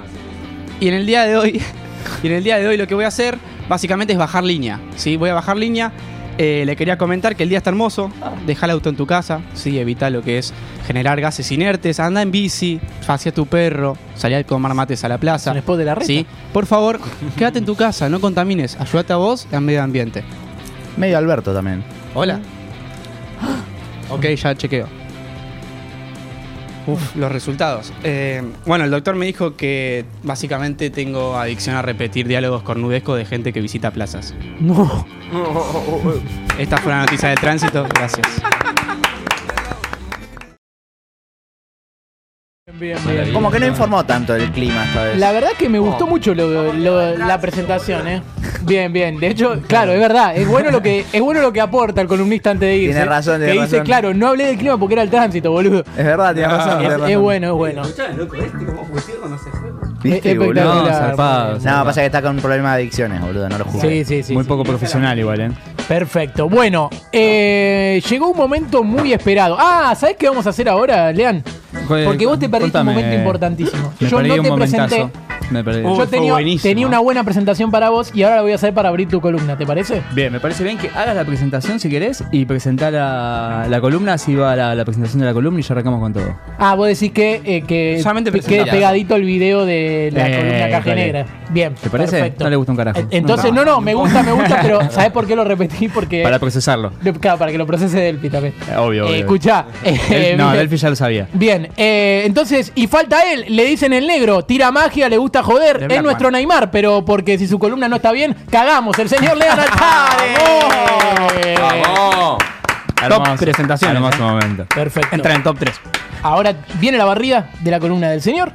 S7: y en el día de hoy. Y en el día de hoy lo que voy a hacer básicamente es bajar línea. ¿sí? Voy a bajar línea. Eh, le quería comentar que el día está hermoso. Deja el auto en tu casa. ¿sí? Evita lo que es generar gases inertes. Anda en bici. Pasea a tu perro. Salí a tomar mates a la plaza.
S2: de la reta.
S7: ¿sí? Por favor, quédate en tu casa. No contamines. Ayúdate a vos y al medio ambiente.
S22: Medio Alberto también.
S7: Hola. Ok, ya chequeo. Uf, los resultados. Eh, bueno, el doctor me dijo que básicamente tengo adicción a repetir diálogos cornudescos de gente que visita plazas.
S2: No.
S7: Esta fue la noticia de tránsito. Gracias.
S22: Como que no informó tanto del clima esta vez.
S2: La verdad que me gustó mucho lo- lo- la presentación, ¿eh? Bien, bien. De hecho, claro, es verdad. Es bueno lo que, es bueno lo que aporta el columnista antes de irse.
S22: Tiene razón, tiene
S2: Que dice,
S22: razón.
S2: claro, no hablé del clima porque era el tránsito, boludo.
S22: Es verdad, tiene razón, tiene
S2: Ah, Es, es
S22: razón.
S2: bueno, es bueno.
S22: ¿Viste,
S2: Es
S22: boludo?
S2: espectacular.
S22: No,
S2: zarpado, zarpado.
S22: pasa que está con un problema de adicciones, boludo, no lo juzgues.
S2: Sí, sí, sí.
S22: Muy
S7: poco
S2: profesional
S7: igual, ¿eh?
S2: Perfecto. Bueno, eh, llegó un momento muy esperado. Ah, ¿sabes qué vamos a hacer ahora, Lean?
S7: ¿cuál-
S2: Porque vos te perdiste
S7: contame,
S2: un momento
S7: eh,
S2: importantísimo.
S7: me
S2: Yo
S7: perdí
S2: no
S7: un
S2: te
S7: momentazo.
S2: presenté.
S7: Me perdí.
S2: Yo tenía, tenía una buena presentación para vos y ahora la voy a hacer para abrir tu columna, ¿te parece?
S7: Bien, me parece bien que hagas la presentación si querés y presentar la, la columna, así va la, la presentación de la columna y ya arrancamos con todo.
S2: Ah, vos decís que, eh, que
S7: Solamente
S2: quede
S7: presentala.
S2: pegadito el video de la
S7: Eh,
S2: columna caja
S7: está bien.
S2: negra. Bien.
S7: ¿Te parece?
S2: Perfecto.
S7: No le gusta un carajo.
S2: Eh, Entonces, no, no, me gusta, me gusta, pero ¿sabés por qué lo repetí? Porque.
S7: Para procesarlo.
S2: Claro, para, que lo procese Delphi también.
S7: Obvio, obvio.
S2: Eh, escuchá. eh,
S7: Del- no,
S2: bien.
S7: Delphi ya lo sabía.
S2: Bien, eh, entonces, y falta él, le dicen el negro, tira magia, le gusta joder, es
S7: Black
S2: nuestro Neymar, pero porque si su columna no está bien, cagamos, el señor León Altare.
S7: Hermoso,
S1: presentaciones,
S7: Hermoso
S1: eh.
S7: momento.
S2: Perfecto.
S1: Entra en el top 3.
S2: Ahora viene la barrida de la columna del señor.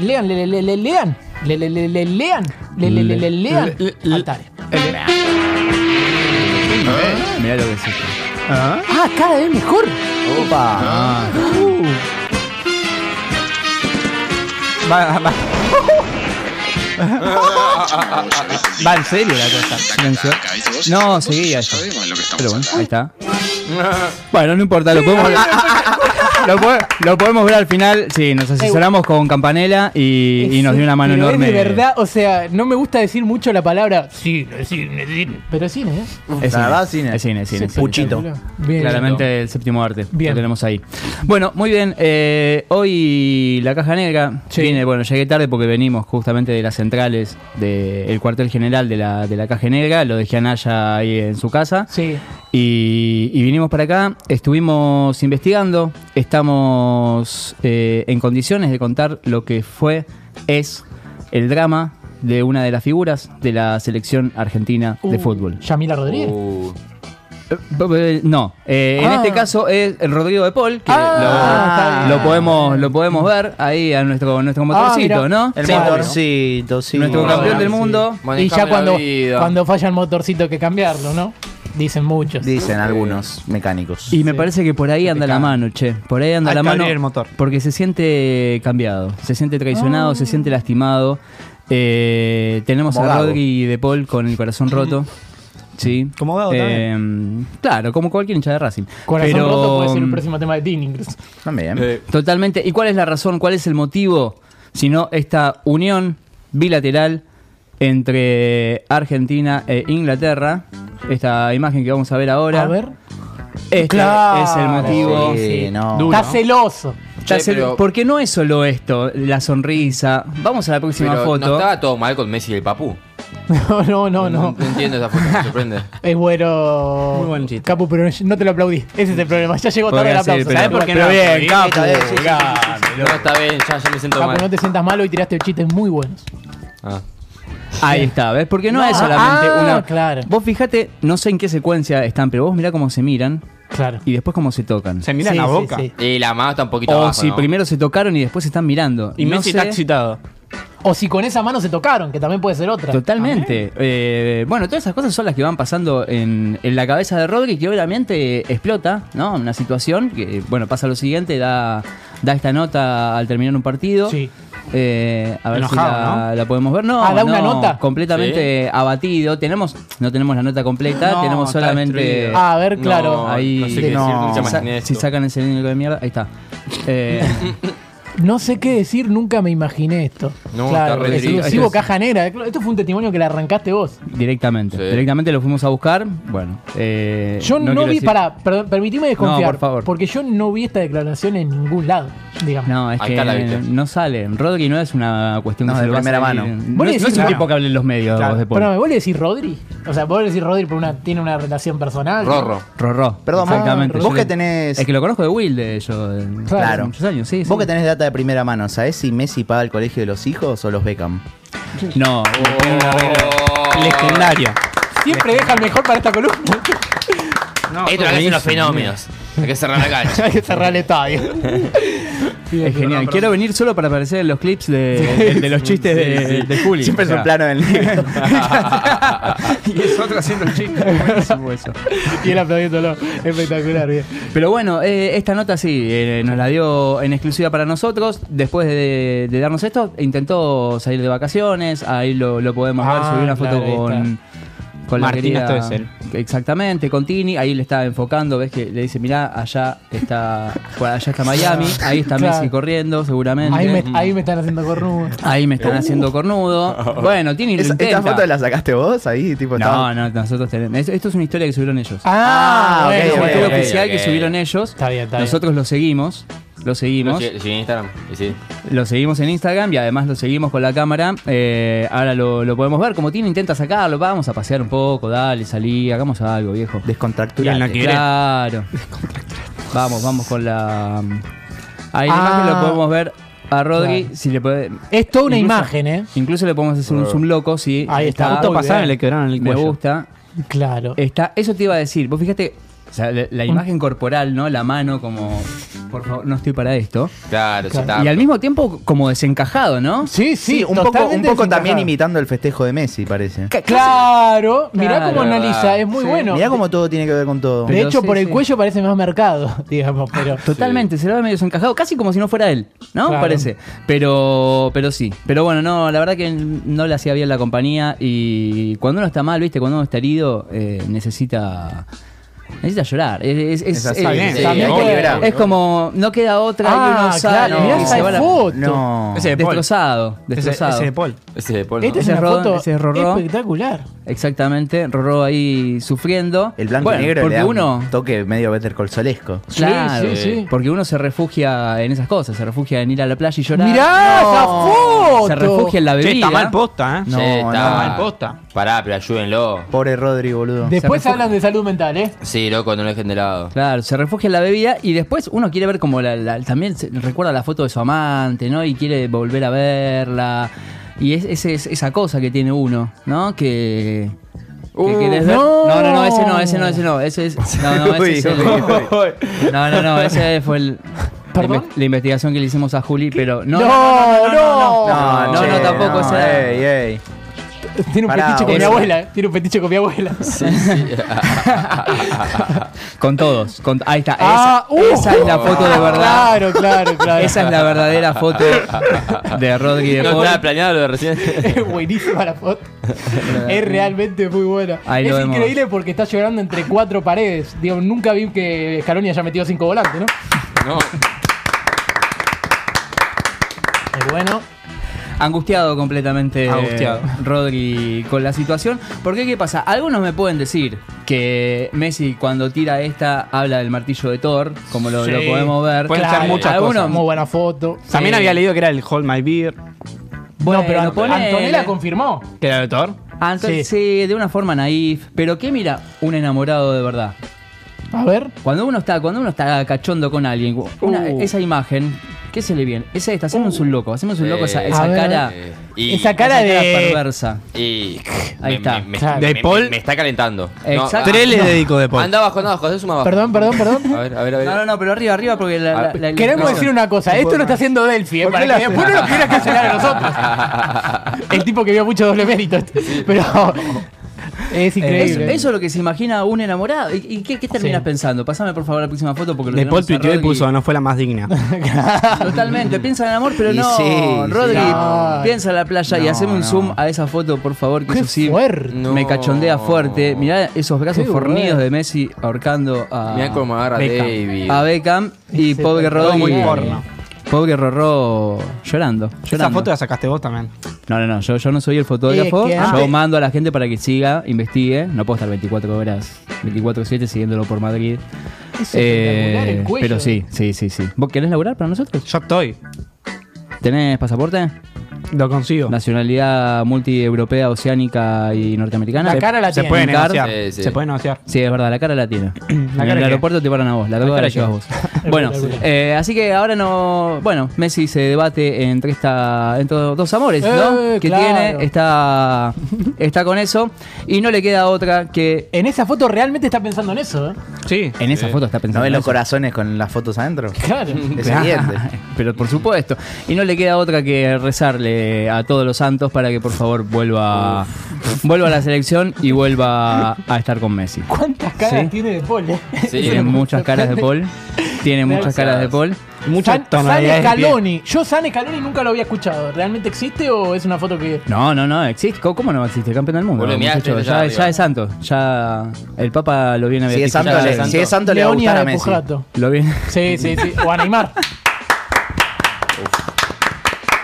S2: Lean, le, le- le- lean, le, le- le- le- lean, le, le- le- le- lean, Altare.
S7: Mirá lo que es esto.
S2: Ah, cada vez mejor.
S7: Opa.
S1: Va, va. va en serio la cosa.
S7: No, seguía eso. Pero bueno, ahí está. Bueno, no importa, lo podemos, lo, po- lo podemos ver al final. Sí, nos asesoramos con Campanella y, y nos dio una mano
S2: Pero es
S7: enorme.
S2: De verdad, o sea, no me gusta decir mucho la palabra cine, cine, cine. Pero cine, ¿eh?
S7: Es cine, es cine, es cine.
S2: Sí, Puchito. Bien.
S7: Claramente el séptimo arte.
S2: Bien.
S7: Lo tenemos ahí. Bueno, muy bien. eh, hoy la caja negra viene, bueno, llegué tarde porque venimos justamente de las centrales del cuartel general de la, de la caja negra. Lo dejé a Naya ahí en su casa.
S2: Sí.
S7: Y, y vinimos para acá, estuvimos investigando, estamos eh, en condiciones de contar lo que fue, es el drama de una de las figuras de la selección argentina de
S2: Uh,
S7: fútbol.
S2: Yamila Rodríguez.
S7: Uh. Eh, eh, No, eh, en
S2: Ah.
S7: este caso es el Rodrigo de Paul, que Ah. lo, lo podemos, lo podemos ver ahí a nuestro, nuestro motorcito,
S2: Ah, mira.
S7: ¿no?
S3: El
S7: Sí.
S3: motorcito, sí.
S7: Nuestro campeón del mundo.
S2: y ya cuando, cuando falla el motorcito hay que cambiarlo, ¿no? Dicen muchos.
S3: Dicen Eh, algunos mecánicos.
S7: Y me parece que por ahí anda la mano, che. Por ahí anda
S3: Hay
S7: la
S3: que
S7: mano.
S3: abrir el motor.
S7: Porque se siente cambiado, se siente
S2: Ah.
S7: traicionado, se siente lastimado. Eh, tenemos
S3: Como
S7: a
S3: Gago.
S7: Rodri de Paul con el corazón roto. Sí. Eh, Como
S1: Gago
S7: Claro, como cualquier hincha de Racing.
S2: Corazón
S7: Pero,
S2: roto puede ser el próximo tema de Dean incluso.
S3: También.
S7: Totalmente. ¿Y cuál es la razón? ¿Cuál es el motivo? Sino esta unión bilateral entre eh, Argentina e Inglaterra. Esta imagen que vamos a ver ahora.
S2: A ver.
S7: Este
S2: Claro.
S7: es el motivo.
S2: Sí,
S7: Sí,
S3: no.
S2: Está celoso.
S7: Está
S4: Che,
S7: cel-
S4: pero-
S7: Porque no es solo esto, la sonrisa. Vamos a la próxima
S4: Pero
S7: foto.
S4: no estaba todo mal con Messi y el Papú.
S2: No, no, no,
S4: No,
S2: no.
S4: no entiendo esa foto, me sorprende.
S2: Es bueno. Muy buen Capu, pero no te lo aplaudí. Ese es el problema. Ya llegó tarde el
S7: Podría ser,
S2: aplauso.
S7: pero-
S2: ¿Sabés por qué
S7: pero
S2: no?
S7: bien, Capu,
S2: está bien, sí, sí, sí,
S7: Gago.
S4: No, está bien, ya, ya me siento
S2: Capu, no
S4: mal.
S2: te sientas malo y tiraste chistes muy buenos.
S4: Ah.
S7: Ahí está, ¿ves? Porque no,
S2: No,
S7: es solamente
S2: ah,
S7: una.
S2: claro.
S7: Vos fijate, no sé en qué secuencia están, pero vos mirá cómo se miran.
S2: Claro.
S7: Y después cómo se tocan.
S1: Se miran Sí, la sí, boca. sí.
S4: Y la mano está un poquito
S7: o
S4: abajo,
S7: si
S4: ¿no?
S7: primero se tocaron y después se están mirando.
S1: Y
S7: No
S1: Messi
S7: sé-
S1: está excitado.
S2: O si con esa mano se tocaron, que también puede ser otra.
S7: Totalmente. Eh, bueno, todas esas cosas son las que van pasando en, en la cabeza de Rodri, que obviamente explota, ¿no? Una situación que, bueno, pasa lo siguiente, da, da esta nota al terminar un partido.
S2: Sí.
S7: Eh, a ver si
S1: Enojado,
S7: la, la podemos ver. No,
S2: Ah, da una
S7: no,
S2: nota.
S7: Completamente abatido. Tenemos, no tenemos la nota completa,
S2: No,
S7: tenemos
S2: está
S7: solamente.
S2: destruido. A ver, claro.
S7: No, ahí,
S4: no sé qué decir, nunca
S7: si, sa-
S4: imaginé esto.
S7: si sacan ese niño de mierda, ahí está. Eh,
S2: No sé qué decir, nunca me imaginé esto.
S7: No,
S2: claro,
S7: está re triste.
S2: exclusivo caja negra. Esto fue un testimonio que le arrancaste vos.
S7: directamente. Directamente lo fuimos a buscar. Bueno. eh,
S2: Yo no,
S7: quiero
S2: vi,
S7: decir-
S2: pará, perdón, permitime desconfiar.
S7: por favor.
S2: Porque yo no vi esta declaración en ningún lado, digamos.
S7: No, es
S2: Acá la
S7: que
S2: viste.
S7: no sale. Rodri no es una cuestión
S3: No,
S7: que se
S3: de
S7: le va a
S3: primera
S7: salir.
S3: mano.
S7: No,
S2: Vos
S7: no
S2: decís,
S7: es un
S2: claro.
S7: tipo que hable en los medios.
S2: Claro.
S7: de Paul.
S2: Pero me vuelve a decir Rodri. O sea, vuelve a decir Rodri porque una, tiene una relación personal.
S7: Rorro.
S3: Perdón,
S7: exactamente.
S3: vos- vos
S7: Yo
S3: que
S7: le-
S3: tenés-
S7: Es que lo conozco de Wilde, yo. de- hace
S3: Claro.
S7: muchos años, sí,
S3: Vos
S7: sí.
S3: que tenés data de primera mano, ¿sabés si Messi paga el colegio de los hijos o los Beckham?
S7: No, tiene una regla
S3: Oh.
S1: legendaria.
S2: Siempre deja el mejor para esta columna.
S4: Esto es lo que hacen los fenómenos. Hay que cerrar la cancha.
S2: Hay que cerrar el estadio.
S7: Es genial. Quiero venir solo para aparecer en los clips de, de los chistes de, de Juli.
S3: Siempre es un plano del negro.
S7: y es otro haciendo el chiste. Buenísimo eso.
S2: y él aplaudiéndolo. Espectacular, bien.
S7: Pero bueno, eh, esta nota sí, eh, nos la dio en exclusiva para nosotros. Después de, de darnos esto, intentó salir de vacaciones. Ahí lo, lo podemos
S2: Ah,
S7: ver. Subí una
S2: claro,
S7: foto
S2: ahí
S7: con,
S3: Con la
S7: Martina
S3: querida-
S7: Stoessel.
S3: Exactamente, con Tini, ahí le está enfocando, ves que le dice, mirá, allá está, bueno, allá está Miami, ahí está
S2: Claro.
S3: Messi corriendo, seguramente.
S2: Ahí me, ahí me están haciendo cornudo.
S3: Ahí me están haciendo cornudo. Bueno, Tini lo
S1: Esa-
S3: intenta.
S1: ¿Esta foto la sacaste vos ahí? Tipo,
S3: No, no, nosotros tenemos. Esto, esto es una historia que subieron ellos.
S1: Ah, Ah, bueno,
S3: Es
S1: ok,
S3: una
S1: ok,
S3: historia
S1: ok,
S3: oficial
S1: ok.
S3: que subieron ellos.
S4: Está bien, está bien.
S3: nosotros lo seguimos. Lo
S4: Lo
S3: seguimos.
S4: sigue- sigue en Instagram. y sí.
S3: Lo seguimos en Instagram y además lo seguimos con la cámara. Eh, ahora lo, lo podemos ver. Como tiene, intenta sacarlo. Vamos a pasear un poco, dale, salí, hagamos algo, viejo.
S1: Y él
S3: Descontracturate.
S1: no quiere.
S3: claro. Vamos, vamos con la. mm, Ahí en la
S2: Ah.
S3: imagen lo podemos ver a Rodri. Si le puede,
S2: Es toda una
S3: Incluso-
S2: imagen, ¿eh?
S3: Incluso le podemos hacer un zoom loco, sí.
S2: Ahí está. Justo
S3: Muy
S2: pasaron
S3: bien.
S2: y le quebraron el
S3: Me
S2: cuello.
S3: gusta.
S2: Claro.
S3: Está, eso te iba a decir. Vos fíjate, o sea, la, la
S2: Un-
S3: imagen corporal, ¿no? La mano como, por favor, no estoy para esto.
S4: Claro,
S1: sí, está.
S3: Y al mismo tiempo como desencajado, ¿no?
S2: Sí,
S1: Sí, un poco, un poco también imitando el festejo de Messi, parece.
S2: Claro, mirá cómo analiza, es muy
S1: Sí.
S2: bueno.
S1: Mirá cómo todo tiene que ver con todo.
S2: de hecho, por el cuello parece más mercado, digamos, pero.
S3: Ah, Totalmente, se lo ve medio desencajado, casi como si no fuera él, ¿no?
S2: Claro.
S3: Parece. Pero, pero sí. Pero bueno, no, la verdad que no le hacía bien la compañía. Y cuando uno está mal, viste, cuando uno está herido, eh, necesita. Necesita llorar. Es, es-
S1: Es así,
S3: es-
S1: sí,
S3: es-
S1: sí,
S3: también
S1: obvio,
S3: que-
S1: obvio.
S3: es como, no queda otra y
S2: Ah,
S3: uno sale
S2: claro, mirá
S3: y
S2: esa
S3: se va a la-
S2: foto.
S1: No.
S3: Ese de Paul. Destrozado, destrozado.
S4: Ese- ese de Paul. Ese de Paul, ¿no?
S2: Esta este es
S3: Ese
S2: una
S3: Rodón,
S2: foto
S3: ese es Rorró.
S2: espectacular.
S3: Exactamente, Rorró ahí sufriendo.
S1: El blanco
S3: Bueno,
S1: y negro
S3: porque
S1: le da
S3: uno
S1: un toque medio Better Call Solesco.
S3: Claro,
S1: Sí, sí, sí.
S3: porque uno se refugia en esas cosas, se refugia en ir a la playa y llorar.
S2: Mirá esa foto.
S3: Se refugia en la bebida.
S2: Che, está mal
S3: posta, ¿eh? No,
S4: Che,
S3: no.
S4: está-
S3: mal
S4: Pará, pero ayúdenlo.
S1: Pobre Rodri, boludo.
S2: Después hablan de salud mental, ¿eh?
S4: Sí, loco, no lo dejen de lado.
S3: Claro, se refugia en la bebida y después uno quiere ver como la, la- también se- recuerda la foto de su amante, ¿no? Y quiere volver a verla. Y es, ese- es- esa cosa que tiene uno, ¿no? Que... que
S4: Uh,
S3: querés ver-
S4: no.
S3: no, no, no, ese no, ese no, ese no, ese es... No, no, ese es el- No, no, no, ese fue el... la inve- La, investigación que le hicimos a Juli, pero no,
S2: No,
S3: no, no,
S1: no,
S3: no, no,
S1: che,
S3: no, tampoco
S1: no,
S3: ese.
S1: ey, ey.
S2: Tiene un
S3: Pará,
S2: fetiche con mi
S3: boludo.
S2: abuela, ¿eh? Tiene un fetiche con mi abuela.
S3: Con todos. con- ahí está. Esa,
S2: Ah, uh,
S3: esa es la foto de verdad.
S2: Claro, claro, claro.
S3: Esa es la verdadera foto de Rodri de
S4: No
S3: Paul.
S4: estaba planeado lo de recién.
S2: Es buenísima la foto. es realmente muy buena.
S3: Ahí
S2: es
S3: lo vemos.
S2: increíble porque está llorando entre cuatro paredes. Digo, nunca vi que Scaloni haya metido cinco volantes, ¿no?
S4: No.
S2: Es bueno.
S3: Angustiado completamente
S2: Angustiado.
S3: Rodri con la situación. Porque qué pasa? Algunos me pueden decir que Messi cuando tira esta habla del martillo de Thor, como lo,
S7: Sí.
S3: lo podemos ver.
S7: Pueden ser muchas
S3: Algunos-
S7: cosas.
S2: Muy buena foto. Eh,
S7: También
S3: Sí.
S7: había leído que era el Hold My Beer.
S3: Bueno,
S2: no, pero Ant-
S3: ponele.
S2: Antonella confirmó.
S7: ¿Que era el autor?
S3: Anton-
S2: Sí.
S3: sí, de una forma naif. Pero que mira un enamorado de verdad.
S2: A ver.
S3: Cuando uno está, cuando uno está cachondo con alguien, una-
S2: Uh.
S3: esa imagen, ¿qué se le viene? Esa está, hacemos un loco, hacemos un loco esa,
S4: Eh,
S3: esa
S4: a ver.
S3: cara.
S4: Eh, y-
S3: esa cara
S4: Esa cara
S3: perversa.
S4: Y.
S3: Ahí está.
S4: Me,
S3: Claro.
S4: de
S3: De
S4: Paul.
S3: Paul.
S4: Me, me está calentando.
S3: Exacto. Tres le dedico
S4: de
S3: Paul.
S4: Anda abajo, anda abajo, se suma abajo.
S2: Perdón, perdón, perdón.
S4: A ver, a ver, a ver.
S3: No, no, no, pero arriba, arriba, porque la. la- la-
S2: Queremos
S3: no.
S2: decir una cosa, esto lo está haciendo Delphi, ¿eh?
S3: ¿Por
S2: para
S3: qué
S2: que
S3: la
S2: después no lo quieran cancelar a nosotros. El tipo que vio mucho doble mérito, este. pero es
S3: Eso,
S2: increíble.
S3: eso es lo que se imagina un enamorado. ¿Y, y qué, qué terminas
S7: Sí.
S3: pensando? Pasame por favor la próxima foto porque lo
S7: De
S3: tenemos
S7: Paul
S3: a
S7: tuiteó y
S3: Rodri.
S7: puso, no fue la más digna.
S3: Totalmente, piensa en amor, pero
S7: Y
S3: no.
S7: sí,
S3: Rodri,
S7: sí. No.
S3: piensa en la playa y
S7: No,
S3: haceme un
S7: no.
S3: zoom a esa foto, por favor, que
S2: Qué
S3: eso sí
S2: fuerte.
S3: me cachondea fuerte. Mirá esos brazos
S2: Qué
S3: fornidos
S2: bueno.
S3: de Messi ahorcando a
S4: Mirá cómo agarra
S3: Beckham.
S4: David.
S3: A Beckham y
S7: Se
S3: pobre
S7: trató
S3: Rodri.
S7: muy porno.
S3: Pobre Rorró llorando,
S7: Esa
S3: llorando.
S7: foto la sacaste vos también.
S3: No, no, no, yo, yo no soy el fotógrafo.
S7: Es que
S3: yo
S7: antes-
S3: mando a la gente para que siga, investigue. No puedo estar 24 horas, 24-7 siguiéndolo por Madrid.
S2: Es espectacular el cuello.
S3: eh, pero sí, sí, sí, sí. ¿Vos querés laburar para nosotros?
S7: Yo estoy.
S3: ¿Tenés pasaporte?
S7: Lo consigo.
S3: Nacionalidad multieuropea, oceánica y norteamericana.
S7: La cara la
S3: Se
S7: tiene.
S3: puede
S7: Brincar.
S3: negociar.
S7: Sí, sí. Se puede negociar.
S3: Sí, es verdad, la cara la tiene.
S7: cara
S3: en el
S7: qué?
S3: aeropuerto te paran a vos, la droga
S7: cara
S3: la llevas
S7: qué?
S3: vos. bueno, eh, así que ahora no. Bueno, Messi se debate entre esta entre dos amores, ¿no?
S2: Eh,
S3: que
S2: claro.
S3: tiene, está, está con eso y no le queda otra que.
S2: En esa foto realmente está pensando en eso, ¿eh?
S7: Sí.
S3: En esa foto está pensando.
S1: ¿No ves
S3: en
S1: los
S3: eso.
S1: corazones con las fotos adentro?
S2: Claro.
S1: Es evidente.
S3: Pero por supuesto. Y no le queda otra que rezarle a todos los santos para que por favor vuelva, vuelva a la selección y vuelva a estar con Messi.
S2: ¿Cuántas caras tiene de Paul? eh?
S3: Tiene muchas caras de Paul.
S1: Tiene muchas caras de Paul.
S2: San, San Scaloni. Yo San Scaloni nunca lo había escuchado. ¿Realmente existe o es una foto que.?
S1: No, no, no, existe. ¿Cómo- ¿Cómo no existe? Campeón del mundo.
S16: Boludo, mirá,
S1: muchacho.
S16: estoy
S1: ya,
S16: allá
S1: ya es santo. Ya el Papa lo viene a
S3: Si es santo,
S1: beatificar.
S3: le- si es santo, le va a
S1: Leonia
S3: gustar a
S1: de
S3: Messi.
S1: Pujato. Lo viene.
S2: Sí, sí, sí. O a Neymar.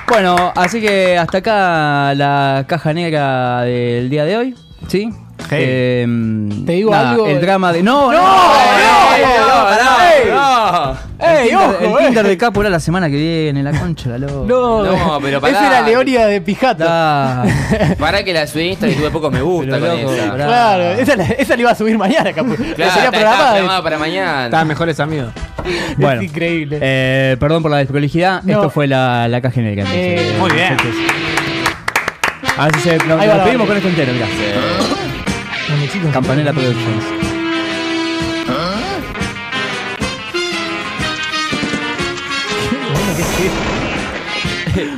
S1: Bueno, así que hasta acá la caja negra del día de hoy. ¿Sí? Te
S2: digo algo, eh.
S1: El drama de. ¡No!
S2: ¡No!
S1: ¡Eh,
S2: ¡No!
S1: no, no!
S2: ¡Ey!
S1: El Tinder-
S2: ¡Ojo,
S1: El
S2: eh!
S1: Tinder de Capo era la semana que viene, la concha, la loca.
S2: No,
S16: No, pero pará.
S2: Esa era Leonia de Pijato.
S16: Para que la subí a Instagram y tuve pocos me gusta con esa.
S2: Claro, esa, la- esa la iba a subir mañana, capaz.
S16: Claro,
S2: la sería
S16: está-
S2: programada.
S16: está programada para mañana. Estaban
S2: mejores amigos.
S1: Bueno,
S2: es increíble.
S1: eh, perdón por la desprolijidad.
S2: No.
S1: Esto fue la, la caja negra. entonces.
S2: Eh, muy bien.
S1: A
S7: Ah,
S1: ver si se. Nos,
S2: Ahí va
S1: nos
S2: la
S1: pedimos
S2: barra.
S1: con esto entero, mirá. Campanela Productions.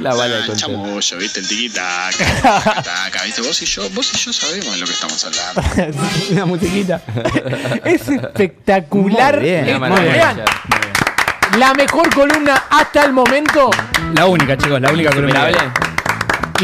S16: La bala de
S23: el
S16: control.
S23: chamuyo, Oh, viste, el tiquitaca. taca, viste, vos y yo, vos y yo sabemos de lo que estamos hablando.
S2: Una musiquita. es espectacular.
S23: Muy bien,
S2: Es-
S23: una maravilla.
S2: vean, la mejor columna hasta el momento.
S1: La única, chicos, la única columna.
S16: Insuperable.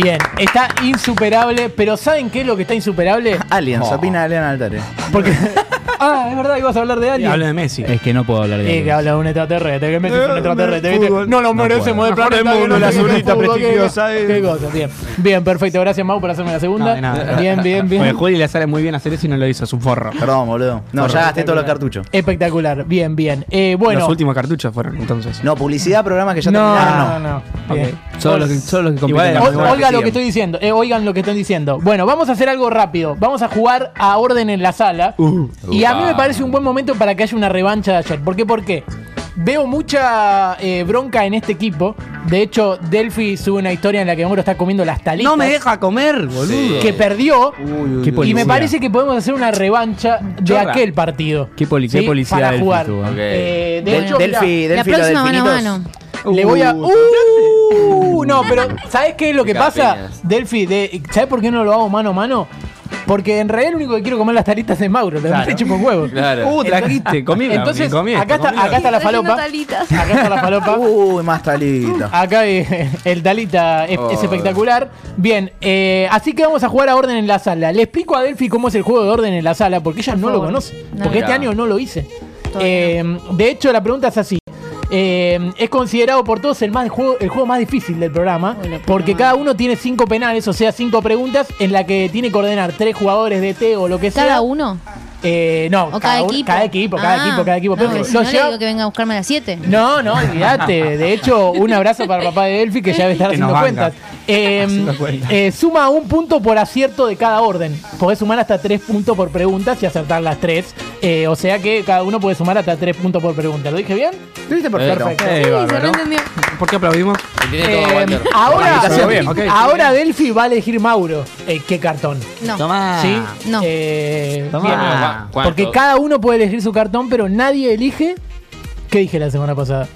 S2: Bien, está insuperable, pero ¿saben qué es lo que está insuperable?
S23: Ah,
S3: Aliens, opina Elian Altare.
S2: Ah, es verdad, ibas a hablar de alguien.
S1: de Messi. Es que no puedo hablar de
S2: Eh, que
S1: Messi.
S2: habla de un extraterrestre, que Messi es un
S1: Eh,
S2: extraterrestre.
S1: no,
S2: ¿viste?
S1: fútbol.
S2: No lo
S1: No
S2: merece,
S1: puedo.
S2: mueve el
S1: Mejor
S2: planeta.
S1: del
S2: que
S1: mundo,
S2: no
S1: la
S2: lo merece el
S1: azulita
S2: fútbol, que-
S1: prestigiosa,
S2: Qué, cosa, bien. Bien, perfecto. Gracias, Mau, por hacerme la segunda. Bien, bien, bien.
S7: Porque Juli le sale muy bien hacer eso y no lo hizo, es un forro.
S3: Perdón, boludo. No, ya gasté todos los cartuchos.
S2: Espectacular, bien, bien. Eh, bueno.
S7: Los últimos cartuchos fueron entonces.
S3: No, publicidad, programas que ya
S1: Ah,
S2: no, Ah, no,
S3: terminaron.
S2: no. Bien.
S1: Solo los que, solo los que compiten.
S2: Ol- Olga lo que estoy diciendo, eh, oigan lo que están diciendo. Bueno, vamos a hacer algo rápido. Vamos a jugar a orden en la sala.
S1: Uh.
S2: y a mí me
S7: Upa.
S2: parece un buen momento para que haya una revancha de ayer. ¿Por qué? ¿Por qué? Veo mucha eh, bronca en este equipo. De hecho, Delphi sube una historia en la que Moro está comiendo las talitas.
S7: No me deja comer, boludo.
S2: Que perdió.
S7: uy,
S1: Qué
S2: y me
S1: policía.
S2: parece que podemos hacer una revancha de
S1: Chorra.
S2: aquel partido.
S1: Qué, poli- qué
S2: Sí,
S1: policía
S2: para
S1: Delphi
S2: jugar.
S1: tuvo, ¿eh?
S2: Eh, de
S3: Del-
S2: hecho,
S3: Delphi-
S2: mirá,
S3: Delphi, La lo próxima del mano a Finitos.
S2: Le voy a.
S3: Uh,
S2: Uh, no, pero ¿sabes qué es lo que
S3: Pica
S2: pasa?
S3: piñas.
S2: Delphi, de, ¿sabes por qué no lo hago mano a mano? Porque en realidad lo único que quiero comer las taritas de Mauro, le
S7: Claro.
S2: claro. chupo un huevo.
S7: Claro. Uh, trajiste, comí,
S2: Entonces,
S7: comí,
S2: acá, está,
S7: comí.
S2: acá está la
S14: Estoy haciendo
S2: falopa.
S14: talitas.
S2: Acá está la falopa.
S3: Uy, más talita.
S2: Acá eh, el Dalita es,
S3: Oh.
S2: es espectacular. Bien, eh, así que vamos a jugar a orden en la sala. Le explico a Delphi cómo es el juego de orden en la sala, porque ella no lo
S14: favor.
S2: conoce.
S14: No.
S2: Porque este
S14: Mirá.
S2: año no lo hice. Eh, de hecho, la pregunta es así. Eh, es considerado por todos el, más, el, juego, el juego más difícil del programa, porque cada uno tiene cinco penales, o sea, cinco preguntas en la que tiene que ordenar tres jugadores de T o lo que sea.
S14: ¿Cada uno?
S2: Eh, no,
S14: ¿O cada,
S2: cada, uno-
S14: equipo?
S2: cada equipo, cada
S14: Ah,
S2: equipo, cada equipo.
S14: No,
S2: Pero
S14: porque si
S2: lo
S14: no le
S2: lleva-
S14: digo que venga a buscarme a las 7.
S2: no, no, olvídate. De hecho, un abrazo para papá de Delphi que ya debe estar
S7: Que
S2: haciendo
S7: nos banca.
S2: cuentas. Eh, eh, suma un punto por acierto de cada orden. Podés sumar hasta tres puntos por pregunta y acertar las tres. Eh, o sea que cada uno puede sumar hasta tres puntos por pregunta. ¿Lo dije bien? Lo dije
S7: perfecto. Sí, Sí, se bárbaro. reentendió. ¿Por qué aplaudimos?
S2: Eh,
S4: Ah,
S2: ahora, ahora Delphi va a elegir Mauro. Eh, ¿Qué cartón?
S14: No.
S7: Tomá.
S2: ¿Sí?
S14: No.
S2: Eh,
S7: Tomá.
S2: bien.
S7: Ah, ¿cuánto?
S2: Porque cada uno puede elegir su cartón, pero nadie elige. ¿Qué dije la semana pasada?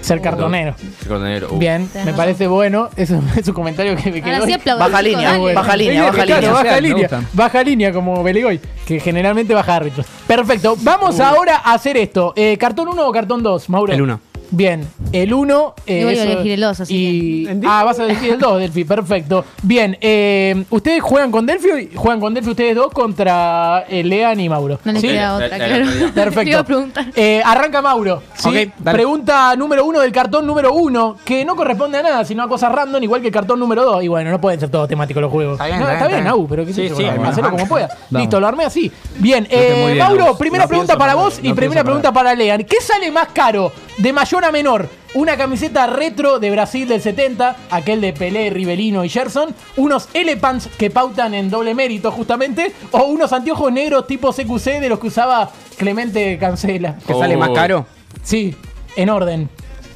S2: Ser cartonero.
S16: El cordonero, uh.
S2: Bien,
S14: Tenés
S2: me
S14: razón.
S2: parece bueno. Eso es un comentario que me quedó.
S14: Ahora sí
S2: ahí.
S14: aplaudí, Baja chicos, línea, dale. baja línea,
S2: Claro,
S14: baja línea.
S2: Baja
S14: Me
S2: línea,
S14: gusta.
S2: baja línea como Beligoy, que generalmente baja árbitros. Perfecto, vamos ahora a hacer esto. Eh, ¿Cartón 1 o cartón 2, Mauro?
S7: El uno.
S2: Bien, el 1.
S14: Yo voy a elegir el dos, así
S2: Ah, vas a elegir el 2, Delphi, perfecto. Bien, eh, ustedes juegan con Delphi, hoy? juegan con Delphi ustedes dos contra eh, Lean y Mauro.
S14: No les
S2: ¿Sí?
S14: queda otra, claro. Te iba a
S2: Perfecto.
S14: preguntar.
S2: Eh, arranca Mauro. ¿sí?
S14: Ok,
S7: dale.
S2: Pregunta número uno del cartón número uno, que no corresponde a nada, sino a cosas random, igual que el cartón número dos. Y bueno, no pueden ser todos temáticos los juegos. No, Está
S7: bien,
S2: bien,
S7: está bien, está bien.
S2: Au, pero qué sé
S7: Sí,
S2: yo,
S7: sí,
S2: bueno,
S7: bueno,
S2: hacelo como
S7: vamos.
S2: pueda.
S7: Vamos.
S2: Listo, lo armé así. Bien,
S7: Creo que
S2: eh,
S7: muy bien,
S2: Mauro,
S7: Agus.
S2: primera
S7: No
S2: pregunta
S7: pienso
S2: para
S7: parar,
S2: vos y
S7: no
S2: primera
S7: pienso
S2: pregunta para Lean. ¿Qué sale más caro, de mayor a menor? ¿Una camiseta retro de Brasil del 70, aquel de Pelé, Rivelino y Gerson? ¿Unos Elephants que pautan en doble mérito justamente? ¿O unos anteojos negros tipo CQC de los que usaba Clemente Cancela?
S7: ¿Que sale más caro?
S2: Sí, en orden.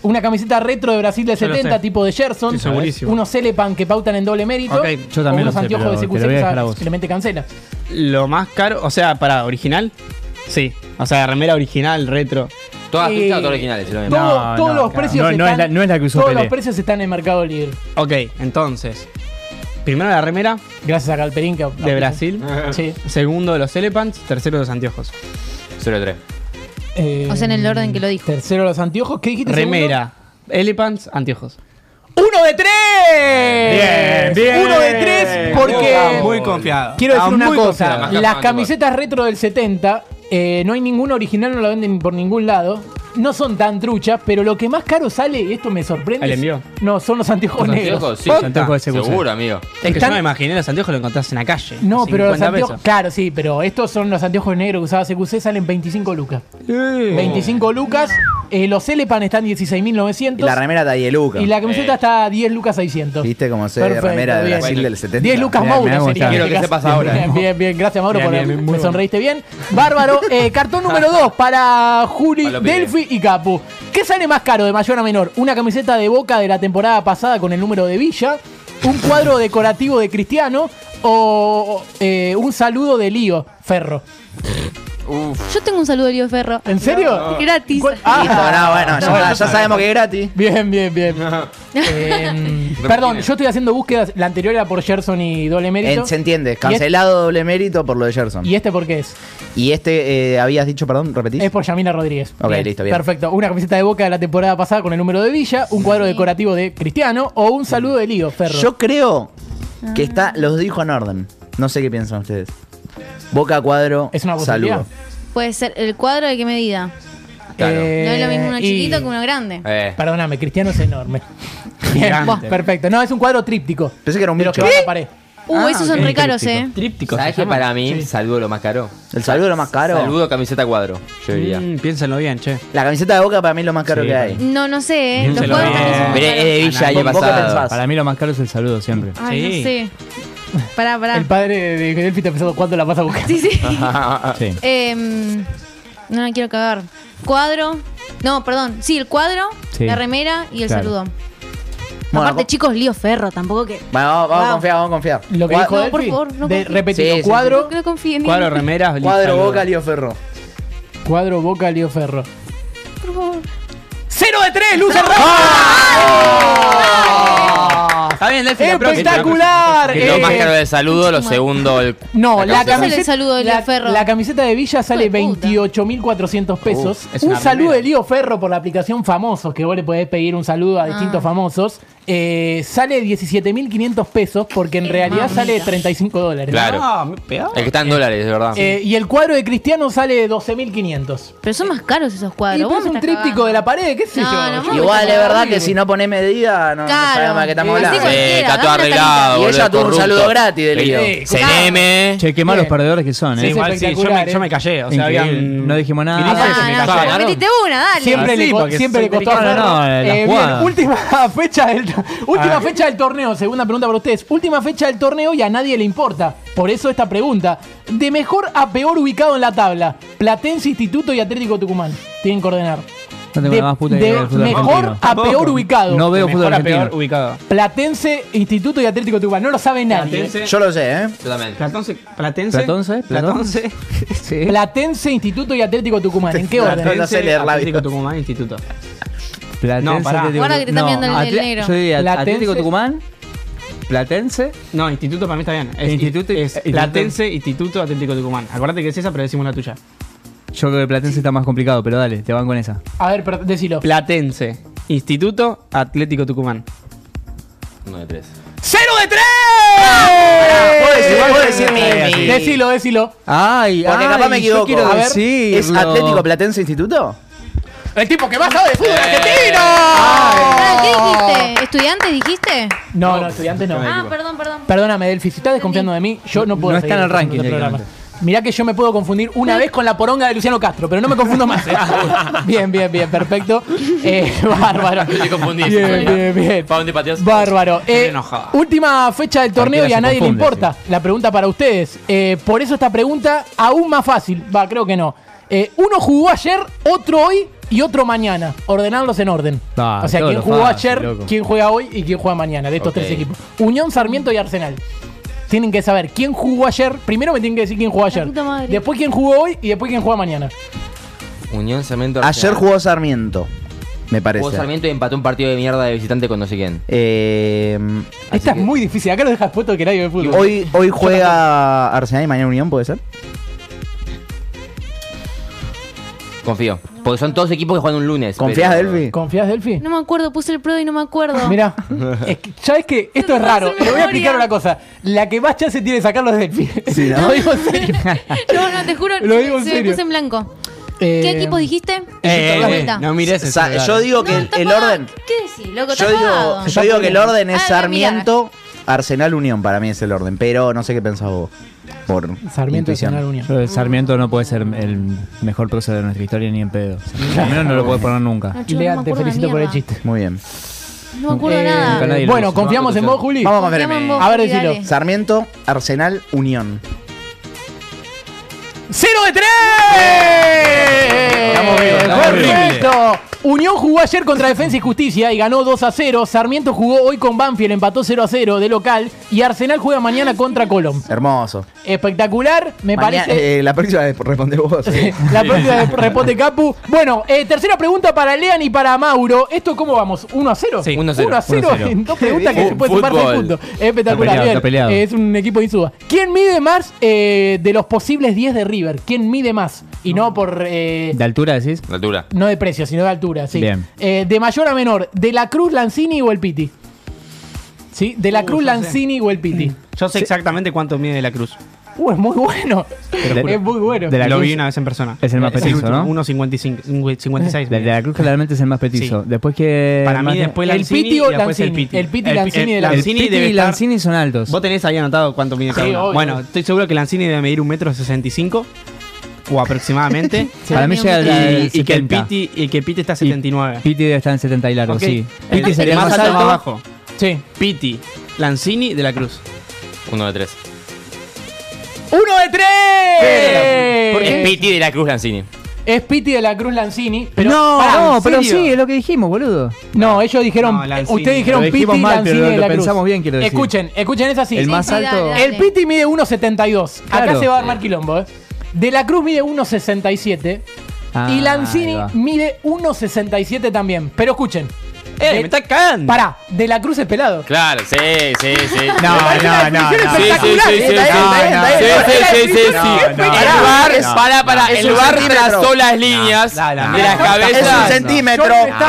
S2: Una camiseta retro de Brasil del
S7: Yo lo
S2: 70,
S7: sé.
S2: tipo de Gerson.
S7: Estoy segurísimo.
S2: Unos Elephant que pautan en doble mérito.
S7: Ok, yo también
S2: o unos
S7: lo sé,
S2: anteojos
S7: pero
S2: de
S7: te
S2: CQC
S7: lo voy a
S2: que
S7: dejar a
S2: usaba
S7: vos.
S2: Clemente Cancela.
S7: Lo más caro, o sea, para original, sí. O sea, remera original, retro.
S16: ¿Todas
S2: Sí.
S16: pistas o todas originales?
S2: Todo-
S7: No,
S2: todos
S7: no,
S2: los
S7: claro.
S2: precios
S7: No, no
S2: están,
S7: es la- no es la que usó
S2: Todos
S7: Pelé.
S2: los precios están en Mercado Libre.
S7: Ok, entonces. Primero la remera.
S2: Gracias a Galperín que
S7: De Brasil.
S2: Sí.
S7: Segundo de los Elephants. Tercero de los anteojos.
S16: 0-3.
S14: O sea, en el orden que lo dijo.
S2: eh, Tercero, los anteojos. ¿Qué dijiste?
S7: Remera. Elephants, anteojos.
S2: ¡Uno de tres!
S7: Bien, bien.
S2: ¡Uno de tres! Porque.
S7: Estaba muy confiado.
S2: Quiero decir
S7: Estaba
S2: una
S7: muy
S2: cosa.
S7: confiado.
S2: Las camisetas retro del 70, eh, no hay ninguna original, no la venden por ningún lado. No son tan truchas, pero lo que más caro sale, y esto me sorprende.
S7: ¿El
S2: es-
S7: envío?
S2: No, son los anteojos
S7: ¿Los
S2: negros.
S7: anteojos? Sí,
S2: Posta.
S7: los anteojos de SQC. Seguro,
S4: amigo.
S7: Es que yo me imaginé los anteojos lo encontrás en la calle.
S2: No, pero los
S7: 50
S2: anteojos.
S7: pesos.
S2: Claro, sí, pero estos son los anteojos negros que usaba CQC, salen 25 lucas. 25 lucas. eh, los Elepan están 16.900.
S3: Y la remera de Ayeluca.
S2: Y la camiseta está a 10 lucas 600.
S3: Eh. ¿Viste cómo se
S2: Perfecto,
S3: remera de
S2: bien.
S3: Brasil del 70?
S2: 10 lucas
S3: Mirá, me
S2: Mauro
S3: ha
S2: sería.
S3: gustado.
S2: en este caso. Bien, bien, bien. Gracias, Mauro,
S3: Bien,
S2: por
S3: bien, bien, muy
S2: me
S3: bueno.
S2: sonreíste bien. Bárbaro. Eh, cartón número 2 para Juli,
S3: Para los pibes.
S2: Delphi y Capu. ¿Qué sale más caro de mayor a menor? ¿Una camiseta de boca de la temporada pasada con el número de Villa? ¿Un cuadro decorativo de Cristiano? ¿O eh, un saludo de Lío Ferro?
S14: Yo tengo un saludo de Lío Ferro.
S2: ¿En serio? Ah.
S14: Es Gratis.
S3: bueno, ya está, ya sabemos que es gratis.
S2: Bien, bien, bien. Eh, perdón, yo estoy haciendo búsquedas. La anterior era por Gerson y doble mérito.
S3: En- se entiende,
S2: Y este-
S3: cancelado doble mérito por lo de Gerson.
S2: ¿Y este por qué es?
S3: Y este, eh, habías dicho, perdón, repetís.
S2: Es por Yamina Rodríguez.
S3: Ok, listo, bien.
S2: Perfecto. Una camiseta de boca de la temporada pasada con el número de Villa, un cuadro decorativo de Cristiano o un saludo de Lío, Ferro.
S3: Yo creo que está, los dijo en orden. No sé qué piensan ustedes. Boca cuadro,
S2: una posibilidad.
S3: saludo.
S14: Puede ser el cuadro de qué medida. No es lo mismo uno chiquito que uno grande.
S2: Eh,
S4: Eh,
S2: Perdóname, Cristiano es enorme. Bien,
S14: Gigante.
S2: perfecto. No, es un cuadro tríptico.
S3: Pensé que era un
S2: de los que
S4: bicho.
S2: van a la pared.
S14: Uh, esos son re caros, eh.
S4: ¿Sabes qué para mí? Saludo lo más caro.
S3: ¿El saludo lo más caro?
S4: Saludo camiseta cuadro, yo diría. Eh,
S7: Mm, piénsenlo bien, che.
S3: La camiseta de Boca para mí es lo más caro
S4: Sí.
S3: que hay.
S14: No, no sé, eh. Los
S4: Díselo
S14: cuadros
S4: bien.
S14: también son
S4: Pero
S14: re
S4: es de
S14: caros.
S4: Villa año
S3: ¿Vos qué pensás?
S4: pasado.
S1: Para mí lo más caro es el saludo siempre.
S14: Ay, no sé. Pará, pará.
S2: El padre de Delphi te ha pensado cuánto la vas a buscar.
S14: Ah. Sí, sí.
S3: Ah.
S1: sí.
S14: Em, no la quiero cagar. Cuadro. No, perdón. Sí, el cuadro,
S3: Sí.
S14: la remera y el
S3: Claro.
S14: saludo.
S3: Bueno,
S14: Aparte,
S3: po-
S14: chicos, lío ferro, tampoco que.
S3: Bueno, vamos, vamos a
S14: Wow.
S3: confiar, vamos a confiar.
S2: Lo que
S3: Cua-
S2: dijo
S14: No,
S2: Delphi,
S14: por favor, no
S2: de-
S14: confío.
S2: repetido,
S3: Sí, sí, sí.
S2: cuadro,
S14: No, no confío en
S7: Cuadro,
S14: él.
S7: remeras,
S3: Cuadro,
S7: saludo.
S3: Boca, Lío Ferro.
S2: cuadro, boca, Lío Ferro.
S14: Por favor.
S2: ¡Cero de tres, Luz
S7: Está bien, Delphi, la próxima.
S2: ¡Espectacular!
S4: Que lo
S2: Eh,
S4: más caro del saludo, lo segundo el.
S2: No, la
S4: camiseta.
S2: camiseta,
S14: saludo de Lío
S2: la,
S14: Ferro.
S2: la camiseta de Villa sale 28.400 pesos.
S4: Uh, es
S2: un
S4: una
S2: saludo
S4: remera.
S2: de Lío Ferro por la aplicación Famosos, que vos le podés pedir un saludo a
S14: Ah.
S2: distintos famosos. Eh, sale 17.500 pesos porque en realidad
S4: mamita.
S2: sale 35 dólares.
S4: Claro.
S7: Ah, muy pegado.
S4: El que está en dólares, de verdad.
S2: Eh, y el cuadro de Cristiano sale 12.500.
S14: Pero son más caros esos
S2: Y
S14: cuadros.
S2: pero
S14: Vos
S2: es
S14: me
S2: un
S14: estás
S2: tríptico
S14: cagando.
S2: de la pared, qué sé
S14: No,
S2: yo.
S14: no,
S2: Yo-
S3: Igual es verdad que si no pone medida, no, no
S14: Claro.
S3: sabemos de qué estamos
S14: Sí,
S3: hablando.
S4: Sí, está todo
S14: dame una
S4: arreglado.
S3: Y ella
S4: boludo,
S3: tuvo un
S4: corrupto.
S3: saludo gratis de Lío.
S4: Eh, CNM.
S1: Che, qué malos perdedores que son,
S7: Sí,
S1: ¿eh?
S7: igual sí, yo me, yo me callé. O sea,
S1: Increíble.
S7: habían-
S1: No dijimos nada.
S7: Viniste,
S14: Ah,
S7: me
S14: no,
S7: cagaron.
S14: pero metiste una, dale.
S2: Siempre,
S7: Sí,
S2: le, co-
S7: porque
S2: siempre
S7: soy
S2: le costó a
S7: inteligente.
S2: Ferro.
S7: No, no, la
S2: Eh, bien,
S7: jugada.
S2: última fecha del última
S7: Ah.
S2: fecha del torneo, segunda pregunta para ustedes. Última fecha del torneo y a nadie le importa. Por eso esta pregunta. De mejor a peor ubicado en la tabla. Platense Instituto y Atlético Tucumán. Tienen que ordenar.
S1: No tengo
S2: de-
S1: la más puta
S2: de
S1: idea del fútbol
S2: mejor
S1: argentino.
S2: a peor ubicado.
S1: No veo
S7: De
S1: fútbol
S7: mejor a
S1: argentino.
S7: peor ubicado.
S2: Platense Instituto y Atlético Tucumán. No lo sabe nadie.
S7: Platense.
S3: Yo lo sé, ¿eh?
S4: Yo también.
S7: Platonce. Platense.
S1: Platonce,
S7: Platonce.
S1: Sí.
S2: Platense Instituto y Atlético Tucumán. ¿En qué orden?
S7: Platense,
S3: No sé leer labios.
S7: Atlético Tucumán, Instituto.
S1: Platense,
S7: No, pará.
S1: Atlético-
S14: Guarda que te están
S1: no,
S14: viendo el- el
S1: Atle-
S14: negro.
S1: Yo diría
S2: Platense.
S1: Atlético Tucumán, Platense.
S7: No, Instituto para mí está bien. Es,
S1: Instituto y-
S7: es
S1: Instituto.
S7: Platense, Instituto, Atlético Tucumán. Acuérdate que es esa, pero decimos la tuya.
S1: Yo creo que Platense está más complicado, pero dale, te van con esa.
S2: A ver, pero decilo.
S7: Platense, Instituto, Atlético Tucumán.
S4: Uno de tres.
S2: ¡Cero de tres!
S3: Puedo decir,
S7: Eh,
S3: puedo decir mi- mi-
S2: Decilo, decilo.
S1: Ay,
S3: Porque
S1: ay,
S3: capaz me
S1: yo
S3: equivoco.
S1: quiero
S3: A ver,
S1: decirlo.
S3: ¿Es Atlético Platense Instituto?
S2: El tipo que más sabe de fútbol argentino.
S14: Pará, ¿Qué dijiste? ¿Estudiantes dijiste?
S2: No, no, estudiantes no.
S14: Ah, perdón, perdón.
S2: Perdóname, Delphi, si estás desconfiando de mí, yo no puedo
S1: No está
S2: seguir
S1: en el ranking,
S2: haciendo este
S1: directamente.
S2: programa. Mirá que yo me puedo confundir una vez con la poronga de Luciano Castro, pero no me confundo más. ¿eh? bien, bien, bien, perfecto. Eh, bárbaro.
S4: Yo te confundí.
S2: Bien, bien,
S1: Eh,
S2: bien.
S4: ¿Para dónde pateas?
S2: Bárbaro. Eh,
S7: enojaba.
S2: última fecha del torneo y
S1: Cualquiera
S2: a
S1: se
S2: nadie le
S1: confunde,
S2: importa. La pregunta para ustedes. Eh, por eso esta pregunta aún más fácil. Va, creo que no. Eh, uno jugó ayer, otro hoy y otro mañana. Ordenarlos en orden.
S1: Ah,
S2: o sea,
S1: todo
S2: quién
S1: lo
S2: jugó
S1: fácil,
S2: ayer,
S1: loco.
S2: quién juega hoy y quién juega mañana de estos
S4: Ok.
S2: tres equipos. Unión, Sarmiento y Arsenal. Tienen que saber quién jugó ayer. Primero me tienen que decir quién jugó ayer.
S14: puta madre.
S2: Después quién jugó hoy y después quién juega mañana.
S4: Unión Sarmiento.
S3: Ayer
S4: Arsenal.
S3: jugó Sarmiento, me
S4: Jugó
S3: parece.
S4: Sarmiento y empató un partido de mierda de visitante con no sé quién.
S3: Eh,
S2: Esta
S4: que-
S2: es muy difícil. Acá lo dejas puesto que nadie ve fútbol.
S3: hoy, hoy juega Arsenal y mañana Unión, ¿puede ser?
S4: Confío. Porque son todos equipos que juegan un lunes.
S3: ¿Confías, Delphi?
S2: ¿Confías, Delphi?
S14: No me acuerdo, puse el pro y no me acuerdo.
S2: Mira, es que, ¿sabes qué? Esto es raro. Te voy a explicar una cosa. La que más chance tiene de sacarlo es Delphi.
S3: Sí, ¿no?
S2: Lo digo en serio.
S14: No, no, te juro,
S2: Lo digo en
S14: se me
S2: serio.
S14: puse en blanco.
S2: Eh,
S14: ¿Qué equipos dijiste?
S3: Eh,
S14: Vuelta.
S3: no mires ese Sa- celular. yo digo que el-
S14: está
S3: el
S14: apagado.
S3: orden-
S14: ¿Qué decís, loco? Está
S3: Yo digo,
S14: apagado.
S3: yo digo que el orden es
S14: Ah, voy a mirar.
S3: Sarmiento, Arsenal, Unión. Para mí es el orden, pero no sé qué pensás vos. Por
S2: Sarmiento,
S3: intuición.
S2: Arsenal, Unión.
S1: Yo de Sarmiento no puede ser el mejor prócer de nuestra historia ni en pedo. Primero no lo puede poner nunca.
S14: Yo no me
S2: Lean, te
S14: acuerdo
S2: felicito
S14: una
S2: por el
S14: mierda.
S2: chiste.
S3: Muy bien.
S14: No me acuerdo
S2: Eh,
S14: nada.
S2: Nunca nadie lo bueno, hizo, ¿no? confiamos en vos, Juli.
S3: Vamos a
S14: Confiamos
S3: verme.
S14: en vos, A ver, Juli, decilo. dale.
S3: Sarmiento, Arsenal, Unión.
S2: ¡Cero de tres!
S3: vivos, estamos
S2: ¡Perfecto! Unión jugó ayer contra Defensa y Justicia y ganó 2 a 0. Sarmiento jugó hoy con Banfield, empató 0 a 0 de local. Y Arsenal juega mañana contra Colón.
S3: Hermoso.
S2: Espectacular, me
S3: Mañana-
S2: parece.
S3: eh, la próxima vez respondés vos.
S2: La propia responde Capu. Bueno, eh, tercera pregunta para Lean y para Mauro. ¿Esto cómo vamos? ¿1 a 0?
S4: Sí,
S2: 1
S4: 1
S2: a
S4: a
S2: 0.
S4: 0.
S2: en dos preguntas que
S4: Bien.
S2: se puede sumar seis
S4: Fútbol.
S2: puntos. Espectacular.
S1: Está peleado,
S2: bien.
S1: está peleado.
S2: Eh, es un equipo de insuba. ¿Quién mide más eh, de los posibles 10 de River? ¿Quién mide más? Y no por. eh,
S1: ¿De altura decís?
S4: La altura.
S2: no de precio, sino de altura, sí.
S1: Bien.
S2: Eh, de mayor a menor, ¿de la Cruz, Lanzini o el Piti? ¿Sí? ¿De la
S7: Uh,
S2: Cruz,
S7: yo sé.
S2: Lanzini o el Piti?
S7: Yo sé exactamente cuánto mide la cruz.
S2: Uh, es muy bueno. es muy bueno.
S7: lo vi una vez en persona.
S1: Es el más
S7: Ese
S1: petizo,
S7: último,
S1: ¿no?
S7: 1.55, 1.56.
S1: De, de la Cruz claramente es el más petizo. Después que.
S7: Para mí
S1: más-
S7: después
S2: ¿El
S7: Lanzini
S2: Piti o
S7: y después
S2: Lanzini? El Piti,
S7: El-
S2: Lanzini
S7: el-
S2: de la-
S7: Lanzini
S1: el Pitti
S7: debe
S1: y
S7: estar-
S1: Lanzini son altos.
S7: Vos tenés ahí anotado cuánto mide cada
S2: Sí,
S7: uno.
S2: obvio.
S7: Bueno, estoy seguro que Lanzini debe medir un metro sesenta y cinco, o aproximadamente.
S1: Sí. Para mí llega al- al
S7: y, y que el
S1: 70.
S7: Piti, y que el Piti está a 79.
S1: Pitti debe estar en 70 y largo,
S7: Ok.
S1: sí.
S7: El
S1: Pitti sería el
S7: más
S1: más
S7: alto,
S1: alto.
S7: más bajo.
S2: Sí.
S7: Piti, Lanzini de la Cruz.
S4: Uno de tres.
S2: ¡Uno de
S1: Eh,
S2: tres!
S4: Es Piti de la Cruz Lanzini.
S2: Es Piti de la Cruz Lanzini. Pero
S1: No,
S2: Pará,
S1: no,
S2: ¿en
S1: pero
S2: serio?
S1: sí, es lo que dijimos, boludo.
S2: No, ellos dijeron.
S1: No, Lanzini.
S2: Ustedes dijeron
S1: Lo
S2: Piti
S1: dijimos mal, pero
S2: Lanzini
S1: lo-
S2: de
S1: lo
S2: la Cruz.
S1: pensamos bien, quiero decir.
S2: Escuchen, escuchen, es así.
S1: El Sí, más sí, alto- dale, dale.
S2: El Piti mide 1,72. Acá
S1: Claro.
S2: se va a armar quilombo, ¿eh? De la Cruz mide 1,67.
S1: Ah,
S2: y Lanzini
S1: ahí va.
S2: mide 1,67 también. Pero escuchen. ¡Eh, me está
S7: cagando!
S2: Pará, de la Cruz es pelado.
S4: Claro, sí, sí, sí.
S1: No, no, no, no.
S4: Sí, sí, sí, sí, sí. Sí, sí, sí, sí, sí.
S1: No, no,
S4: El bar,
S1: no, no.
S4: para, para,
S1: Es
S4: el
S1: un
S4: bar
S1: centímetro.
S4: trazó las líneas de
S1: no,
S4: las
S1: no.
S4: cabezas.
S3: Es un centímetro,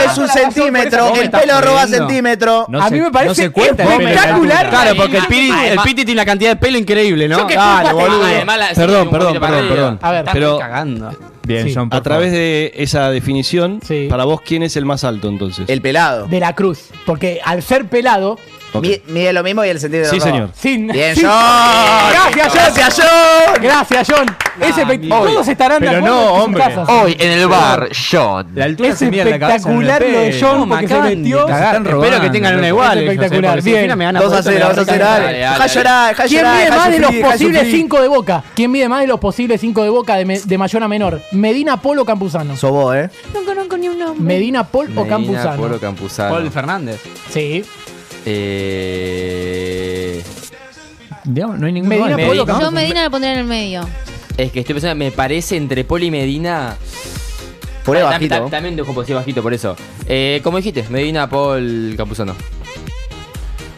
S3: es un centímetro, el pelo roba centímetro.
S1: No se- no se cuenta el pelo de la altura.
S7: Claro, porque el Piti, el
S4: Además-
S7: Piti tiene una cantidad de pelo increíble, ¿no?
S4: Yo qué culpa
S7: Dale,
S4: tengo.
S7: boludo.
S4: Ah, Además, la- sí,
S24: Perdón,
S4: un
S24: perdón,
S4: poquito para
S24: perdón,
S4: arriba.
S24: perdón.
S2: A ver,
S24: pero
S7: cagando.
S1: Bien,
S2: Sí.
S1: John, por
S24: a través de esa definición, para vos, ¿quién es el más alto entonces?
S3: El pelado.
S2: De la Cruz. Porque al ser pelado.
S24: Ok.
S3: Mi- Mide lo mismo y el sentido de
S24: Sí,
S3: robo.
S24: señor.
S2: Sin,
S3: Bien,
S2: sin-
S3: John.
S2: Gracias, John.
S3: Gracias, John.
S2: Gracias, John. Ese pe- todos estarán de
S1: Pero
S2: acuerdo
S1: no,
S2: en sus
S1: hombre.
S2: casas.
S4: Hoy en el bar, John.
S1: La altura
S2: Es
S1: se mide en la cabeza,
S2: espectacular
S1: en el
S2: lo de
S1: pelo.
S2: John porque se metió.
S7: Espero que tengan una igual.
S2: Es
S7: ellos, ¿eh?
S2: espectacular,
S7: Porque si
S2: bien.
S7: no, me van a
S3: 2 a
S7: poder
S3: 0,
S7: tener
S3: 2 a 0.
S7: cara.
S3: dale. Deja llorar, deja
S2: ¿Quién
S3: llorar,
S2: mide
S3: deja
S2: más de los
S3: sufrir, deja
S2: posibles
S3: sufrir.
S2: 5 de Boca? ¿Quién mide más de los posibles 5 de Boca de, me- de mayor a menor? ¿Medina, Polo o Campuzano?
S3: Sos vos, ¿eh?
S14: No conozco ni un nombre.
S2: ¿Medina, Pol o Campuzano?
S4: Polo Campuzano.
S7: Paul Fernández.
S2: Sí.
S4: Eh,
S1: Digamos, no hay ningún
S2: Medina,
S1: gol.
S2: Polo,
S4: Medina.
S14: Yo Medina lo pondría en el medio.
S4: es que estoy pensando, me parece entre Poli y Medina.
S3: Por ahí
S4: Ah, tam-
S3: bajito.
S4: tam- También dejo por sí bajito, por eso. Eh, como dijiste, Medina, Paul Campuzano.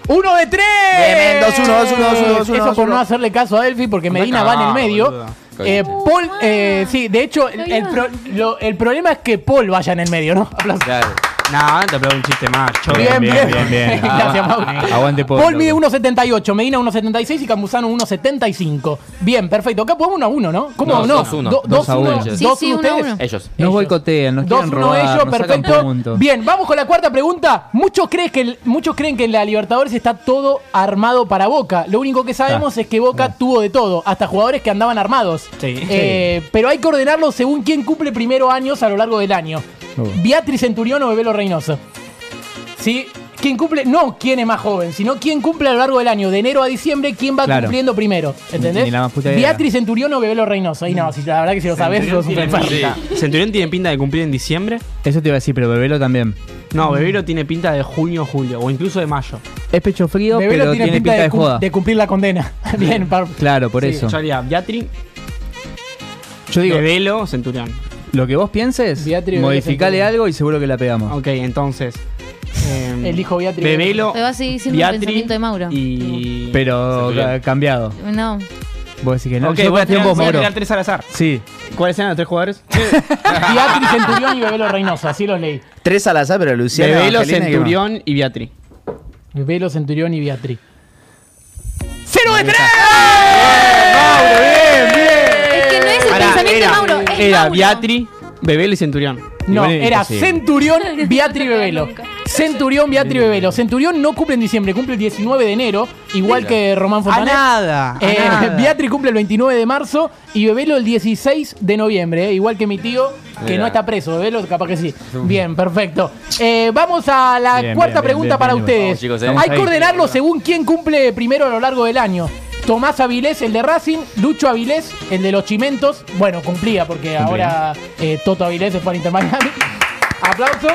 S2: ¡Uno de tres!
S3: Bien, bien, dos, uno, dos, uno, dos, uno, dos, uno,
S2: Eso
S3: dos,
S2: por
S3: uno.
S2: no hacerle caso a Delphi porque Medina va en el
S4: cagado,
S2: medio.
S4: boludo.
S2: Eh,
S4: Cogiste.
S2: Paul, eh, sí, de hecho, el,
S14: Lo
S2: el
S14: iba.
S2: pro- lo- el problema es que Paul vaya en el medio, ¿no? Aplausos.
S4: Claro.
S7: No, te pego un chiste más. chorro.
S2: Bien, bien, bien. Gracias, Mau.
S1: Aguante, Paul.
S2: Paul mide 1.78, Medina 1.76 y Campuzano 1.75. Bien, perfecto. Acá podemos 1 a 1, ¿no? ¿Cómo
S4: No,
S2: no?
S4: dos, uno.
S2: Do-
S1: Dos a
S2: uno.
S1: uno.
S2: Dos
S14: Sí, sí,
S2: uno
S14: uno a
S2: ustedes.
S14: uno.
S4: Ellos.
S1: Nos boicotean, nos quieren
S2: 2-1
S1: robar.
S2: ellos,
S1: nos sacan
S2: perfecto.
S1: puntos.
S2: Bien, vamos con la cuarta pregunta. Muchos, creen que el- muchos creen que en la Libertadores está todo armado para Boca. Lo único que sabemos
S1: Ah,
S2: es que Boca tuvo de todo, hasta jugadores que andaban armados.
S7: Sí.
S2: Eh, Pero hay que ordenarlo según quién cumple primero años a lo largo del año.
S1: Uh.
S2: Beatriz Centurión o Bebelo Reynoso. ¿Sí? ¿Quién cumple? No quién es más joven, sino quién cumple a lo largo del año, de enero a diciembre, quién va
S1: Claro.
S2: cumpliendo primero. ¿Entendés?
S1: Ni la más puta idea.
S2: Beatriz Centurión o Bebelo Reynoso. Y no, si, la verdad que si lo sabes, sos un
S7: Centurión tiene
S2: enfermo.
S7: pinta- Centurión tiene pinta de cumplir en diciembre.
S1: Eso te iba a decir, pero Bebelo también.
S7: No, Bebero tiene pinta de junio, julio o incluso de mayo.
S1: Es pecho frío,
S2: Bebelo
S1: pero tiene, pinta, de,
S2: cum-
S1: joda.
S2: cumplir la condena. Bien, par-
S1: Claro, por eso.
S7: Yo haría Beatriz,
S1: Yo digo,
S7: Bebelo, Centurión.
S1: lo que vos pienses,
S2: Beatriz Bebelo
S1: modificale
S2: Centurión.
S1: algo y seguro que la
S3: Ah.
S1: pegamos.
S7: Ok, entonces. em,
S2: elijo Beatriz.
S7: Bebelo,
S14: Me va a seguir siendo un
S7: Beatriz
S14: pensamiento de Mauro.
S7: y.
S1: Pero
S7: Centurión.
S1: ca- cambiado.
S14: No.
S25: Vos decís que no.
S7: Ok,
S25: Yo
S7: voy
S25: confío
S7: a
S25: en
S7: tirar,
S25: vos,
S7: voy a
S25: Mauro.
S7: tirar tres al azar.
S25: Sí.
S7: ¿Cuáles eran los tres jugadores?
S2: Beatriz Centurión y Bebelo Reynoso, así los leí.
S3: Tres al azar, pero Luciana.
S7: Bebelo,
S3: Angelina, ¿qué más?
S7: Centurión y Beatri.
S2: Bebelo Centurión y Beatriz.
S7: ¡Cero de tres!
S2: bien, bien.
S14: Es que no es el
S7: Pará,
S14: pensamiento de
S7: era-
S14: Mauro, es
S7: Era
S14: Mauro.
S7: Beatri, Bebelo y Centurión.
S2: No,
S7: Igual es
S2: era
S7: imposible.
S2: Centurión, Beatri Bebelo. Centurión, Beatri Bebelo. Centurión no cumple en diciembre, cumple el 19 de enero, igual
S7: Mira.
S2: que Román Fontanet.
S7: A nada, a
S2: Eh,
S7: nada.
S2: Beatri cumple el 29 de marzo y Bebelo el 16 de noviembre, eh, igual que mi tío, que
S7: Mira.
S2: no está preso. Bebelo capaz que sí. Bien, perfecto. Eh, vamos a la
S7: Bien,
S2: cuarta
S7: bien,
S2: pregunta
S7: bien, bien,
S2: para
S7: bien.
S2: ustedes.
S7: Vamos, chicos, eh.
S2: Hay que
S7: Ahí.
S2: ordenarlo según quién cumple primero a lo largo del año. Tomás Avilés, el de Racing, Lucho Avilés, el de los Chimentos. Bueno, cumplía porque ahora eh, Toto Avilés es para Inter Miami. Aplauso.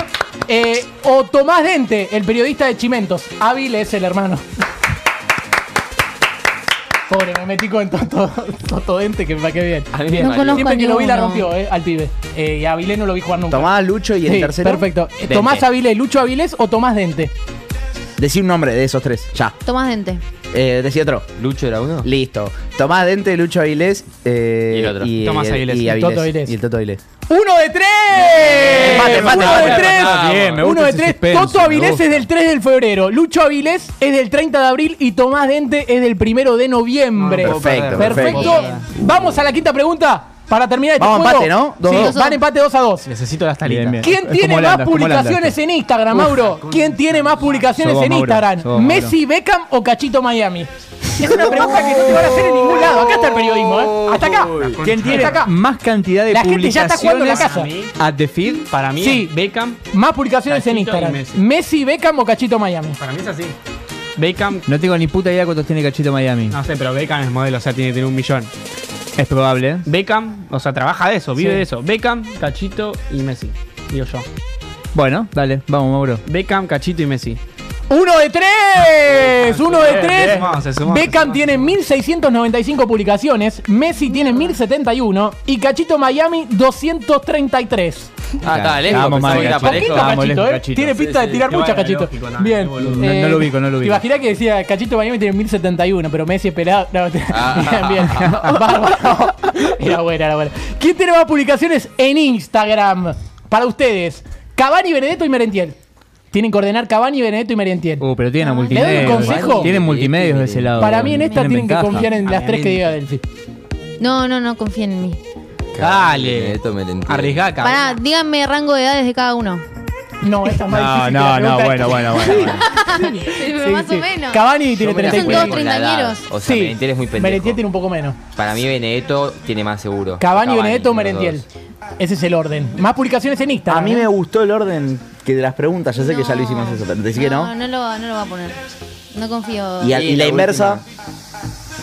S2: Eh, o Tomás Dente, el periodista de Chimentos. Avilés, el hermano. Pobre, me metí con Toto, Toto Dente, que me quedé bien.
S3: mí me
S2: Bien.
S3: valió. No conozco
S2: Siempre
S3: a
S2: que lo vi la
S3: ninguno.
S2: rompió, eh, al pibe. Eh, y a Avilés no lo vi jugar nunca.
S3: Tomás Lucho y el
S2: Sí,
S3: tercero.
S2: Perfecto. Eh, Tomás
S3: Dente.
S2: Avilés, Lucho Avilés o Tomás Dente.
S3: Decí un nombre de esos tres. Ya.
S14: Tomás Dente.
S3: Eh, decí otro.
S4: Lucho era uno.
S3: Listo. Tomás Dente, Lucho Avilés. eh,
S4: Y el otro. Tomás Avilés.
S3: Y,
S4: Y
S3: Avilés.
S4: Toto Avilés.
S3: Y el Toto Avilés.
S2: ¡Uno de tres!
S3: Empate, empate,
S2: ¡Uno de
S3: empate.
S2: tres!
S3: Vamos. Bien, me gusta
S2: ¡Uno de
S3: ese
S2: tres!
S3: suspenso,
S2: Toto
S3: me
S2: Avilés
S3: gusta.
S2: es del 3 de febrero, Lucho Avilés es del 30 de abril y Tomás Dente es del 1 de noviembre.
S3: No, no puedo Ah, Perfecto, perder.
S2: perfecto.
S3: perfecto.
S2: Vamos a la quinta pregunta para terminar este
S3: Vamos a
S2: juego.
S3: empate, ¿no? Dos,
S2: Sí,
S3: dos.
S2: van empate 2 a 2.
S7: Necesito las talitas.
S2: ¿Quién tiene más publicaciones en Instagram,
S7: Uf,
S2: Mauro? ¿Quién tiene más publicaciones
S7: Sos vos,
S2: en
S7: Mauro,
S2: Instagram?
S7: sos vos, Mauro.
S2: ¿Messi, Beckham o Cachito Miami? Es una pregunta que no te van a hacer en ningún lado. Acá está el periodismo, ¿eh? Hasta acá.
S25: ¿Quién tiene
S2: Hasta acá.
S25: más cantidad de
S2: La gente
S25: publicaciones?
S2: ya está jugando en la casa.
S25: ¿At the feed?
S7: Para mí,
S2: Sí.
S7: Beckham.
S2: Más publicaciones en
S7: Cachito y
S2: Instagram. Messi.
S7: Messi.
S2: Beckham o Cachito Miami.
S7: Para mí es así. Beckham,
S25: No tengo ni puta idea cuántos tiene Cachito Miami.
S7: no sé, pero Beckham es modelo, o sea, tiene que tener un millón.
S25: Es probable, ¿eh?
S7: Beckham, o sea, trabaja de eso, vive
S25: Sí.
S7: de eso. Beckham, Cachito y Messi. Digo yo.
S25: Bueno, dale, vamos, Mauro.
S7: Beckham, Cachito y Messi.
S2: ¡Uno de tres! ¡Uno de
S7: Bien,
S2: tres!
S7: bien. Vamos, se sumó, se
S2: Beckham tiene 1695 publicaciones, Messi tiene 1071 y Cachito Miami 233.
S4: Ah, está, lejos.
S25: Vamos,
S4: pensaba
S25: Mauro,
S4: que era
S25: Cachito.
S4: parejo.
S2: Poquito Cachito, ¿eh? Tiene pinta de tirar mucha Cachito. Bien.
S25: No,
S2: Eh,
S25: no lo ubico, no lo
S2: ¿Te
S25: ubico.
S2: imaginas que decía Cachito Miami tiene 1071, pero Messi es pelado? No, bien,
S25: Ah.
S2: bien. Bárbaro. Era buena, era buena. ¿Quién tiene más publicaciones en Instagram? Para ustedes, Cavani, Benedetto y Merentiel. Tienen que ordenar Cavani, Benedetto y Merentiel.
S25: Uh, pero tienen a
S2: ¿Le doy Ah, un
S25: multimedios.
S2: consejo?
S25: Tienen multimedios de ese lado.
S2: Para mí en esta tienen que
S25: ventaja.
S2: confiar en
S7: Ah,
S2: las tres que diga Delphi.
S14: No, no, no confíen en mí.
S7: Dale. Arriesgá, cabrón.
S14: Pará, díganme rango de edades de cada uno.
S2: No, esta es más
S25: No,
S2: difícil
S25: no,
S2: que la
S25: no,
S2: pregunta.
S25: bueno, bueno, bueno.
S14: Pero más o menos.
S2: Cavani tiene
S4: Yo me la
S2: 35.
S4: juego con la edad. O sea,
S2: Sí.
S4: Merentiel es muy pendejo.
S2: Merentiel tiene un poco menos.
S4: Para mí Benedetto tiene más seguro.
S2: Cavani, Benedetto o
S4: los
S2: Merentiel.
S4: dos.
S2: Ese es el orden. Más publicaciones en Instagram. ¿eh?
S3: A mí me gustó el orden que de las preguntas. Ya sé que ya lo hicimos eso, pero decí que
S14: No,
S3: no.
S14: no lo, va- no lo va a poner. No confío.
S3: Y, a- y la, inversa,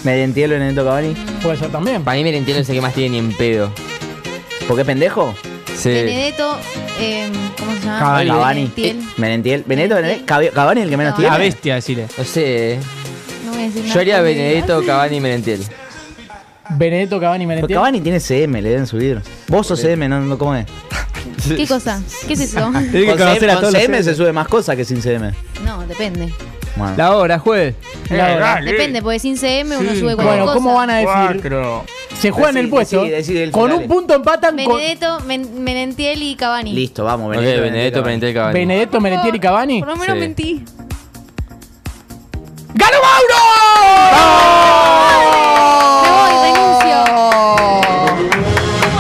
S3: Merentiel o Benedetto Cavani.
S2: Puede ser también.
S4: Para mí Merentiel es el que más tiene ni en pedo.
S3: ¿Por qué pendejo?
S4: Sí.
S14: Benedetto, eh, ¿cómo se llama?
S3: Cavani.
S14: Piel.
S3: Eh, Merentiel. Benedetto, Benedetto. Cavi- Cavani es el que menos tiene.
S7: La bestia, decirle.
S4: No sé. eh.
S14: No voy a decir
S4: Yo
S14: nada.
S4: haría Benedetto, Cavani y Merentiel.
S2: Benedetto, Cavani,
S3: Pero
S2: Merentiel.
S3: Pues Cavani tiene CM, le deben subir. Vos sos CM, no, no cómo es.
S14: ¿Qué cosa? ¿Qué es eso?
S3: Con
S25: que conocer
S3: CM,
S25: a
S3: con
S25: todos los
S3: CM se
S25: CM.
S3: sube más cosas que sin CM.
S14: No, depende.
S3: Bueno.
S25: La hora, juez.
S2: La hora.
S14: Depende, porque sin CM uno sube cualquier
S2: Bueno,
S14: cosa.
S2: ¿cómo van a decir? Se juegan
S3: Decí,
S2: el puesto.
S3: decí, decí, Delphi,
S2: con
S3: dale.
S2: un punto empatan con
S14: Benedetto, Men- Menentiel y Cavani.
S3: Listo, vamos,
S4: Ok, Benedetto, Merentiel, Cavani.
S2: Benedetto, Merentiel y Cavani.
S14: Por lo menos
S4: Sí.
S14: mentí.
S2: ¡Ganó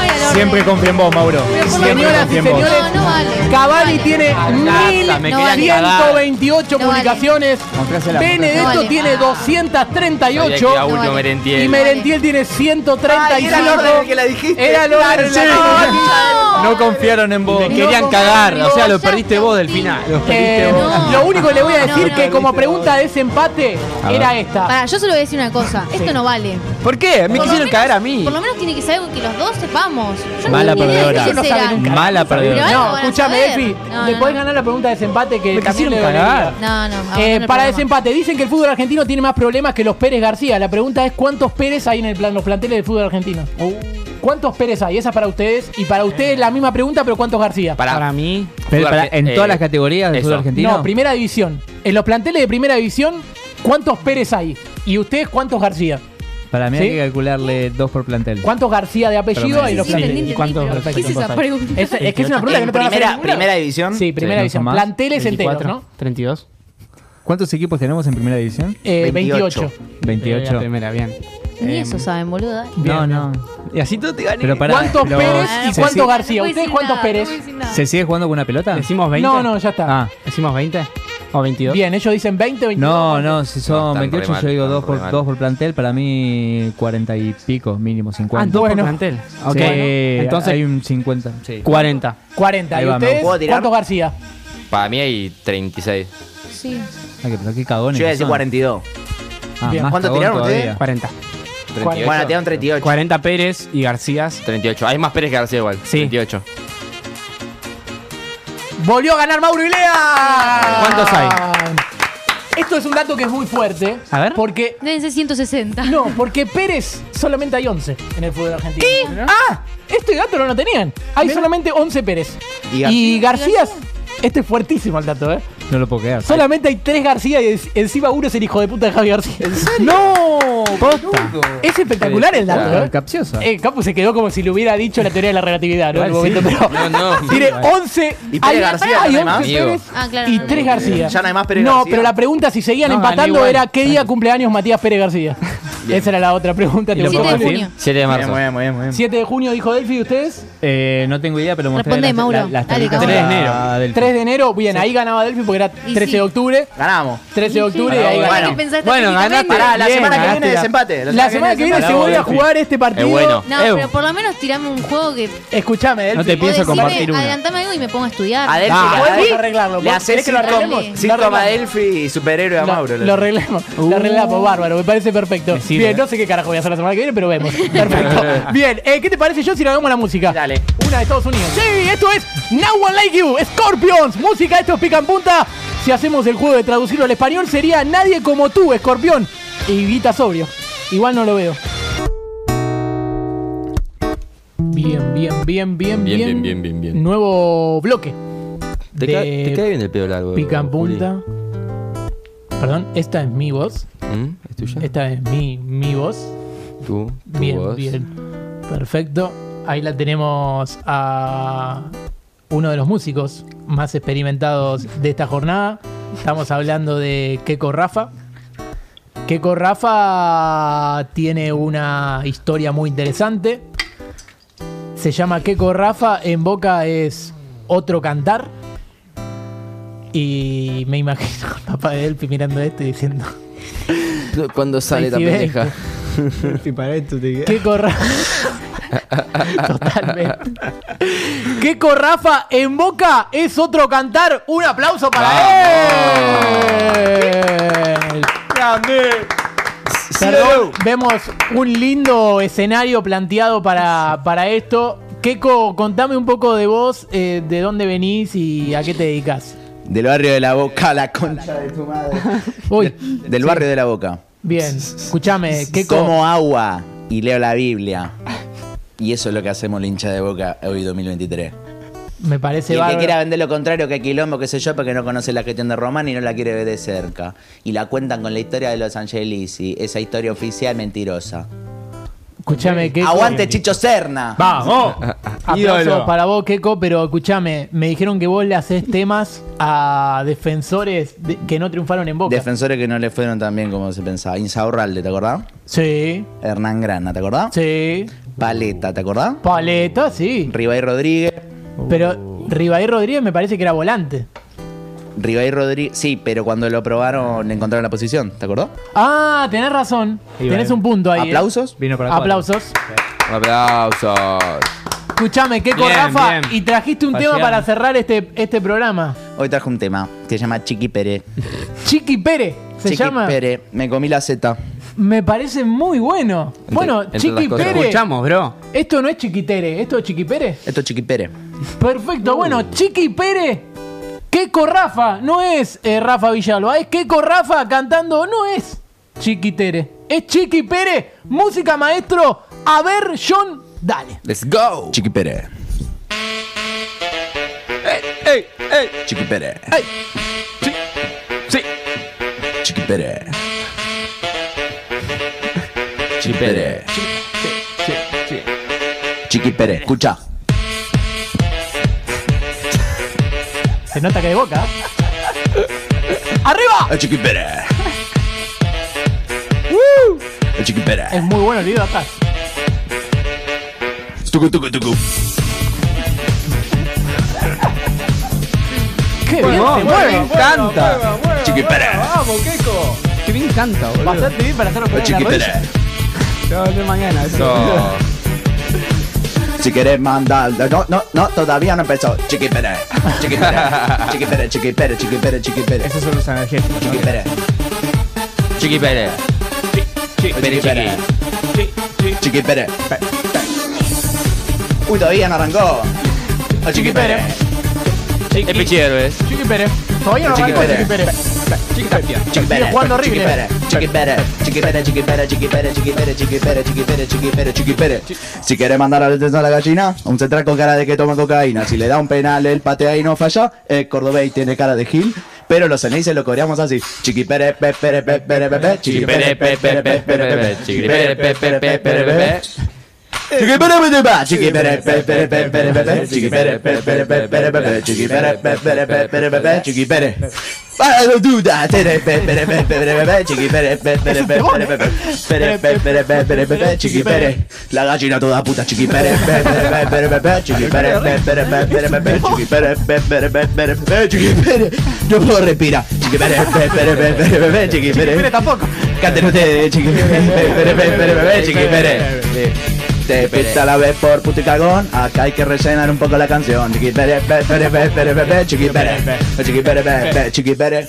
S14: este
S2: Mauro!
S25: Siempre confía en vos, Mauro. Siempre
S2: Señoras y
S25: confía en vos.
S2: señores,
S14: No, no vale.
S2: Cavani tiene
S25: Nada, me quería
S2: 1128
S14: No vale.
S2: publicaciones.
S25: Mostrásela,
S2: Benedetto
S14: mostrásela.
S2: tiene 238.
S4: Sabía que era último
S2: Y
S4: Merentiel.
S2: Merentiel tiene 135.
S3: Ay, era el orden en el que la dijiste.
S2: Era el orden en la
S25: Sí.
S2: que la dijiste.
S25: No confiaron en vos.
S7: Te querían
S2: no,
S7: cagar,
S2: no,
S7: o sea,
S2: no,
S7: lo perdiste vos del final. Lo
S2: Eh, Lo único que le voy a decir que como pregunta de ese empate
S7: A ver.
S2: era esta.
S14: Pará, yo solo voy a decir una cosa. Esto no vale.
S7: ¿Por qué? Me
S14: Por lo
S7: quisieron
S14: menos-
S7: cagar a mí.
S14: Por lo menos tiene que ser algo que los dos sepamos. Yo
S25: Mala
S14: tengo ni idea de
S25: perdedora.
S14: qué
S25: Eso no
S14: será.
S2: sabe nunca.
S25: Mala perdedora.
S14: Pero algo
S2: No,
S14: van a
S2: escúchame,
S14: saber.
S2: Efi.
S14: No,
S2: Le
S14: no.
S2: podés ganar la pregunta de desempate que también
S7: quisieron
S2: le dolería.
S7: cagar.
S14: No,
S2: Eh,
S14: no. abandono el
S2: para
S14: programa.
S2: desempate, dicen que el fútbol argentino tiene más problemas que los Pérez García. La pregunta es: ¿cuántos Pérez hay en el plan, los planteles del fútbol argentino? ¿Cuántos Pérez hay? Esa para ustedes. Y para ustedes la misma pregunta, pero ¿cuántos García?
S4: Para,
S7: Para mí,
S25: Pero para-
S4: Arge-
S25: en todas
S4: eh,
S25: las categorías del
S4: eso.
S25: fútbol argentino.
S2: No, primera división. En los planteles de primera división, ¿cuántos Pérez hay? ¿Y ustedes cuántos García?
S26: Para mí
S2: ¿Sí?
S26: hay que calcularle dos por plantel.
S2: ¿Cuántos García de apellido hay los
S26: Sí, sí,
S2: planteles?
S26: ¿y cuántos ¿Qué es esa
S2: Perfecto.
S26: pregunta?
S2: Es, es que es una pregunta que no te van a hacer en ningún lado. Sí, primera división. Planteles enteros, ¿no?
S7: 32.
S26: ¿Cuántos equipos tenemos en primera división?
S2: Eh, 28.
S26: 28.
S7: Eh, la primera, bien.
S14: Ni eso saben, boludo.
S7: ¿eh?
S14: dale.
S26: No, no.
S7: Y así tú te gané.
S26: Pero pará,
S2: ¿Cuántos
S26: pero-
S2: Pérez y
S26: ¿se
S2: cuántos
S26: sigue-
S2: García?
S14: No voy a
S2: ¿Ustedes
S14: decir
S2: cuántos
S14: nada,
S2: Pérez?
S14: no voy a decir nada.
S26: ¿Se sigue jugando con una pelota?
S7: ¿Decimos 20?
S2: No, no, ya está.
S26: Ah.
S7: ¿Decimos 20? ¿O 22?
S2: Bien, ellos dicen 20, 22.
S26: No, no, si son
S16: están
S26: 28
S16: re
S26: yo
S16: mal, están
S26: digo 2
S16: re
S26: por,
S16: mal.
S26: dos por plantel, para mí 40 y pico, mínimo 50.
S7: Ah, dos por Bueno. plantel. Ok.
S26: Sí,
S7: Entonces-
S26: hay un 50. sí.
S7: 40.
S2: 40.
S26: Ahí
S2: ¿Y
S26: va, me
S2: ustedes?
S26: puedo tirar.
S2: ¿Cuántos García?
S16: Para mí hay 36.
S14: Sí.
S26: Ay, Ah, que- pero qué cagones.
S3: Yo iba a
S26: que
S3: decir
S26: son.
S3: 42.
S26: Ah,
S3: Bien.
S26: más
S3: ¿Cuánto
S26: cagón
S3: tiraron
S26: todavía.
S3: ustedes?
S7: 40.
S3: Bueno, tiraron 38.
S7: 40 Pérez y García.
S16: 38. Hay más Pérez que García igual. Sí. 38.
S2: Volvió a ganar Mauro Ilea.
S7: ¿Cuántos hay?
S2: Esto es un dato que es muy fuerte.
S7: A ver.
S2: Porque.
S14: Deben ser 160.
S2: No, porque Pérez solamente hay 11 en el fútbol argentino. ¿No? ¡Ah! Este dato no lo tenían. Hay solamente 11 Pérez.
S26: ¿Y
S2: Y,
S26: García?
S2: García. Este es fuertísimo el dato, ¿eh?
S26: No lo puedo quedar.
S2: Solamente hay tres García y es- encima uno es el hijo de puta de Javi García. ¡No! Es espectacular el
S14: Ah.
S2: dato, ¿eh?
S26: Capciosa.
S2: Eh, Capu se quedó como si le hubiera dicho la teoría de la relatividad, ¿no? En el momento,
S16: No,
S2: pero-
S16: no.
S2: Tiene 11.
S3: Y Pérez
S2: hay-
S3: García,
S2: hay
S3: ¿no hay
S2: 11
S3: más?
S2: Pérez
S14: Ah, claro.
S2: y
S14: no.
S2: tres García.
S3: Ya no hay más Pérez
S2: No,
S3: García.
S2: pero la pregunta si seguían
S3: No,
S2: empatando
S3: igual.
S2: era ¿qué día cumpleaños Matías Pérez García?
S16: Bien.
S2: Esa era la otra pregunta.
S14: lo podemos Siete de decir? junio.
S16: 7 de marzo.
S3: Muy bien, muy bien, muy bien.
S2: 7 de junio dijo Delphi, ¿y ustedes?
S26: Eh, no tengo idea, pero mostré
S14: Responde,
S26: las,
S14: Mauro.
S26: la- las
S14: Dale, Ah.
S26: tablitas
S14: Tres de
S26: a-
S14: enero.
S3: Ah,
S26: a Delphi.
S2: 3 de enero, bien, ahí ganaba Delphi porque era
S14: Y
S2: 13
S14: sí.
S2: de octubre.
S3: Ganamos.
S2: 13 de octubre y
S3: Ganamos,
S2: ahí
S3: Ah, bueno.
S2: ganamos.
S14: Hay que pensar
S7: Bueno,
S14: estratégicamente.
S7: ganaste.
S3: Pará, la
S7: Bien,
S3: semana que
S7: ganaste
S3: viene
S7: la-
S3: desempate.
S2: La semana que viene se
S3: desempate.
S2: vuelve a jugar este partido.
S16: bueno.
S14: No,
S7: Eu.
S14: pero por lo menos tirame un juego que.
S2: Escuchame, Delphi.
S7: No te
S14: o
S7: pienso
S14: decime,
S7: compartir una.
S14: Adelantame algo y me pongo a estudiar.
S3: A Delphi,
S2: Ah,
S3: a Delphi,
S2: hay que arreglarlo.
S3: le
S2: ¿Vos
S3: haces
S2: querés que lo arreglemos?
S3: síntomas
S2: Lo
S3: síntoma
S2: arreglamos.
S3: Delphi y superhéroe a
S2: Lo-
S3: Mauro.
S2: Lo arreglamos, lo arreglamos, bárbaro, me parece perfecto.
S7: sirve,
S2: Bien,
S7: eh.
S2: no sé qué carajo voy a hacer la semana que viene, pero vemos. Perfecto. Bien, eh, ¿qué te parece yo si le hagamos la música?
S3: Dale.
S2: Una de Estados Unidos. Sí, esto es Now One Like You, Scorpions. Música, esto es pica en punta. Si hacemos el juego de traducirlo al español, sería Nadie como tú, Escorpión. Y Guita Sobrio. Igual no lo veo. Bien, bien, bien,
S16: Bien,
S2: bien, bien.
S16: bien, bien, bien, bien.
S2: Nuevo bloque.
S16: Te,
S2: de
S16: queda, te queda bien el pelo largo.
S2: Pica en
S16: Juli.
S2: punta. Perdón, esta es mi voz.
S16: ¿Mm? ¿Es tuya?
S2: Esta es mi, mi voz.
S16: Tú, tu
S2: Eh, Bien,
S16: voz.
S2: bien. Perfecto. Ahí la tenemos a uno de los músicos más experimentados de esta jornada. Estamos hablando de Keko Rafa. Keko Rafa tiene una historia muy interesante. Se llama Keko Rafa, en boca es otro cantar. Y me imagino al papá de Delpi mirando esto y diciendo...
S16: Cuando sale la
S2: Seis y
S16: pendeja.
S2: ¿Qué corra? Totalmente. ¿Qué corrafa en boca es otro cantar? Un aplauso para él. Perdón, vemos un lindo escenario planteado para, para esto. Keko, contame un poco de vos, eh, de dónde venís y a qué te dedicas.
S3: Del barrio de la boca, la concha de tu madre.
S2: Uy,
S3: Del barrio de la boca.
S2: bien, escúchame, Keko.
S3: Como agua y leo la Biblia. Y eso es lo que hacemos la hincha de boca hoy 2023.
S2: Me parece
S3: y el que
S2: bárbaro.
S3: quiera vender lo contrario que quilombo, qué sé yo, porque no conoce la gestión de Román y no la quiere ver de cerca. Y la cuentan con la historia de los Angelisi, esa historia oficial mentirosa.
S2: Escúchame, Keko.
S3: ¡Aguante, Chicho Serna!
S2: ¡Vamos! Aplausos
S7: Ídolo.
S2: para vos, Keko, pero escúchame, me dijeron que vos le haces temas a defensores de- que no triunfaron en Boca.
S3: Defensores que no le fueron tan bien como se pensaba. Insaurralde, ¿te acordás?
S2: sí,
S3: Hernán Grana, ¿te acordás?
S2: sí.
S3: Paleta, ¿te acordás?
S2: Paleta, sí.
S3: Ribay Rodríguez.
S2: Pero Ribaí Rodríguez me parece que era volante.
S3: Ribay Rodríguez. Sí, pero cuando lo probaron le encontraron la posición, ¿te acordás?
S2: Ah, tenés razón.
S26: Ahí va,
S2: Tenés
S26: eh.
S2: un punto ahí. eh.
S3: ¿Aplausos?
S26: Vino para cuatro.
S2: Aplausos.
S16: Un aplauso.
S2: Escúchame, Keko
S7: Bien,
S2: Rafa,
S7: bien.
S2: y trajiste un
S26: Paseando.
S2: tema para cerrar este, este programa.
S3: Hoy traje un tema que se llama Chiqui Pérez.
S2: Chiqui Pérez se
S3: Chiqui
S2: llama.
S3: Pérez, me comí la Z.
S2: Me parece muy bueno. bueno,
S16: entre
S2: Chiqui
S16: otras cosas.
S2: Pérez.
S7: Escuchamos, bro.
S2: Esto no es Chiquitere, esto es Chiqui Pérez.
S3: Esto es Chiqui Pérez.
S2: Perfecto, bueno, Chiqui Pérez, Keko Rafa, no es eh, Rafa Villalba, es Keko Rafa cantando, no es Chiqui Tere, es Chiqui Pérez, música maestro, a ver John, dale.
S16: Let's go.
S3: Chiqui Pérez.
S16: Ey, ey.
S3: Chiqui Pérez.
S2: Ay.
S3: Sí. Chiqui Pérez. Chiqui Pérez. Chiqui Pérez, escucha.
S2: Se nota que de boca. ¡Arriba!
S3: El Eh, Chiqui Pérez. El Eh, Chiqui Pérez.
S2: Es muy bueno el video atrás.
S3: Tucu, tucu, tucu.
S2: ¡Qué
S13: Bueno,
S2: bien se
S13: bueno,
S2: mueve!
S13: bueno, Canta. bueno, bueno,
S3: Chiqui Pérez.
S2: ¡Vamos, Keiko! ¡Qué bien canta, boludo! Bastante bien para hacer operar en la
S3: Eh, Chiqui
S2: rodilla.
S3: Pérez.
S17: Te va a volver mañana.
S3: No. Si querés mandar. No, no, no, todavía no empezó. Chiqui Pérez. Chiqui Pérez. Chiqui Pérez, Chiqui Pérez, Chiqui Pérez, Chiqui Pérez.
S7: Esos son los energéticos.
S3: Chiqui Pérez.
S16: Chiqui Pérez.
S3: Chiqui Pérez. Chiqui Pérez. Pe- pe- Uy, todavía no arrancó. El Chiqui Pérez.
S16: El pichero es.
S2: Chiqui Pérez. Todavía no
S3: Chiqui
S2: arrancó
S3: Pérez.
S2: Chiqui Pérez.
S3: Chiqui Pérez.
S2: jugando horrible.
S3: Chiqui Pérez. Chiqui Pérez. Chiqui Pérez, Chiqui Pérez, Chiqui Pérez, Chiqui Pérez, Chiqui Pérez, Chiqui Pérez, Chiqui Pérez, Chiqui Pérez. Si querés mandar al tesoro a la gallina, un central con cara de que toma cocaína. Si le da un penal, él patea y no falla. El cordobés tiene cara de gil. Pero los cenices lo coreamos así. Chiqui Pérez, pe, Pérez, pe, Pérez, pe, pe. Chiqui Pérez, pe, Pérez, pe, Pérez, pe. Chiqui Pérez, pe, Pérez, pe, Pérez, pe. Chiqui Pérez, pe, pe, pe. Chiqui Pérez, pe, Pérez, pe, Pérez, pe, pe. Chiqui Pérez, pe, Pérez, pe, Pérez, pe, pe. Chiqui Pérez, pe, Pérez, pe, Pérez, pe, pe. Chiqui Pérez. Ah, no duda. Tere, pe, pere, pe, pere, pe, pe. Chiqui Pérez, pe, Pérez, pe, Pérez, pe, pe. Pérez, pe, Pérez, pe, Pérez, pe, pe. Chiqui Pérez. La gallina toda puta. Chiqui Pérez, pe, Pérez, pe, Pérez, pe, pe. Chiqui Pérez, pe, Pérez, pe, Pérez, pe, pe. Chiqui Pérez, pe, Pérez, pe, Pérez, pe. Chiqui Pérez. No puedo respirar. Chiqui Pérez, pe, Pérez, pe, Pérez, pe, pe. Chiqui Pérez.
S2: tampoco.
S3: Canten ustedes, Chiqui Pérez, pe, Pérez, pe, Pérez, pe, pe. Chiqui Pérez. Te pita la vez por puto y cagón, acá hay que rellenar un poco la canción. Chiqui Pérez, pe, Pérez, pe, Pérez, pe, pe. Chiqui Pérez, pe, Chiqui Pérez, pe, pe. Chiqui Pérez.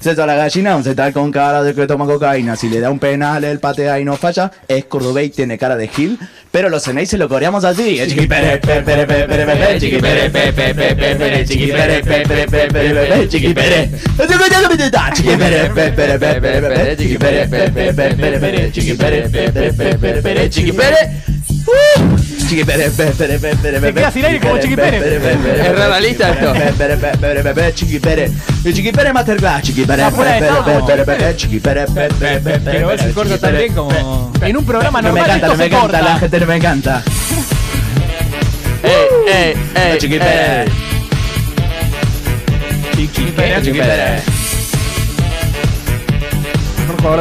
S3: César la gallina, un central con cara de que toma cocaína. Si le da un penal, él patea y no falla. Es cordobés y tiene cara de gil. Pero los se lo coreamos así. Eh, Chiqui Pérez, pe, Pérez, pe, Pérez, pe, pe. Chiqui Pérez, pe, pe, pe, pe, Pérez. Chiqui Pérez, pe, Pérez, pe, Pérez, pe, pe. Chiqui Pérez. Chiqui Pérez, pe, Pérez, pe, Pérez, pe, pe. Chiqui Pérez, pe, Pérez, pe, Pérez, pe, Chiqui Pérez, pe, Pérez, pe, Pérez, pe, Chiqui Pérez. Chiqui Pérez, pe, Pérez, pe, Pérez, pe,
S13: Se queda sin aire como Chiqui
S3: pe,
S13: Pérez. Es realista esto.
S3: pe, Pérez, pe, Pérez, pe, pe, Chiqui Pérez. Y Chiqui Pérez Masterclass, Chiqui Pérez, pe,
S2: fuera de
S3: Pérez,
S2: todo.
S3: pe, Pérez, pe, Chiqui Pérez, pe, Pérez, pe, Pérez, pe, Chiqui Pérez.
S2: como. En un programa
S3: No me
S2: normal esto
S3: encanta, no me
S2: se
S3: encanta,
S2: corta.
S3: la gente no me encanta. Ey, ey, ey, Chiqui Pérez.
S13: Chiqui
S3: Pérez. Chiqui Pérez.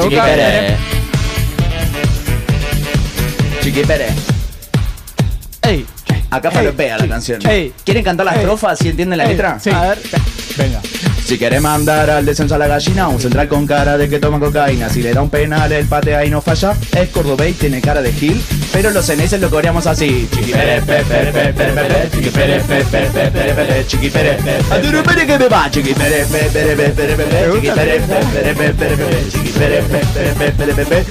S3: Chiqui Pérez. Chiqui Pérez. Ey. Acá palopea la canción. ¿Quieren cantar las trofas si entienden la letra?
S2: A ver.
S3: Venga. Si querés mandar al descenso a la gallina, un central con cara de que toma cocaína. Si le da un penal, el patea y no falla. Es cordobés y tiene cara de gil, pero los ceneses lo coreamos así. Chiqui Pérez, pe, pe, pe, pe, pe, pe, Chiqui Pérez, pe, pe, pe, pe, pe, pe, Chiqui Pérez, pe, pe, Aduro Pérez que me va. Chiqui Pérez, pe, pe, pe, pe, pe, pe, Chiqui Pérez, pe, pe, pe, pe, pe, pe, Chiqui Pérez, pe, pe, pe, pe, pe, pe.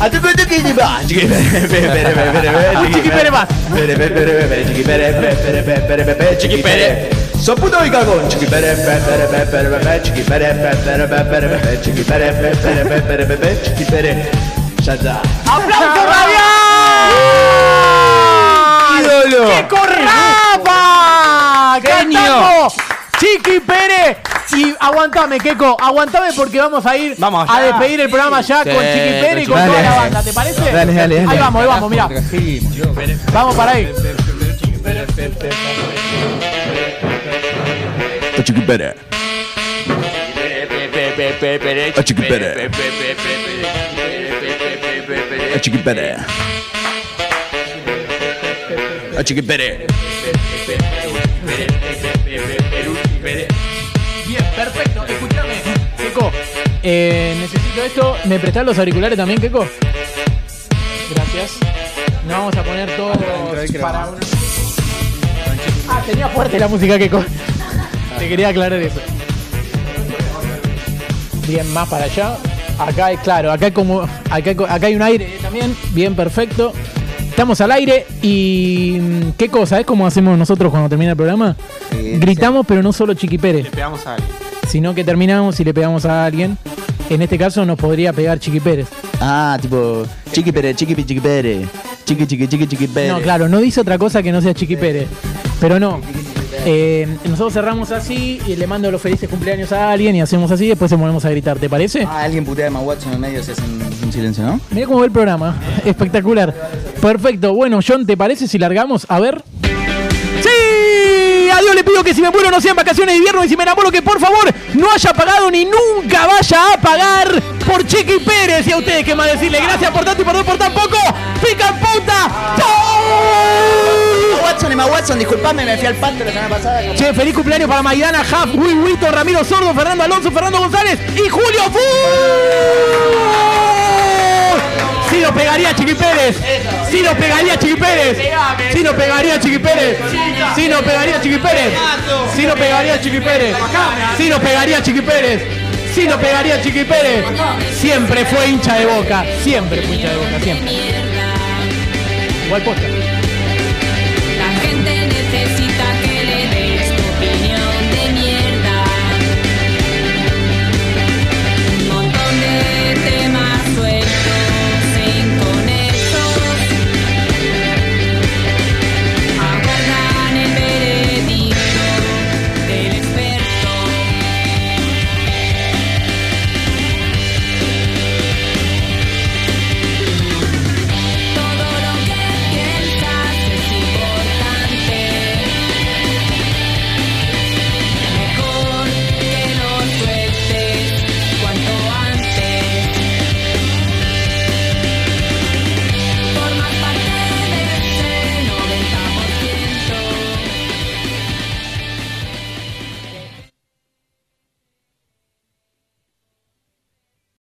S3: Aduro Pérez que me va. Chiqui Pérez, pe, pe, pe, pe, pe, pe,
S13: Chiqui Pérez más.
S3: Pérez, pe, pe, pe, pe, Chiqui Pérez, pe, pe, pe, pe, pe, pe, Chiqui Pérez. Son puto y cagón. Chiqui Pérez, pe, pe, pe, pe, pe, pe, Chiqui Pérez, pe, pe, pe, pe, pe, pe, Chiqui Pérez, pe, pe, pe, pe, pe, pe, Chiqui Pérez. Ya está.
S13: ¡Aplauso radial!
S3: ¡Ídolo!
S2: ¡Qué corrapa!
S13: Genio.
S2: ¡Cantando! ¡Chiqui Pérez! Y aguantame, Keiko, aguantame porque vamos a ir
S17: Vamos
S2: a
S17: allá.
S2: despedir el programa ya
S17: Sí,
S2: con Chiqui
S17: con
S2: Pérez y con
S17: Chiqui
S2: toda la
S17: Pérez.
S2: banda, ¿te parece?
S17: Dale, dale, dale.
S2: Ahí vamos, ahí vamos, mirá. Vamos para ahí.
S3: Chiqui Pérez.
S13: A Chiqui Pérez.
S3: A Chiqui Pérez. A Chiqui Pérez.
S2: Bien, perfecto. Escuchame, Keiko. eh, necesito esto. ¿Me prestás los auriculares también, Keiko? Gracias. Nos vamos a poner todos para uno. Ah, tenía fuerte la música, Keiko. Te quería aclarar eso. Bien, más para allá. Acá es claro, acá hay como acá, hay co- acá hay un aire eh, también, bien perfecto. Estamos al aire y mm, qué cosa, ¿sabes cómo hacemos nosotros cuando termina el programa? Gritamos, pero no solo Chiqui Pérez
S17: Pegamos a alguien.
S2: sino que terminamos y le pegamos a alguien. En este caso nos podría pegar Chiqui Pérez.
S3: Ah, tipo, Chiqui Pérez, Chiqui Pi, Chiqui Pérez. Chiqui Chiqui Chiqui Chiqui Pérez.
S2: No, claro, no dice otra cosa que no sea Chiqui Pérez. Pero no. Eh, nosotros cerramos así y le mando los felices cumpleaños a alguien y hacemos así, después se movemos a gritar, ¿te parece?
S3: Ah, alguien putea a Maguacho en el medio se hace un, un silencio, ¿no?
S2: Mira cómo ve el programa. Espectacular. Perfecto. Bueno, John, ¿te parece si largamos? A ver. ¡Sí! A Dios le pido que si me muero no sean vacaciones de invierno y si me enamoro que por favor no haya pagado ni nunca vaya a pagar por Chiqui Pérez. Y a ustedes que más decirle gracias por tanto y perdón por tan poco. ¡Pica en punta! ¡Chau!
S3: Watson, Emma Watson, disculpame, me fui al pato la semana pasada.
S2: Che, feliz cumpleaños para Maidana Huff, Will Wito, Ramiro Sordo, Fernando Alonso, Fernando González y Julio Fu. Sí lo pegaría Chiqui Pérez. Sí lo pegaría Chiqui Pérez. Sí lo pegaría Chiqui Pérez. Sí lo pegaría Chiqui Pérez. Sí lo pegaría Chiqui Pérez. Sí lo pegaría Chiqui Pérez. Sí lo pegaría Chiqui Pérez. Siempre fue hincha de boca. Siempre fue hincha de boca. Siempre. Igual posta.
S27: La gente necesita. e